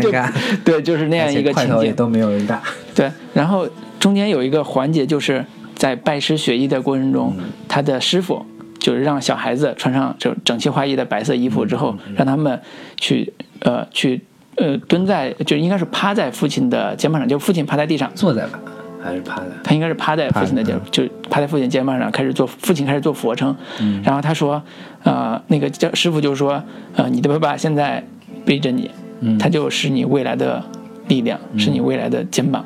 Speaker 2: [laughs] 就
Speaker 3: 尬，
Speaker 2: 对，就是那
Speaker 3: 而
Speaker 2: 样一
Speaker 3: 且
Speaker 2: 个
Speaker 3: 块
Speaker 2: 情
Speaker 3: 头也
Speaker 2: 节。
Speaker 3: 都没有人大。
Speaker 2: 对，然后中间有一个环节，就是在拜师学艺的过程中，
Speaker 3: 嗯
Speaker 2: 他的师傅就是让小孩子穿上就整齐划一的白色衣
Speaker 3: 嗯
Speaker 2: 服之后，让他们去呃去呃蹲在就应该是趴在父亲的肩膀上，就父亲趴在地上，
Speaker 3: 坐在吧，还是趴在？
Speaker 2: 他应该是趴在父亲的肩，就趴在父亲肩膀上开始做，父亲开始做俯卧撑。然后他说，呃，那个教师傅就说，呃，你的爸爸现在背着你，他就是你未来的力量，是你未来的肩膀，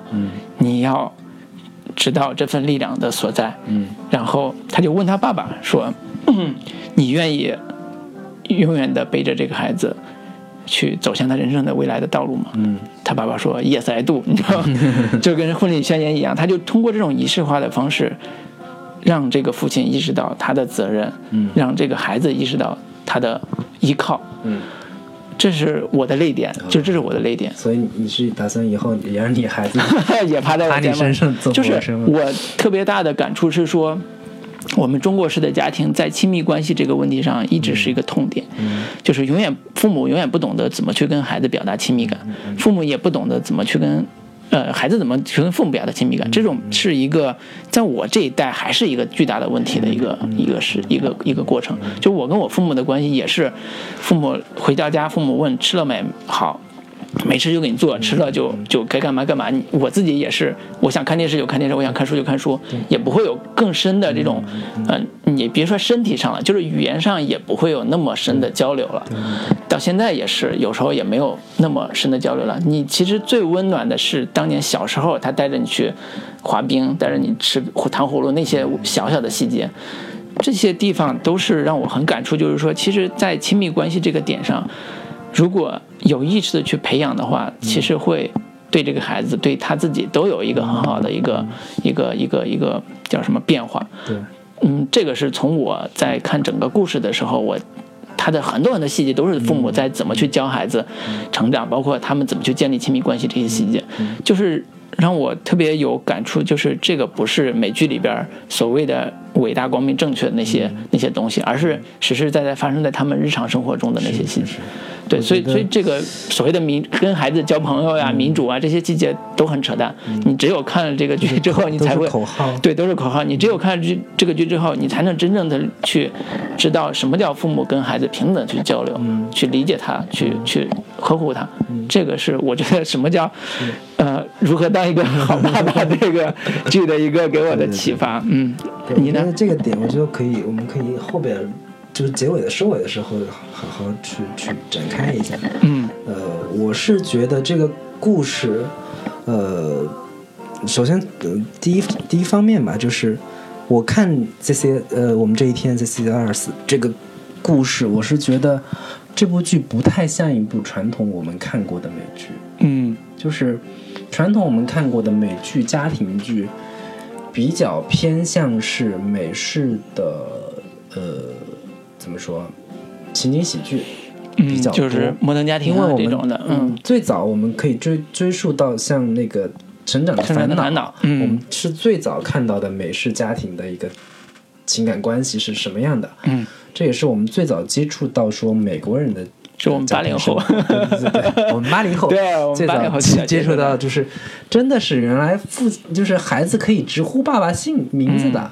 Speaker 2: 你要知道这份力量的所在。然后他就问他爸爸说，嗯你愿意永远的背着这个孩子去走向他人生的未来的道路吗？嗯，他爸爸说 Yes I do，你知 [laughs] 道，就跟婚礼宣言一样，他就通过这种仪式化的方式，让这个父亲意识到他的责任，嗯，让这个孩子意识到他的依靠，
Speaker 3: 嗯，
Speaker 2: 这是我的泪点，就这是我的泪点。
Speaker 3: 所以你是打算以后也让
Speaker 2: [laughs]
Speaker 3: 你孩子
Speaker 2: 也趴在我
Speaker 3: 趴你
Speaker 2: 肩膀
Speaker 3: 身上做
Speaker 2: 就
Speaker 3: 俯卧
Speaker 2: 是
Speaker 3: 撑吗
Speaker 2: 我特别大的感触是说，我们中国式的家庭在亲密关系这个问题上一直是一个痛点，
Speaker 3: 嗯
Speaker 2: 就是永远父母永远不懂得怎么去跟孩子表达亲密
Speaker 3: 嗯
Speaker 2: 感，父母也不懂得怎么去跟。呃，孩子怎么去跟父母表达亲
Speaker 3: 嗯
Speaker 2: 密感？这种是一个，在我这一代还是一个巨大的问题的一
Speaker 3: 嗯
Speaker 2: 个一个是一个一个过程。就我跟我父母的关系也是，父母回到家，父母问吃了没，好，没吃就给你做，吃了就就该干嘛干嘛。你我自己也是，我想看电视就看电视，我想看书就看书，也不会有更深的这种，嗯、你别说身体上了，就是语言上也不会有那么深的交流了。到现在也是，有时候也没有那么深的交流了。你其实最温暖的是当年小时候，他带着你去滑冰，带着你吃糖葫芦那些小小的细节。这些地方都是让我很感触，就是说，其实，在亲密关系这个点上，如果有意识的去培养的话，其实会对这个孩子、对他自己都有一个很好的一个、一个一个一个叫什么变化。
Speaker 3: 对，
Speaker 2: 嗯，这个是从我
Speaker 3: 嗯
Speaker 2: 在看整个故事的时候，我他的很多很多细节都是父
Speaker 3: 嗯
Speaker 2: 母在怎么去教孩子成长，包括他们怎么去建立亲密关系这些细节，
Speaker 3: 嗯
Speaker 2: 就是让我特别有感触，就是这个不是美剧里边儿所谓的伟大、光明、正确的那些
Speaker 3: 嗯
Speaker 2: 那些东西，而是实实在在发生在他们日常生活中的那些细节。对，所以所以这个所谓的民跟孩子交朋友呀、
Speaker 3: 嗯
Speaker 2: 民主啊这些细节都很扯淡。你只有看了这个剧之后，你才
Speaker 3: 都
Speaker 2: 会
Speaker 3: 是口号
Speaker 2: 对，都是口号。你只有看这这个剧之后，你才能真正的去知道什么叫父母跟孩子平等去交流，去理解他，去去呵护他。这个是我觉得什么叫呃如何当一个好爸爸这个剧的一个给我的启发。嗯，
Speaker 4: 对
Speaker 2: 你
Speaker 4: 我觉
Speaker 2: 呢
Speaker 4: 得？这个点，我觉得可以，我们可以后边就是结尾的收尾的时候，好好去去展开一下。
Speaker 2: 嗯
Speaker 4: 呃，我是觉得这个故事，呃，首先，呃、第一第一方面吧，就是我看这些呃，我们这一天这些二四这个故事，我是觉得这部剧不太像一部传统我们看过的美剧。
Speaker 2: 嗯
Speaker 4: 就是传统我们看过的美剧家庭剧，比较偏向是美式的呃怎么说情景喜剧，
Speaker 2: 嗯
Speaker 3: 比较，多，
Speaker 2: 就是摩登家庭
Speaker 3: 因为
Speaker 2: 啊
Speaker 3: 我
Speaker 2: 这
Speaker 3: 们
Speaker 2: 种的，嗯，
Speaker 3: 最早我们可以追追溯到像那个《成长的
Speaker 2: 成长
Speaker 3: 烦恼》
Speaker 2: 的烦恼，
Speaker 3: 我
Speaker 2: 嗯
Speaker 3: 们是最早看到的美式家庭的一个情感关系是什么样的。
Speaker 2: 嗯，
Speaker 3: 这也是我们最早接触到说美国人的
Speaker 2: 是我们
Speaker 3: 家
Speaker 2: 八
Speaker 3: 庭
Speaker 2: 零
Speaker 3: 生
Speaker 2: 后
Speaker 3: 活，对对 [laughs] 对，我们八零后，
Speaker 2: 对我们
Speaker 3: 最
Speaker 2: 80
Speaker 3: 早
Speaker 2: 后接
Speaker 3: 接
Speaker 2: 触
Speaker 3: 触到就是真的是原来父就是孩子可以直呼爸爸姓名字的，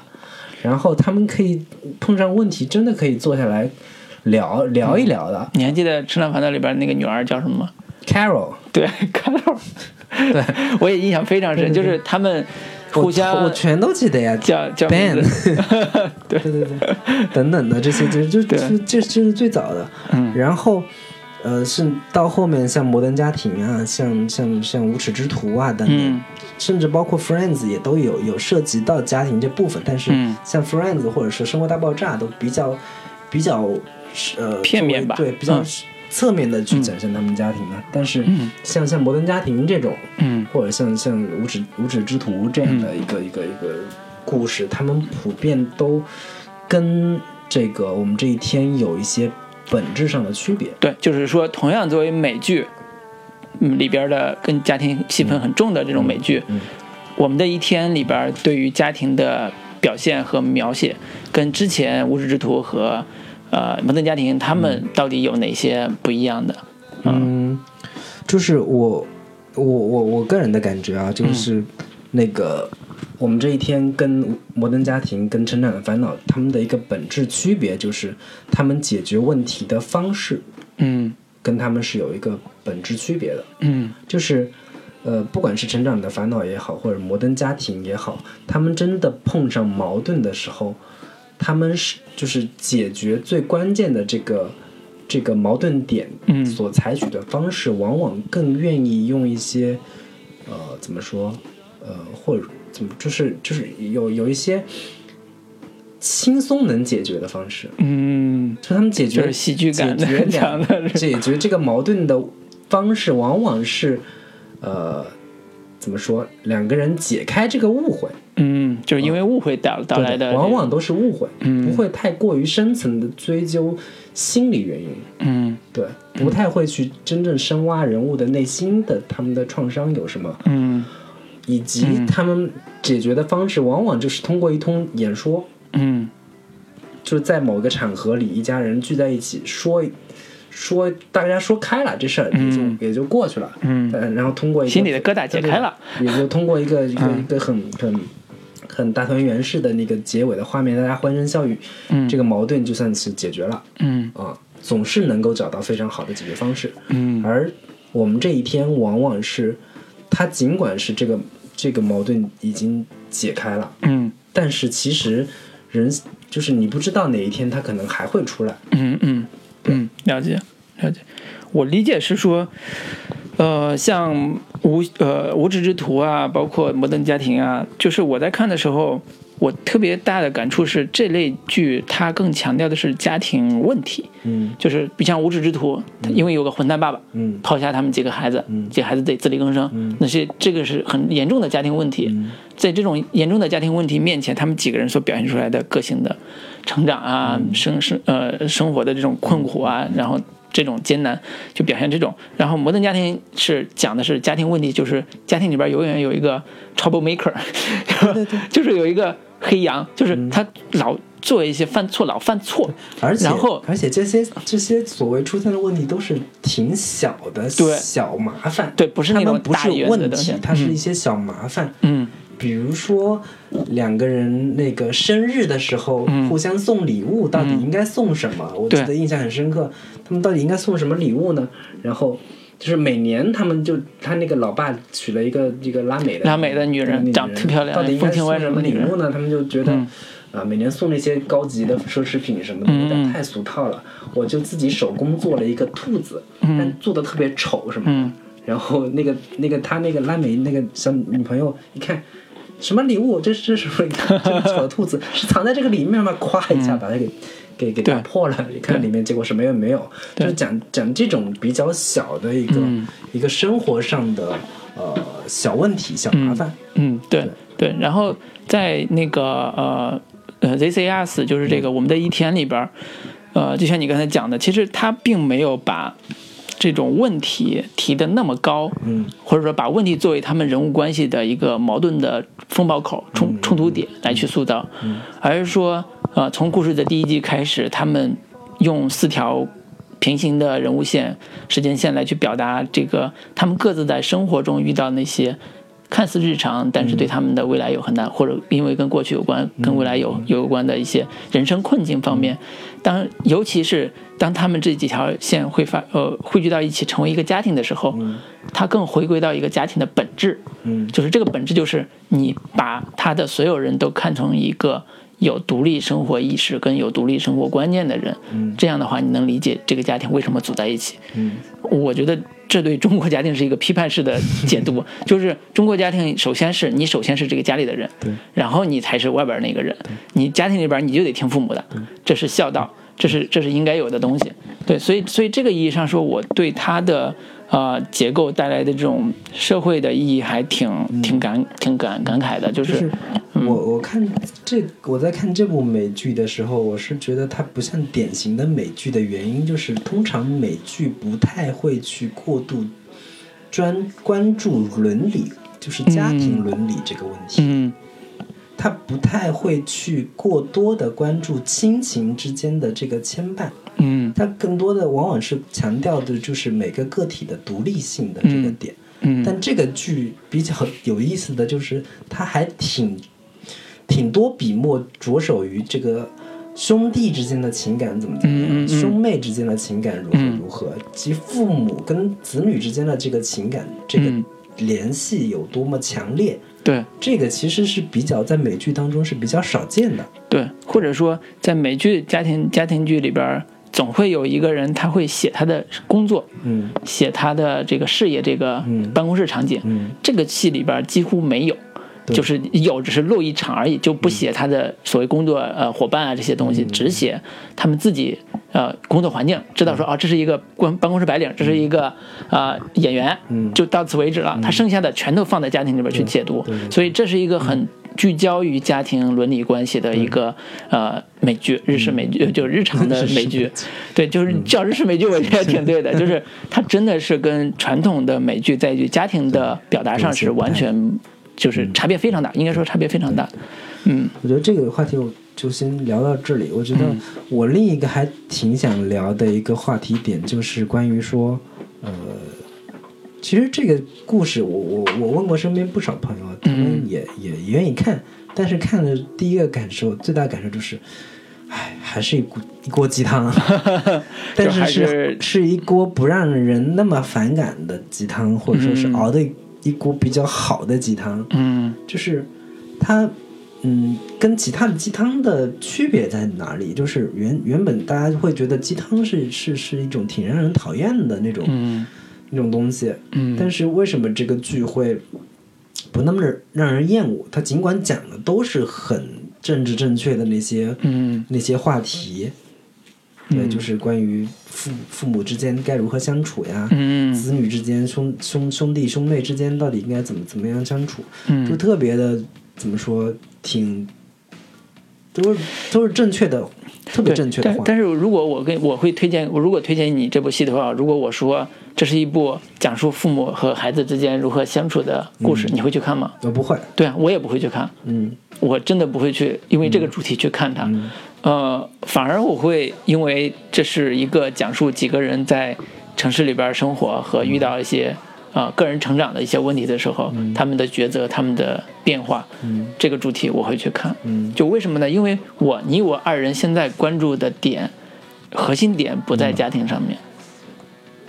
Speaker 3: 然后他们可以碰上问题，真的可以坐下来聊聊一聊的。
Speaker 2: 你还记得《吃了烦恼》里边那个女儿叫什么吗？
Speaker 3: Carol，
Speaker 2: 对， [laughs] 看到，对， [laughs] 我也印象非常深，就是他们
Speaker 3: 我
Speaker 2: 互相
Speaker 3: 我全都记得呀，
Speaker 2: 叫叫
Speaker 3: Ben
Speaker 2: 名字，对，
Speaker 3: 对对对，等等的这些，就就
Speaker 2: 对
Speaker 3: 就这这是最早的。
Speaker 2: 嗯
Speaker 3: 然后，呃，是到后面像《摩登家庭》啊，像像像《无耻之徒》啊等等，
Speaker 2: 嗯
Speaker 3: 甚至包括《Friends》也都有有涉及到家庭这部分，但是
Speaker 2: 嗯
Speaker 3: 像《Friends》或者是《生活大爆炸》都比较比较呃
Speaker 2: 片面吧
Speaker 3: 作为对，比较
Speaker 2: 嗯
Speaker 3: 侧面的去展现他们家庭啊。但是
Speaker 2: 嗯
Speaker 3: 像像《摩登家庭》这种，
Speaker 2: 嗯
Speaker 3: 或者像像无耻无耻之徒这样的一个、一个一个故事，他们普遍都跟这个我们这一天有一些本质上的区别。
Speaker 2: 对，就是说，同样作为美剧，嗯，里边的跟家庭戏份很重的这种美剧，
Speaker 3: 嗯嗯嗯
Speaker 2: 我们的一天里边对于家庭的表现和描写，跟之前《无耻之徒》和呃《摩登家庭》他们到底有哪些不一样的？
Speaker 3: 嗯，就是我我我我个人的感觉啊，就是那个、我们这一天跟《摩登家庭》跟《成长的烦恼》他们的一个本质区别，就是他们解决问题的方式
Speaker 2: 嗯
Speaker 3: 跟他们是有一个本质区别的。
Speaker 2: 嗯
Speaker 3: 就是，呃，不管是《成长的烦恼》也好，或者《摩登家庭》也好，他们真的碰上矛盾的时候，他们是就是解决最关键的这个这个矛盾点，
Speaker 2: 嗯
Speaker 3: 所采取的方式，往往更愿意用一些，呃，怎么说，呃，或者怎么，就是就是有有一些轻松能解决的方式，
Speaker 2: 嗯，
Speaker 3: 就他们解决
Speaker 2: 就是喜剧感
Speaker 3: 解决
Speaker 2: [laughs] 的讲
Speaker 3: 两
Speaker 2: 的是，
Speaker 3: 解决这个矛盾的方式，往往是呃怎么说，两个人解开这个误会，
Speaker 2: 嗯，就是因为误会导导来的这个，
Speaker 3: 往往都是误会，
Speaker 2: 嗯
Speaker 3: 不会太过于深层的追究心理原因，
Speaker 2: 嗯
Speaker 3: 对，不太会去真正深挖人物的内心的他们的创伤有什么，
Speaker 2: 嗯
Speaker 3: 以及他们解决的方式，往往就是通过一通演说，
Speaker 2: 嗯
Speaker 3: 就是在某个场合里，一家人聚在一起说说，大家说开了这事儿，也就、
Speaker 2: 嗯
Speaker 3: 也就过去了。
Speaker 2: 嗯
Speaker 3: 呃，然后通过一个
Speaker 2: 心里的疙瘩解开了，
Speaker 3: 对也就通过一个一个
Speaker 2: 嗯
Speaker 3: 一个很很很大团圆式的那个结尾的画面，大家欢声笑语，
Speaker 2: 嗯
Speaker 3: 这个矛盾就算是解决了
Speaker 2: 嗯
Speaker 3: 啊，总是能够找到非常好的解决方式。
Speaker 2: 嗯
Speaker 3: 而我们这一天往往是，它尽管是这个这个矛盾已经解开了，
Speaker 2: 嗯
Speaker 3: 但是其实人就是你不知道哪一天他可能还会出来。
Speaker 2: 嗯嗯嗯，了解了解。我理解是说，呃，像无呃无耻之徒啊，包括摩登家庭啊，就是我在看的时候，我特别大的感触是，这类剧它更强调的是家庭问题，
Speaker 3: 嗯
Speaker 2: 就是比像无耻之徒，它因为有个混蛋爸爸，
Speaker 3: 嗯
Speaker 2: 抛下他们几个孩子，
Speaker 3: 嗯
Speaker 2: 这孩子得自力更生，那是这个是很严重的家庭问题。在这种严重的家庭问题面前，他们几个人所表现出来的个性的成长啊，
Speaker 3: 嗯
Speaker 2: 生生呃生活的这种困苦啊，然后这种艰难，就表现这种。然后摩登家庭是讲的是家庭问题，就是家庭里边永远有一个 trouble maker，就是 [laughs] 有一个黑羊，就是他老做一些犯错，老犯错，
Speaker 3: 而且
Speaker 2: 然后
Speaker 3: 而且这些这些所谓出现的问题都是挺小的，
Speaker 2: 对
Speaker 3: 小麻烦，
Speaker 2: 对不是那
Speaker 3: 他
Speaker 2: 种
Speaker 3: 们不
Speaker 2: 大
Speaker 3: 是
Speaker 2: 原则的
Speaker 3: 问
Speaker 2: 东西
Speaker 3: 题，它是
Speaker 2: 嗯
Speaker 3: 一些小麻烦。
Speaker 2: 嗯
Speaker 3: 比如说，两个人那个生日的时候
Speaker 2: 嗯
Speaker 3: 互相送礼物，到底应该送什么？我记
Speaker 2: 对
Speaker 3: 得印象很深刻。他们到底应该送什么礼物呢？然后就是每年他们就他那个老爸娶了一个一个拉美的
Speaker 2: 拉美的女人
Speaker 3: 那个
Speaker 2: 长得特漂亮
Speaker 3: 到底应该
Speaker 2: 风情
Speaker 3: 送
Speaker 2: 万
Speaker 3: 什
Speaker 2: 种的
Speaker 3: 么礼
Speaker 2: 女人
Speaker 3: 物呢？他们就觉得
Speaker 2: 嗯
Speaker 3: 啊，每年送那些高级的奢侈品什么的有
Speaker 2: 嗯
Speaker 3: 点
Speaker 2: 嗯
Speaker 3: 太俗套了。我就自己手工做了一个兔子，
Speaker 2: 嗯
Speaker 3: 但做的特别丑什么的。
Speaker 2: 嗯
Speaker 3: 然后那个那个他那个拉美那个小女朋友一看，什么礼物？这是这是什么？
Speaker 2: [laughs]
Speaker 3: 这个小兔子是藏在这个里面吗？咵一下把它给、给给打
Speaker 2: 嗯对
Speaker 3: 破了。一看里面结果什么也没有，就
Speaker 2: 对
Speaker 3: 是讲讲这种比较小的一个、
Speaker 2: 嗯
Speaker 3: 一个生活上的呃小问题、小麻烦。
Speaker 2: 嗯，对对。然后在那个呃呃《This Is Us》就是这个我们的一天里边儿，呃，就像你刚才讲的，其实他并没有把这种问题提的那么高，嗯，或者说把问题作为他们人物关系的一个矛盾的风暴口、冲冲突点来去塑造，而是说，呃，从故事的第一集开始，他们用四条平行的人物线、时间线来去表达这个他们各自在生活中遇到那些看似日常，但是对他们的未来有很大，或者因为跟过去有关、跟未来有有关的一些人生困境方面。当尤其是当他们这几条线会发呃汇聚到一起成为一个家庭的时候，它更回归到一个家庭的本质。嗯，就是这个本质就是你把他的所有人都看成一个。有独立生活意识跟有独立生活观念的人，这样的话，你能理解这个家庭为什么组在一起。我觉得这对中国家庭是一个批判式的解读，就是中国家庭首先是你首先是这个家里的人，然后你才是外边那个人，你家庭里边你就得听父母的，这是孝道，这是这是应该有的东西。对，所以所以这个意义上说，我对他的。呃，结构带来的这种社会的意义还挺挺感挺感感慨的，就是、
Speaker 3: 就是
Speaker 2: 嗯
Speaker 3: 我我看这我在看这部美剧的时候，我是觉得它不像典型的美剧的原因，就是通常美剧不太会去过度专关注伦理，就是家庭伦理这个问题。
Speaker 2: 嗯
Speaker 3: 他不太会去过多的关注亲情之间的这个牵绊，
Speaker 2: 嗯
Speaker 3: 他更多的往往是强调的就是每个个体的独立性的这个点。
Speaker 2: 嗯
Speaker 3: 但这个剧比较有意思的就是，他还挺挺多笔墨着手于这个兄弟之间的情感怎么怎么样，
Speaker 2: 嗯嗯嗯
Speaker 3: 兄妹之间的情感如何
Speaker 2: 嗯
Speaker 3: 如何，及父母跟子女之间的这个情感这个
Speaker 2: 嗯
Speaker 3: 联系有多么强烈。
Speaker 2: 对。
Speaker 3: 这个其实是比较在美剧当中是比较少见的。
Speaker 2: 对，或者说在美剧家庭家庭剧里边儿，总会有一个人他会写他的工作，
Speaker 3: 嗯
Speaker 2: 写他的这个事业，这个
Speaker 3: 嗯
Speaker 2: 办公室场景。
Speaker 3: 嗯
Speaker 2: 这个戏里边儿几乎没有，
Speaker 3: 对
Speaker 2: 就是有只是露一场而已，就不写他的所谓工作呃伙伴啊这些东
Speaker 3: 嗯
Speaker 2: 西，只写他们自己呃工作环境，知
Speaker 3: 嗯
Speaker 2: 道说啊这是一个办办公室白领，这是一个呃演员，
Speaker 3: 嗯
Speaker 2: 就到此为止了。他剩下的全都放在家庭里边去解读，所以这是一个很。聚焦于家庭伦理关系的一个呃美剧，日式美
Speaker 3: 嗯
Speaker 2: 剧就是日常的美剧，对，就是叫日式美剧，我觉得挺对的，就是它真的是跟传统的美剧在于家庭的表达上是完全就是差别非常大，应该说差别非常大。嗯
Speaker 3: 我觉得这个话题我就先聊到这里。我觉得我另一个还挺想聊的一个话题点就是关于说，呃，其实这个故事我我我问过身边不少朋友，啊
Speaker 2: 嗯
Speaker 3: 他们也也也愿意看，但是看的第一个感受，最大感受就是。唉，还是一锅一锅鸡
Speaker 2: [laughs]
Speaker 3: 汤，啊但
Speaker 2: 就还
Speaker 3: 是
Speaker 2: 是
Speaker 3: 是一锅不让人那么反感的鸡汤，或者说是
Speaker 2: 嗯
Speaker 3: 熬的一锅比较好的鸡汤。
Speaker 2: 嗯
Speaker 3: 就是它，嗯，跟其他的鸡汤的区别在哪里？就是原原本大家会觉得鸡汤是是是一种挺让人讨厌的那种、
Speaker 2: 嗯
Speaker 3: 那种东西，
Speaker 2: 嗯，
Speaker 3: 但是为什么这个剧会不那么让人厌恶？它尽管讲的都是很政治正确的那些
Speaker 2: 嗯
Speaker 3: 那些话题，对，就是关于父父母之间该如何相处呀，
Speaker 2: 嗯
Speaker 3: 子女之间、兄兄兄弟兄妹之间到底应该怎么怎么样相处，
Speaker 2: 嗯
Speaker 3: 就特别的怎么说，挺都是都是正确的，特别
Speaker 2: 对，
Speaker 3: 正确的
Speaker 2: 但
Speaker 3: 话。
Speaker 2: 但是如果我跟我会推荐，我如果推荐你这部戏的话，如果我说这是一部讲述父母和孩子之间如何相处的故事，你会去看吗？
Speaker 3: 呃我不会，
Speaker 2: 对啊，我也不会去看。
Speaker 3: 嗯
Speaker 2: 我真的不会去因为这个主题去看它，呃，反而我会因为这是一个讲述几个人在城市里边生活和遇到一些呃个人成长的一些问题的时候，他们的抉择、他们的变化，这个主题我会去看。就为什么呢？因为我你我二人现在关注的点，核心点不在家庭上面。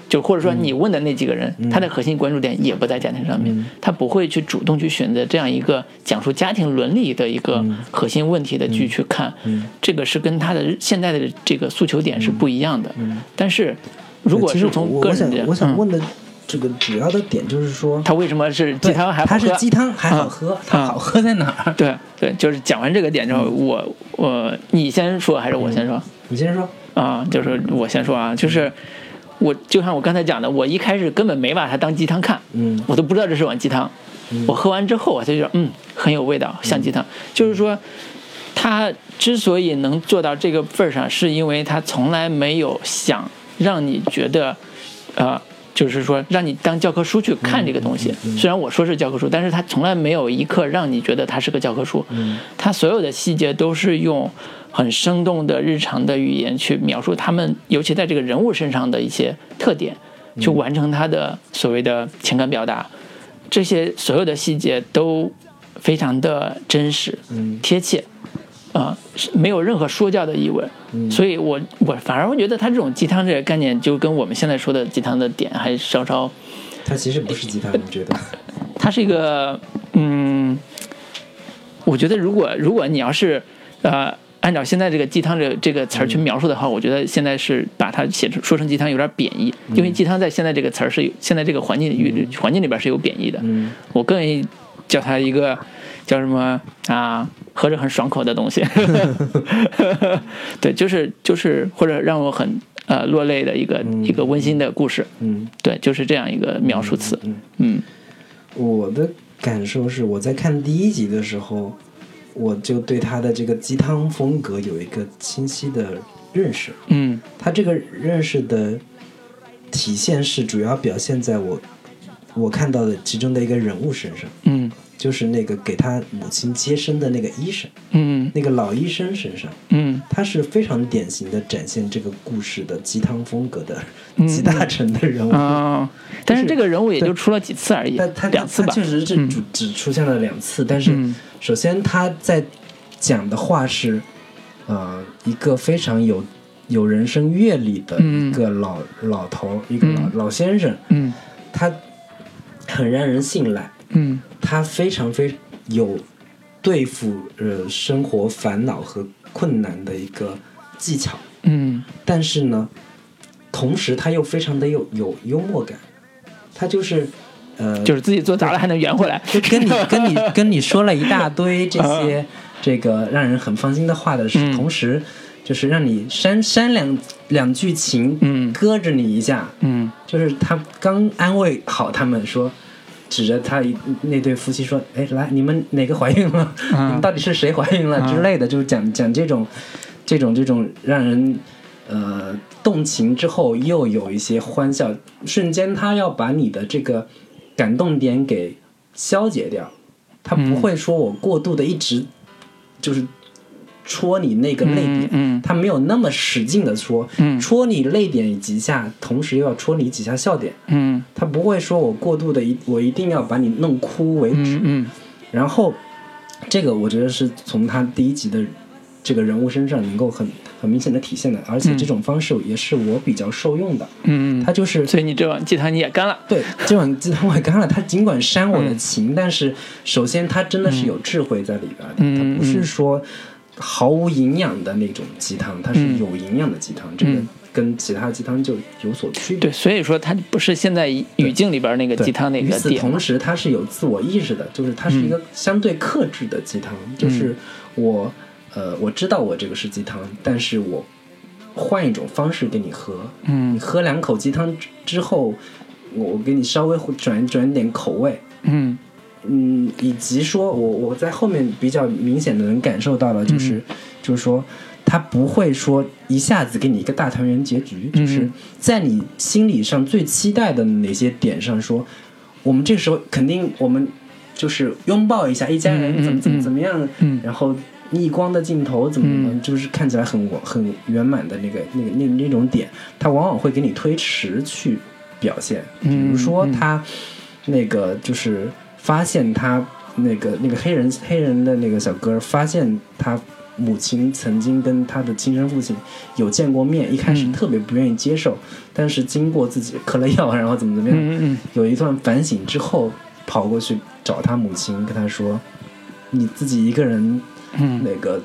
Speaker 2: 就或者说你问的那几个人，
Speaker 3: 嗯
Speaker 2: 他的核心关注点也不在家庭上面，他不会去主动去选择这样一个讲述家庭伦理的一个
Speaker 3: 嗯
Speaker 2: 核心问题的剧去看，这个是跟他的现在的这个诉求点是不一样的。但是如果
Speaker 3: 嗯其实
Speaker 2: 是
Speaker 3: 我
Speaker 2: 从
Speaker 3: 我
Speaker 2: 个
Speaker 3: 我
Speaker 2: 人
Speaker 3: 想
Speaker 2: 的，
Speaker 3: 我想
Speaker 2: 嗯
Speaker 3: 问的这个主要的点就是说，
Speaker 2: 他为什么是鸡
Speaker 3: 对
Speaker 2: 汤还不
Speaker 3: 它
Speaker 2: 喝嗯
Speaker 3: 是鸡汤还好喝，它好喝在哪
Speaker 2: [laughs]
Speaker 3: 儿？[laughs]
Speaker 2: 对对，就是讲完这个点之后，我我你先说还是我先说？
Speaker 3: 你先说，
Speaker 2: 啊、就是我先说啊，就是我就像我刚才讲的，我一开始根本没把它当鸡汤看，
Speaker 3: 嗯
Speaker 2: 我都不知道这是啊碗鸡汤，我喝完之后我才觉得嗯很有味道，像鸡汤。就是说，他之所以能做到这个份儿上，是因为他从来没有想让你觉得，呃，就是说让你当教科书去看这个东西。虽然我说是教科书，但是他从来没有一刻让你觉得它是个教科书。他所有的细节都是用很生动的日常的语言去描述他们，尤其在这个人物身上的一些特点，去完成他的所谓的情感表达。这些所有的细节都非常的真实、贴切，啊、是没有任何说教的意味。所以我我反而会觉得他这种鸡汤这个概念，就跟我们现在说的鸡汤的点还稍稍，
Speaker 3: 它其实不是鸡汤，你觉得？ [laughs]
Speaker 2: 它是一个嗯，我觉得如果如果你要是呃。按照现在这个鸡汤这个这个词儿
Speaker 3: 嗯
Speaker 2: 去描述的话，我觉得现在是把它写成说成鸡汤有点贬义，
Speaker 3: 嗯
Speaker 2: 因为鸡汤在现在这个词儿是有现在这个环境语环境里边是有贬义的。
Speaker 3: 嗯
Speaker 2: 我更愿意叫它一个叫什么啊，喝着很爽口的东
Speaker 3: [laughs]
Speaker 2: 西。对，就是就是或者让我很呃落泪的一个、一个温馨的故事。
Speaker 3: 嗯，
Speaker 2: 对，就是这样一个描述词。
Speaker 3: 嗯
Speaker 2: 嗯
Speaker 3: 我的感受是，我在看第一集的时候，我就对他的这个鸡汤风格有一个清晰的认识。
Speaker 2: 嗯
Speaker 3: 他这个认识的体现是主要表现在我我看到的其中的一个人物身上，
Speaker 2: 嗯
Speaker 3: 就是那个给他母亲接生的那个医生，
Speaker 2: 嗯
Speaker 3: 那个老医生身上。
Speaker 2: 嗯
Speaker 3: 他是非常典型的展现这个故事的鸡汤风格的
Speaker 2: 嗯
Speaker 3: 集大成的人物，
Speaker 2: 啊、但是这个人物也就
Speaker 3: 对
Speaker 2: 出了几次而已
Speaker 3: 但他，
Speaker 2: 两次吧
Speaker 3: 他。确实是
Speaker 2: 嗯
Speaker 3: 只只出现了两次，但是
Speaker 2: 嗯
Speaker 3: 首先他在讲的话是，呃，一个非常有有人生阅历的
Speaker 2: 嗯
Speaker 3: 一个老、老头，一个老、
Speaker 2: 嗯
Speaker 3: 老先生，
Speaker 2: 嗯
Speaker 3: 他很让人信赖，
Speaker 2: 嗯
Speaker 3: 他非常非有对付呃生活烦恼和困难的一个技巧，
Speaker 2: 嗯
Speaker 3: 但是呢，同时他又非常的有有幽默感，他就是呃，
Speaker 2: 就是自己做砸了还能圆回来。
Speaker 3: 就跟
Speaker 2: [laughs]
Speaker 3: 你跟你跟你说了一大堆这些这个让人很放心的话的时
Speaker 2: 嗯
Speaker 3: 同时，就是让你删删两两句情，
Speaker 2: 嗯
Speaker 3: 搁着你一下，
Speaker 2: 嗯
Speaker 3: 就是他刚安慰好他们说。指着他一那对夫妻说：“哎，来，你们哪个怀孕了？
Speaker 2: 嗯
Speaker 3: 你们到底是谁怀孕了之类的？”就是讲讲这种，这种这种让人呃动情之后又有一些欢笑，瞬间他要把你的这个感动点给消解掉，他不会说我过度的一直就是戳你那个泪点，
Speaker 2: 嗯嗯
Speaker 3: 他没有那么使劲的戳，
Speaker 2: 嗯
Speaker 3: 戳你泪点几下，同时又要戳你几下笑点，
Speaker 2: 嗯
Speaker 3: 他不会说我过度的一我一定要把你弄哭为止，
Speaker 2: 嗯嗯
Speaker 3: 然后这个我觉得是从他第一集的这个人物身上能够很很明显的体现的，而且这种方式也是我比较受用的，
Speaker 2: 嗯
Speaker 3: 他就是
Speaker 2: 嗯。所以你这碗鸡汤你也干了。
Speaker 3: 对，这碗鸡汤我干了。他尽管煽我的情，但是首先他真的是有智慧在里边的，
Speaker 2: 嗯
Speaker 3: 他不是说毫无营养的那种鸡汤，它
Speaker 2: 嗯
Speaker 3: 是有营养的鸡汤，这个跟其他鸡汤就有所区别。
Speaker 2: 对，所以说它不是现在语境里边那个
Speaker 3: 对
Speaker 2: 鸡汤那
Speaker 3: 与
Speaker 2: 个
Speaker 3: 此
Speaker 2: 点嘛，嗯
Speaker 3: 同时，它是有自我意识的，就是它是一个相对克制的鸡汤，就是我呃我知道我这个是鸡汤，但是我换一种方式给你喝，
Speaker 2: 嗯
Speaker 3: 你喝两口鸡汤之之后，我我给你稍微转转点口味，
Speaker 2: 嗯
Speaker 3: 嗯，以及说我我在后面比较明显的能感受到了，
Speaker 2: 嗯
Speaker 3: 就是、就是说他不会说一下子给你一个大团圆结局，
Speaker 2: 嗯
Speaker 3: 就是在你心理上最期待的哪些点上说，我们这时候肯定我们就是拥抱一下一家
Speaker 2: 嗯嗯
Speaker 3: 人怎么怎
Speaker 2: 嗯
Speaker 3: 么怎么样，
Speaker 2: 嗯
Speaker 3: 然后逆光的镜头怎么怎么，
Speaker 2: 嗯
Speaker 3: 就是看起来很完很圆满的那个那个那那种点，它往往会给你推迟去表现。比
Speaker 2: 嗯
Speaker 3: 如说
Speaker 2: 嗯
Speaker 3: 他那个就是发现他那个那个黑人黑人的那个小哥发现他母亲曾经跟他的亲生父亲有见过面，一开始
Speaker 2: 嗯
Speaker 3: 特别不愿意接受，但是经过自己嗑了药，然后怎么怎么样，
Speaker 2: 嗯
Speaker 3: 有一段反省之后，跑过去找他母亲，跟他说：“你自己一个人，
Speaker 2: 嗯
Speaker 3: 那个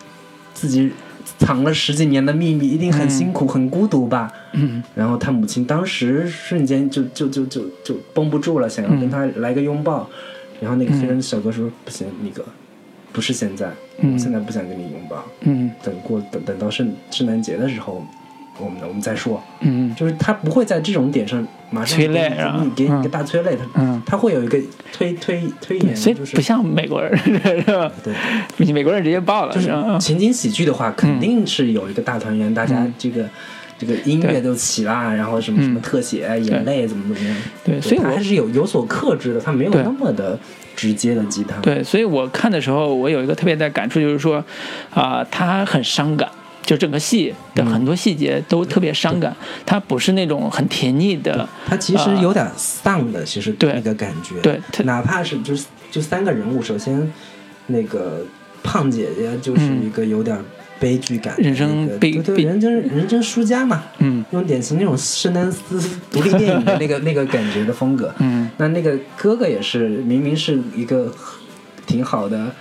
Speaker 3: 自己藏了十几年的秘密，一定很辛苦、很孤独吧
Speaker 2: 嗯？”
Speaker 3: 然后他母亲当时瞬间就就就就就绷不住了，想要
Speaker 2: 嗯
Speaker 3: 跟他来个拥抱。然后那个黑人小哥说：“不行，那个不是现在，
Speaker 2: 嗯
Speaker 3: 我现在不想跟你拥抱，
Speaker 2: 嗯
Speaker 3: 等过等等到圣圣诞节的时候，我们我们再说。”
Speaker 2: 嗯
Speaker 3: 就是他不会在这种点上马上
Speaker 2: 催泪
Speaker 3: 给你
Speaker 2: 啊
Speaker 3: 给你给你一个
Speaker 2: 嗯
Speaker 3: 大催泪，
Speaker 2: 嗯
Speaker 3: 它它会有一个推推推演，
Speaker 2: 所以
Speaker 3: 就是
Speaker 2: 不像美国人 [laughs] 是吧？
Speaker 3: 对，
Speaker 2: 你美国人直接爆了，
Speaker 3: 就是
Speaker 2: 吧嗯
Speaker 3: 情景喜剧的话，肯定是有一个大团圆，大家这个这个音乐
Speaker 2: 对
Speaker 3: 都齐啦，然后什么什么
Speaker 2: 嗯
Speaker 3: 特写、眼泪怎么怎么样，
Speaker 2: 对所以
Speaker 3: 它
Speaker 2: 我
Speaker 3: 还是有有所克制的，它没有
Speaker 2: 对
Speaker 3: 那么的直接的鸡汤，
Speaker 2: 对，所以我看的时候，我有一个特别大的感触，就是说，啊、它很伤感，就整个戏的很多细节都特别伤感，它不是那种很甜腻的，
Speaker 3: 它其实有点丧的，其实
Speaker 2: 呃对
Speaker 3: 那个感觉，
Speaker 2: 对它
Speaker 3: 哪怕是就是就三个人物，首先那个胖姐姐就是
Speaker 2: 嗯
Speaker 3: 一个有点悲剧感的一个，
Speaker 2: 人生悲
Speaker 3: 对对，
Speaker 2: 悲
Speaker 3: 人生人生输家嘛，
Speaker 2: 嗯
Speaker 3: 用典型那种圣丹斯独立电影的
Speaker 2: [laughs]
Speaker 3: 那个那个感觉的风格。
Speaker 2: 嗯，
Speaker 3: 那那个哥哥也是，明明是一个挺好的，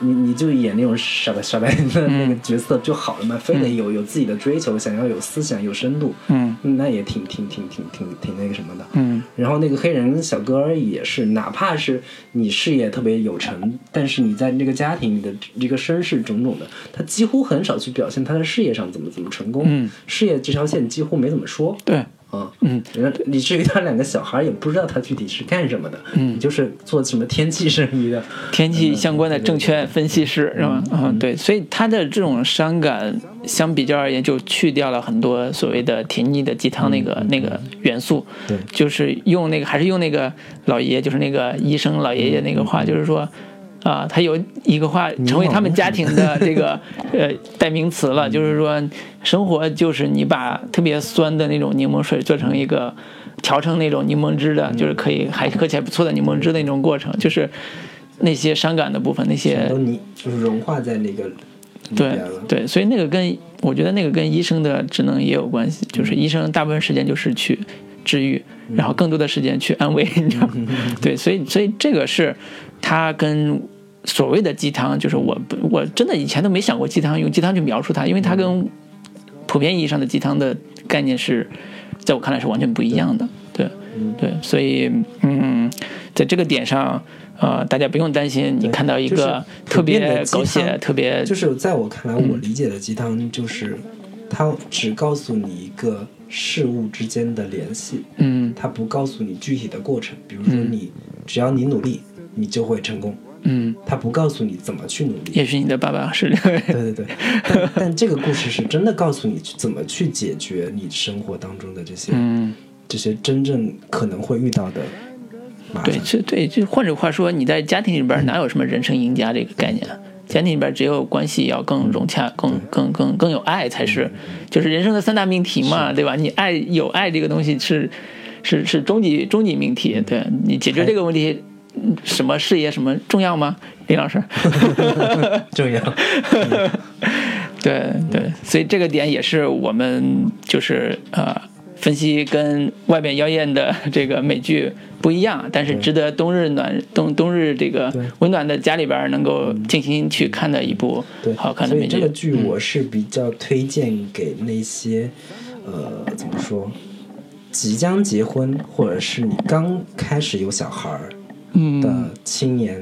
Speaker 3: 你你就演那种傻白傻白的那个
Speaker 2: 嗯
Speaker 3: 角色就好了嘛，非得有有自己的追求，想要有思想、有深度，
Speaker 2: 嗯
Speaker 3: 那也挺挺挺挺挺挺那个什么的。
Speaker 2: 嗯
Speaker 3: 然后那个黑人小哥儿也是，哪怕是你事业特别有成，但是你在那个家庭的这个身世种种的，他几乎很少去表现他在事业上怎么怎么成功，
Speaker 2: 嗯
Speaker 3: 事业这条线几乎没怎么说
Speaker 2: 对，
Speaker 3: 啊。
Speaker 2: 嗯
Speaker 3: 然后以至于他两个小孩儿也不知道他具体是干什么的，
Speaker 2: 嗯
Speaker 3: 就是做什么天气生意的，
Speaker 2: 天气相关的证券分析师是吧？嗯，对，所以他的这种伤感相比较而言，就去掉了很多所谓的甜腻的鸡汤那个、那个元素，
Speaker 3: 对
Speaker 2: 就是用那个还是用那个老爷，就是那个医生老爷爷那个话，就是说。啊、他有一个话成为他们家庭的这
Speaker 3: [laughs]
Speaker 2: 个呃代名词了，就是说，生活就是你把特别酸的那种柠檬水做成一个调成那种柠檬汁的，就是可以
Speaker 3: 嗯
Speaker 2: 还喝起来不错的柠檬汁的那种过程，就是那些伤感的部分，那些
Speaker 3: 都你就是融化在那个里
Speaker 2: 对
Speaker 3: 边了。
Speaker 2: 对，所以那个跟我觉得那个跟医生的职能也有关
Speaker 3: 嗯
Speaker 2: 系，就是医生大部分时间就是去治愈，然后更多的时间去安慰，你知道吗？
Speaker 3: [laughs]
Speaker 2: 对，所以所以这个是他跟。所谓的鸡汤，就是我不我真的以前都没想过鸡汤用鸡汤去描述它，因为它
Speaker 3: 嗯
Speaker 2: 跟普遍意义上的鸡汤的概念是，在我看来是完全不一样的。对，对，所以嗯，在这个点上，呃，大家不用担心，你
Speaker 3: 对
Speaker 2: 看到一
Speaker 3: 就是
Speaker 2: 个
Speaker 3: 普
Speaker 2: 特
Speaker 3: 遍的
Speaker 2: 别
Speaker 3: 鸡
Speaker 2: 狗血、
Speaker 3: 汤
Speaker 2: 特别
Speaker 3: 就是在我看来，
Speaker 2: 嗯
Speaker 3: 我理解的鸡汤就是，它只告诉你一个事物之间的联系，
Speaker 2: 嗯
Speaker 3: 它不告诉你具体的过程。比如说你，只要你努力，你就会成功。
Speaker 2: 嗯，
Speaker 3: 它不告诉你怎么去努力。
Speaker 2: 也许你的爸爸是另外
Speaker 3: 对对对，但但这个故事是真的告诉你去怎么去解决你生活当中的这些、
Speaker 2: 嗯，
Speaker 3: 这些真正可能会遇到的麻
Speaker 2: 对，
Speaker 3: 烦。
Speaker 2: 这对，就换句话说，你在家庭里边哪有什么人生赢家这个概念啊？家庭里边只有关系要更融洽、更更更更有爱才是，就是人生的三大命题嘛，对吧？你爱有爱这个东西是是是终极终极命题，对你解决这个问题，嗯什么事业什么重要吗？林老师，
Speaker 3: 重要。
Speaker 2: 对
Speaker 3: 嗯
Speaker 2: 对，所以这个点也是我们就是呃分析跟外边妖艳的这个美剧不一样，但是值得冬日暖冬冬日这个温暖的家里边儿能够静心去看的一部
Speaker 3: 对，
Speaker 2: 好看的美
Speaker 3: 所以这
Speaker 2: 剧
Speaker 3: 个。剧我是比较推荐给那些，呃，怎么说，即将结婚或者是你刚开始有小孩儿
Speaker 2: 嗯，
Speaker 3: 的青年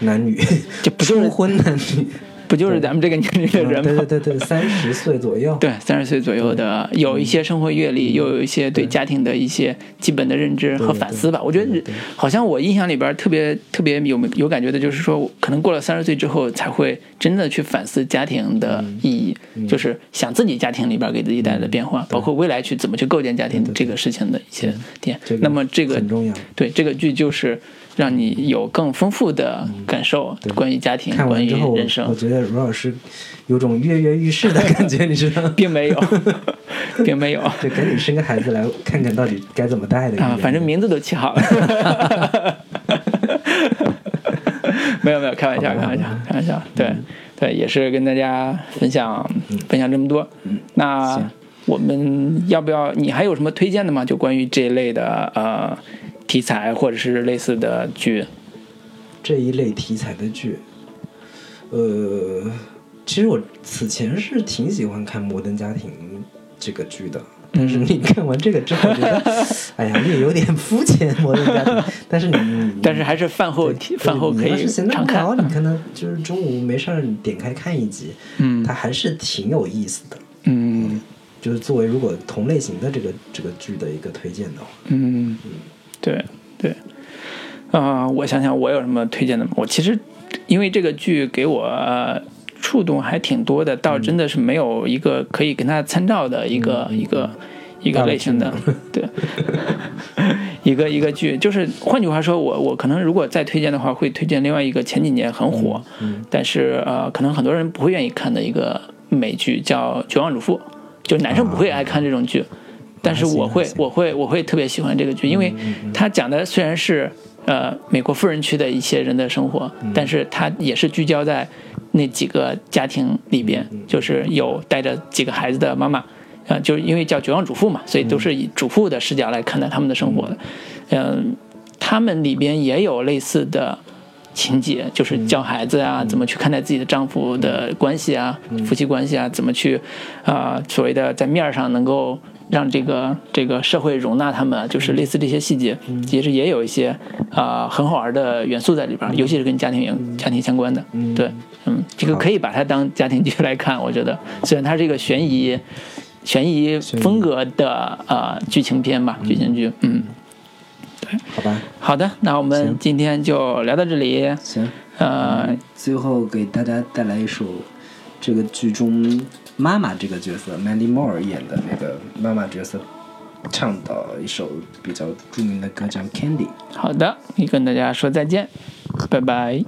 Speaker 3: 男女，
Speaker 2: 这不 [laughs] 就是
Speaker 3: 初婚男女，
Speaker 2: 不就是咱们这个年龄的 [laughs]
Speaker 3: 嗯
Speaker 2: 人
Speaker 3: 对
Speaker 2: 吗
Speaker 3: 对？对对，三十岁左右。
Speaker 2: 对，三十岁左右的，
Speaker 3: 嗯
Speaker 2: 有一些生活阅历，又有一些对家庭的一些基本的认知和反思吧。我觉得好像我印象里边儿特别特别有有感觉的，就是说，可能过了三十岁之后，才会真的去反思家庭的
Speaker 3: 嗯
Speaker 2: 意义，就是想自己家庭里边儿给自己带来的变化，包括未来去怎么去构建家庭这个事情的一些点
Speaker 3: 这。个
Speaker 2: 那么这个
Speaker 3: 很重要。
Speaker 2: 对这个剧就是让你有更丰富的感受，关于家庭，
Speaker 3: 嗯看
Speaker 2: 关
Speaker 3: 完
Speaker 2: 于
Speaker 3: 之后，
Speaker 2: 人生
Speaker 3: 我。觉得罗老师有种跃跃欲试的感觉，你知道吗？ [laughs]
Speaker 2: 并没有，并没有。
Speaker 3: 就赶紧生个孩子来看看到底该怎么带的一个
Speaker 2: 啊，反正
Speaker 3: 感觉
Speaker 2: 名字都起好了。 [laughs] 没有没有，开玩笑，开玩笑，开玩
Speaker 3: 嗯
Speaker 2: 笑。对对，也是跟大家分享分享这么多。
Speaker 3: 嗯
Speaker 2: 那我们要不要？你还有什么推荐的吗？就关于这一类的呃题材或者是类似的剧？
Speaker 3: 这一类题材的剧，呃，其实我此前是挺喜欢看《摩登家庭》这个剧的，但是你看完这个之后，
Speaker 2: 嗯
Speaker 3: 觉得， [laughs] 哎呀，也有点肤浅，《摩登家庭》。
Speaker 2: [laughs]
Speaker 3: 但是你，你
Speaker 2: 但是还是饭后题饭后可
Speaker 3: 你要
Speaker 2: 以
Speaker 3: 是闲得
Speaker 2: 常
Speaker 3: 无
Speaker 2: 看
Speaker 3: 聊，。你可能就是中午没事儿，你点开看一集，
Speaker 2: 嗯
Speaker 3: 它还是挺有意思的。
Speaker 2: 嗯，
Speaker 7: 就是作为如果同类型的这个这个剧的一个推荐的话，
Speaker 2: 嗯，对对，啊、我想想我有什么推荐的吗？我其实因为这个剧给我、呃触动还挺多的，倒真的是没有一个可以跟它参照的一个、一个一个类型的，对， [laughs] 一个一个剧。就是换句话说，我我可能如果再推荐的话，会推荐另外一个前几年很火，但是呃，可能很多人不会愿意看的一个美剧，叫《绝望主妇》，就男生不会爱看这种剧。但是我会，我会，我会特别喜欢这个剧，因为它讲的虽然是呃美国富人区的一些人的生活，但是它也是聚焦在那几个家庭里边，就是有带着几个孩子的妈妈，呃，就是因为叫绝望主妇嘛，所以都是以主妇的视角来看待他们的生活的。嗯、他们里边也有类似的情节，就是教孩子啊，怎么去看待自己的丈夫的关系啊，夫妻关系啊，怎么去啊、所谓的在面儿上能够让这个这个社会容纳他们啊，就是类似这些细节，其实也有一些啊、很好玩的元素在里边儿，尤其是跟家庭元家庭相关的，对，嗯，这个可以把它当家庭剧来看，我觉得虽然它是一个悬疑。悬疑风格的呃剧情片吧，剧情剧，嗯，
Speaker 7: 好吧？
Speaker 2: 好的，那我们今天就聊到这里。
Speaker 4: 行，
Speaker 2: 呃，
Speaker 4: 最后给大家带来一首这个剧中妈妈这个角色 Mandy Moore 演的那个妈妈角色唱的一首比较著名的歌叫《Candy》。
Speaker 2: 好的，你跟大家说再见，拜拜。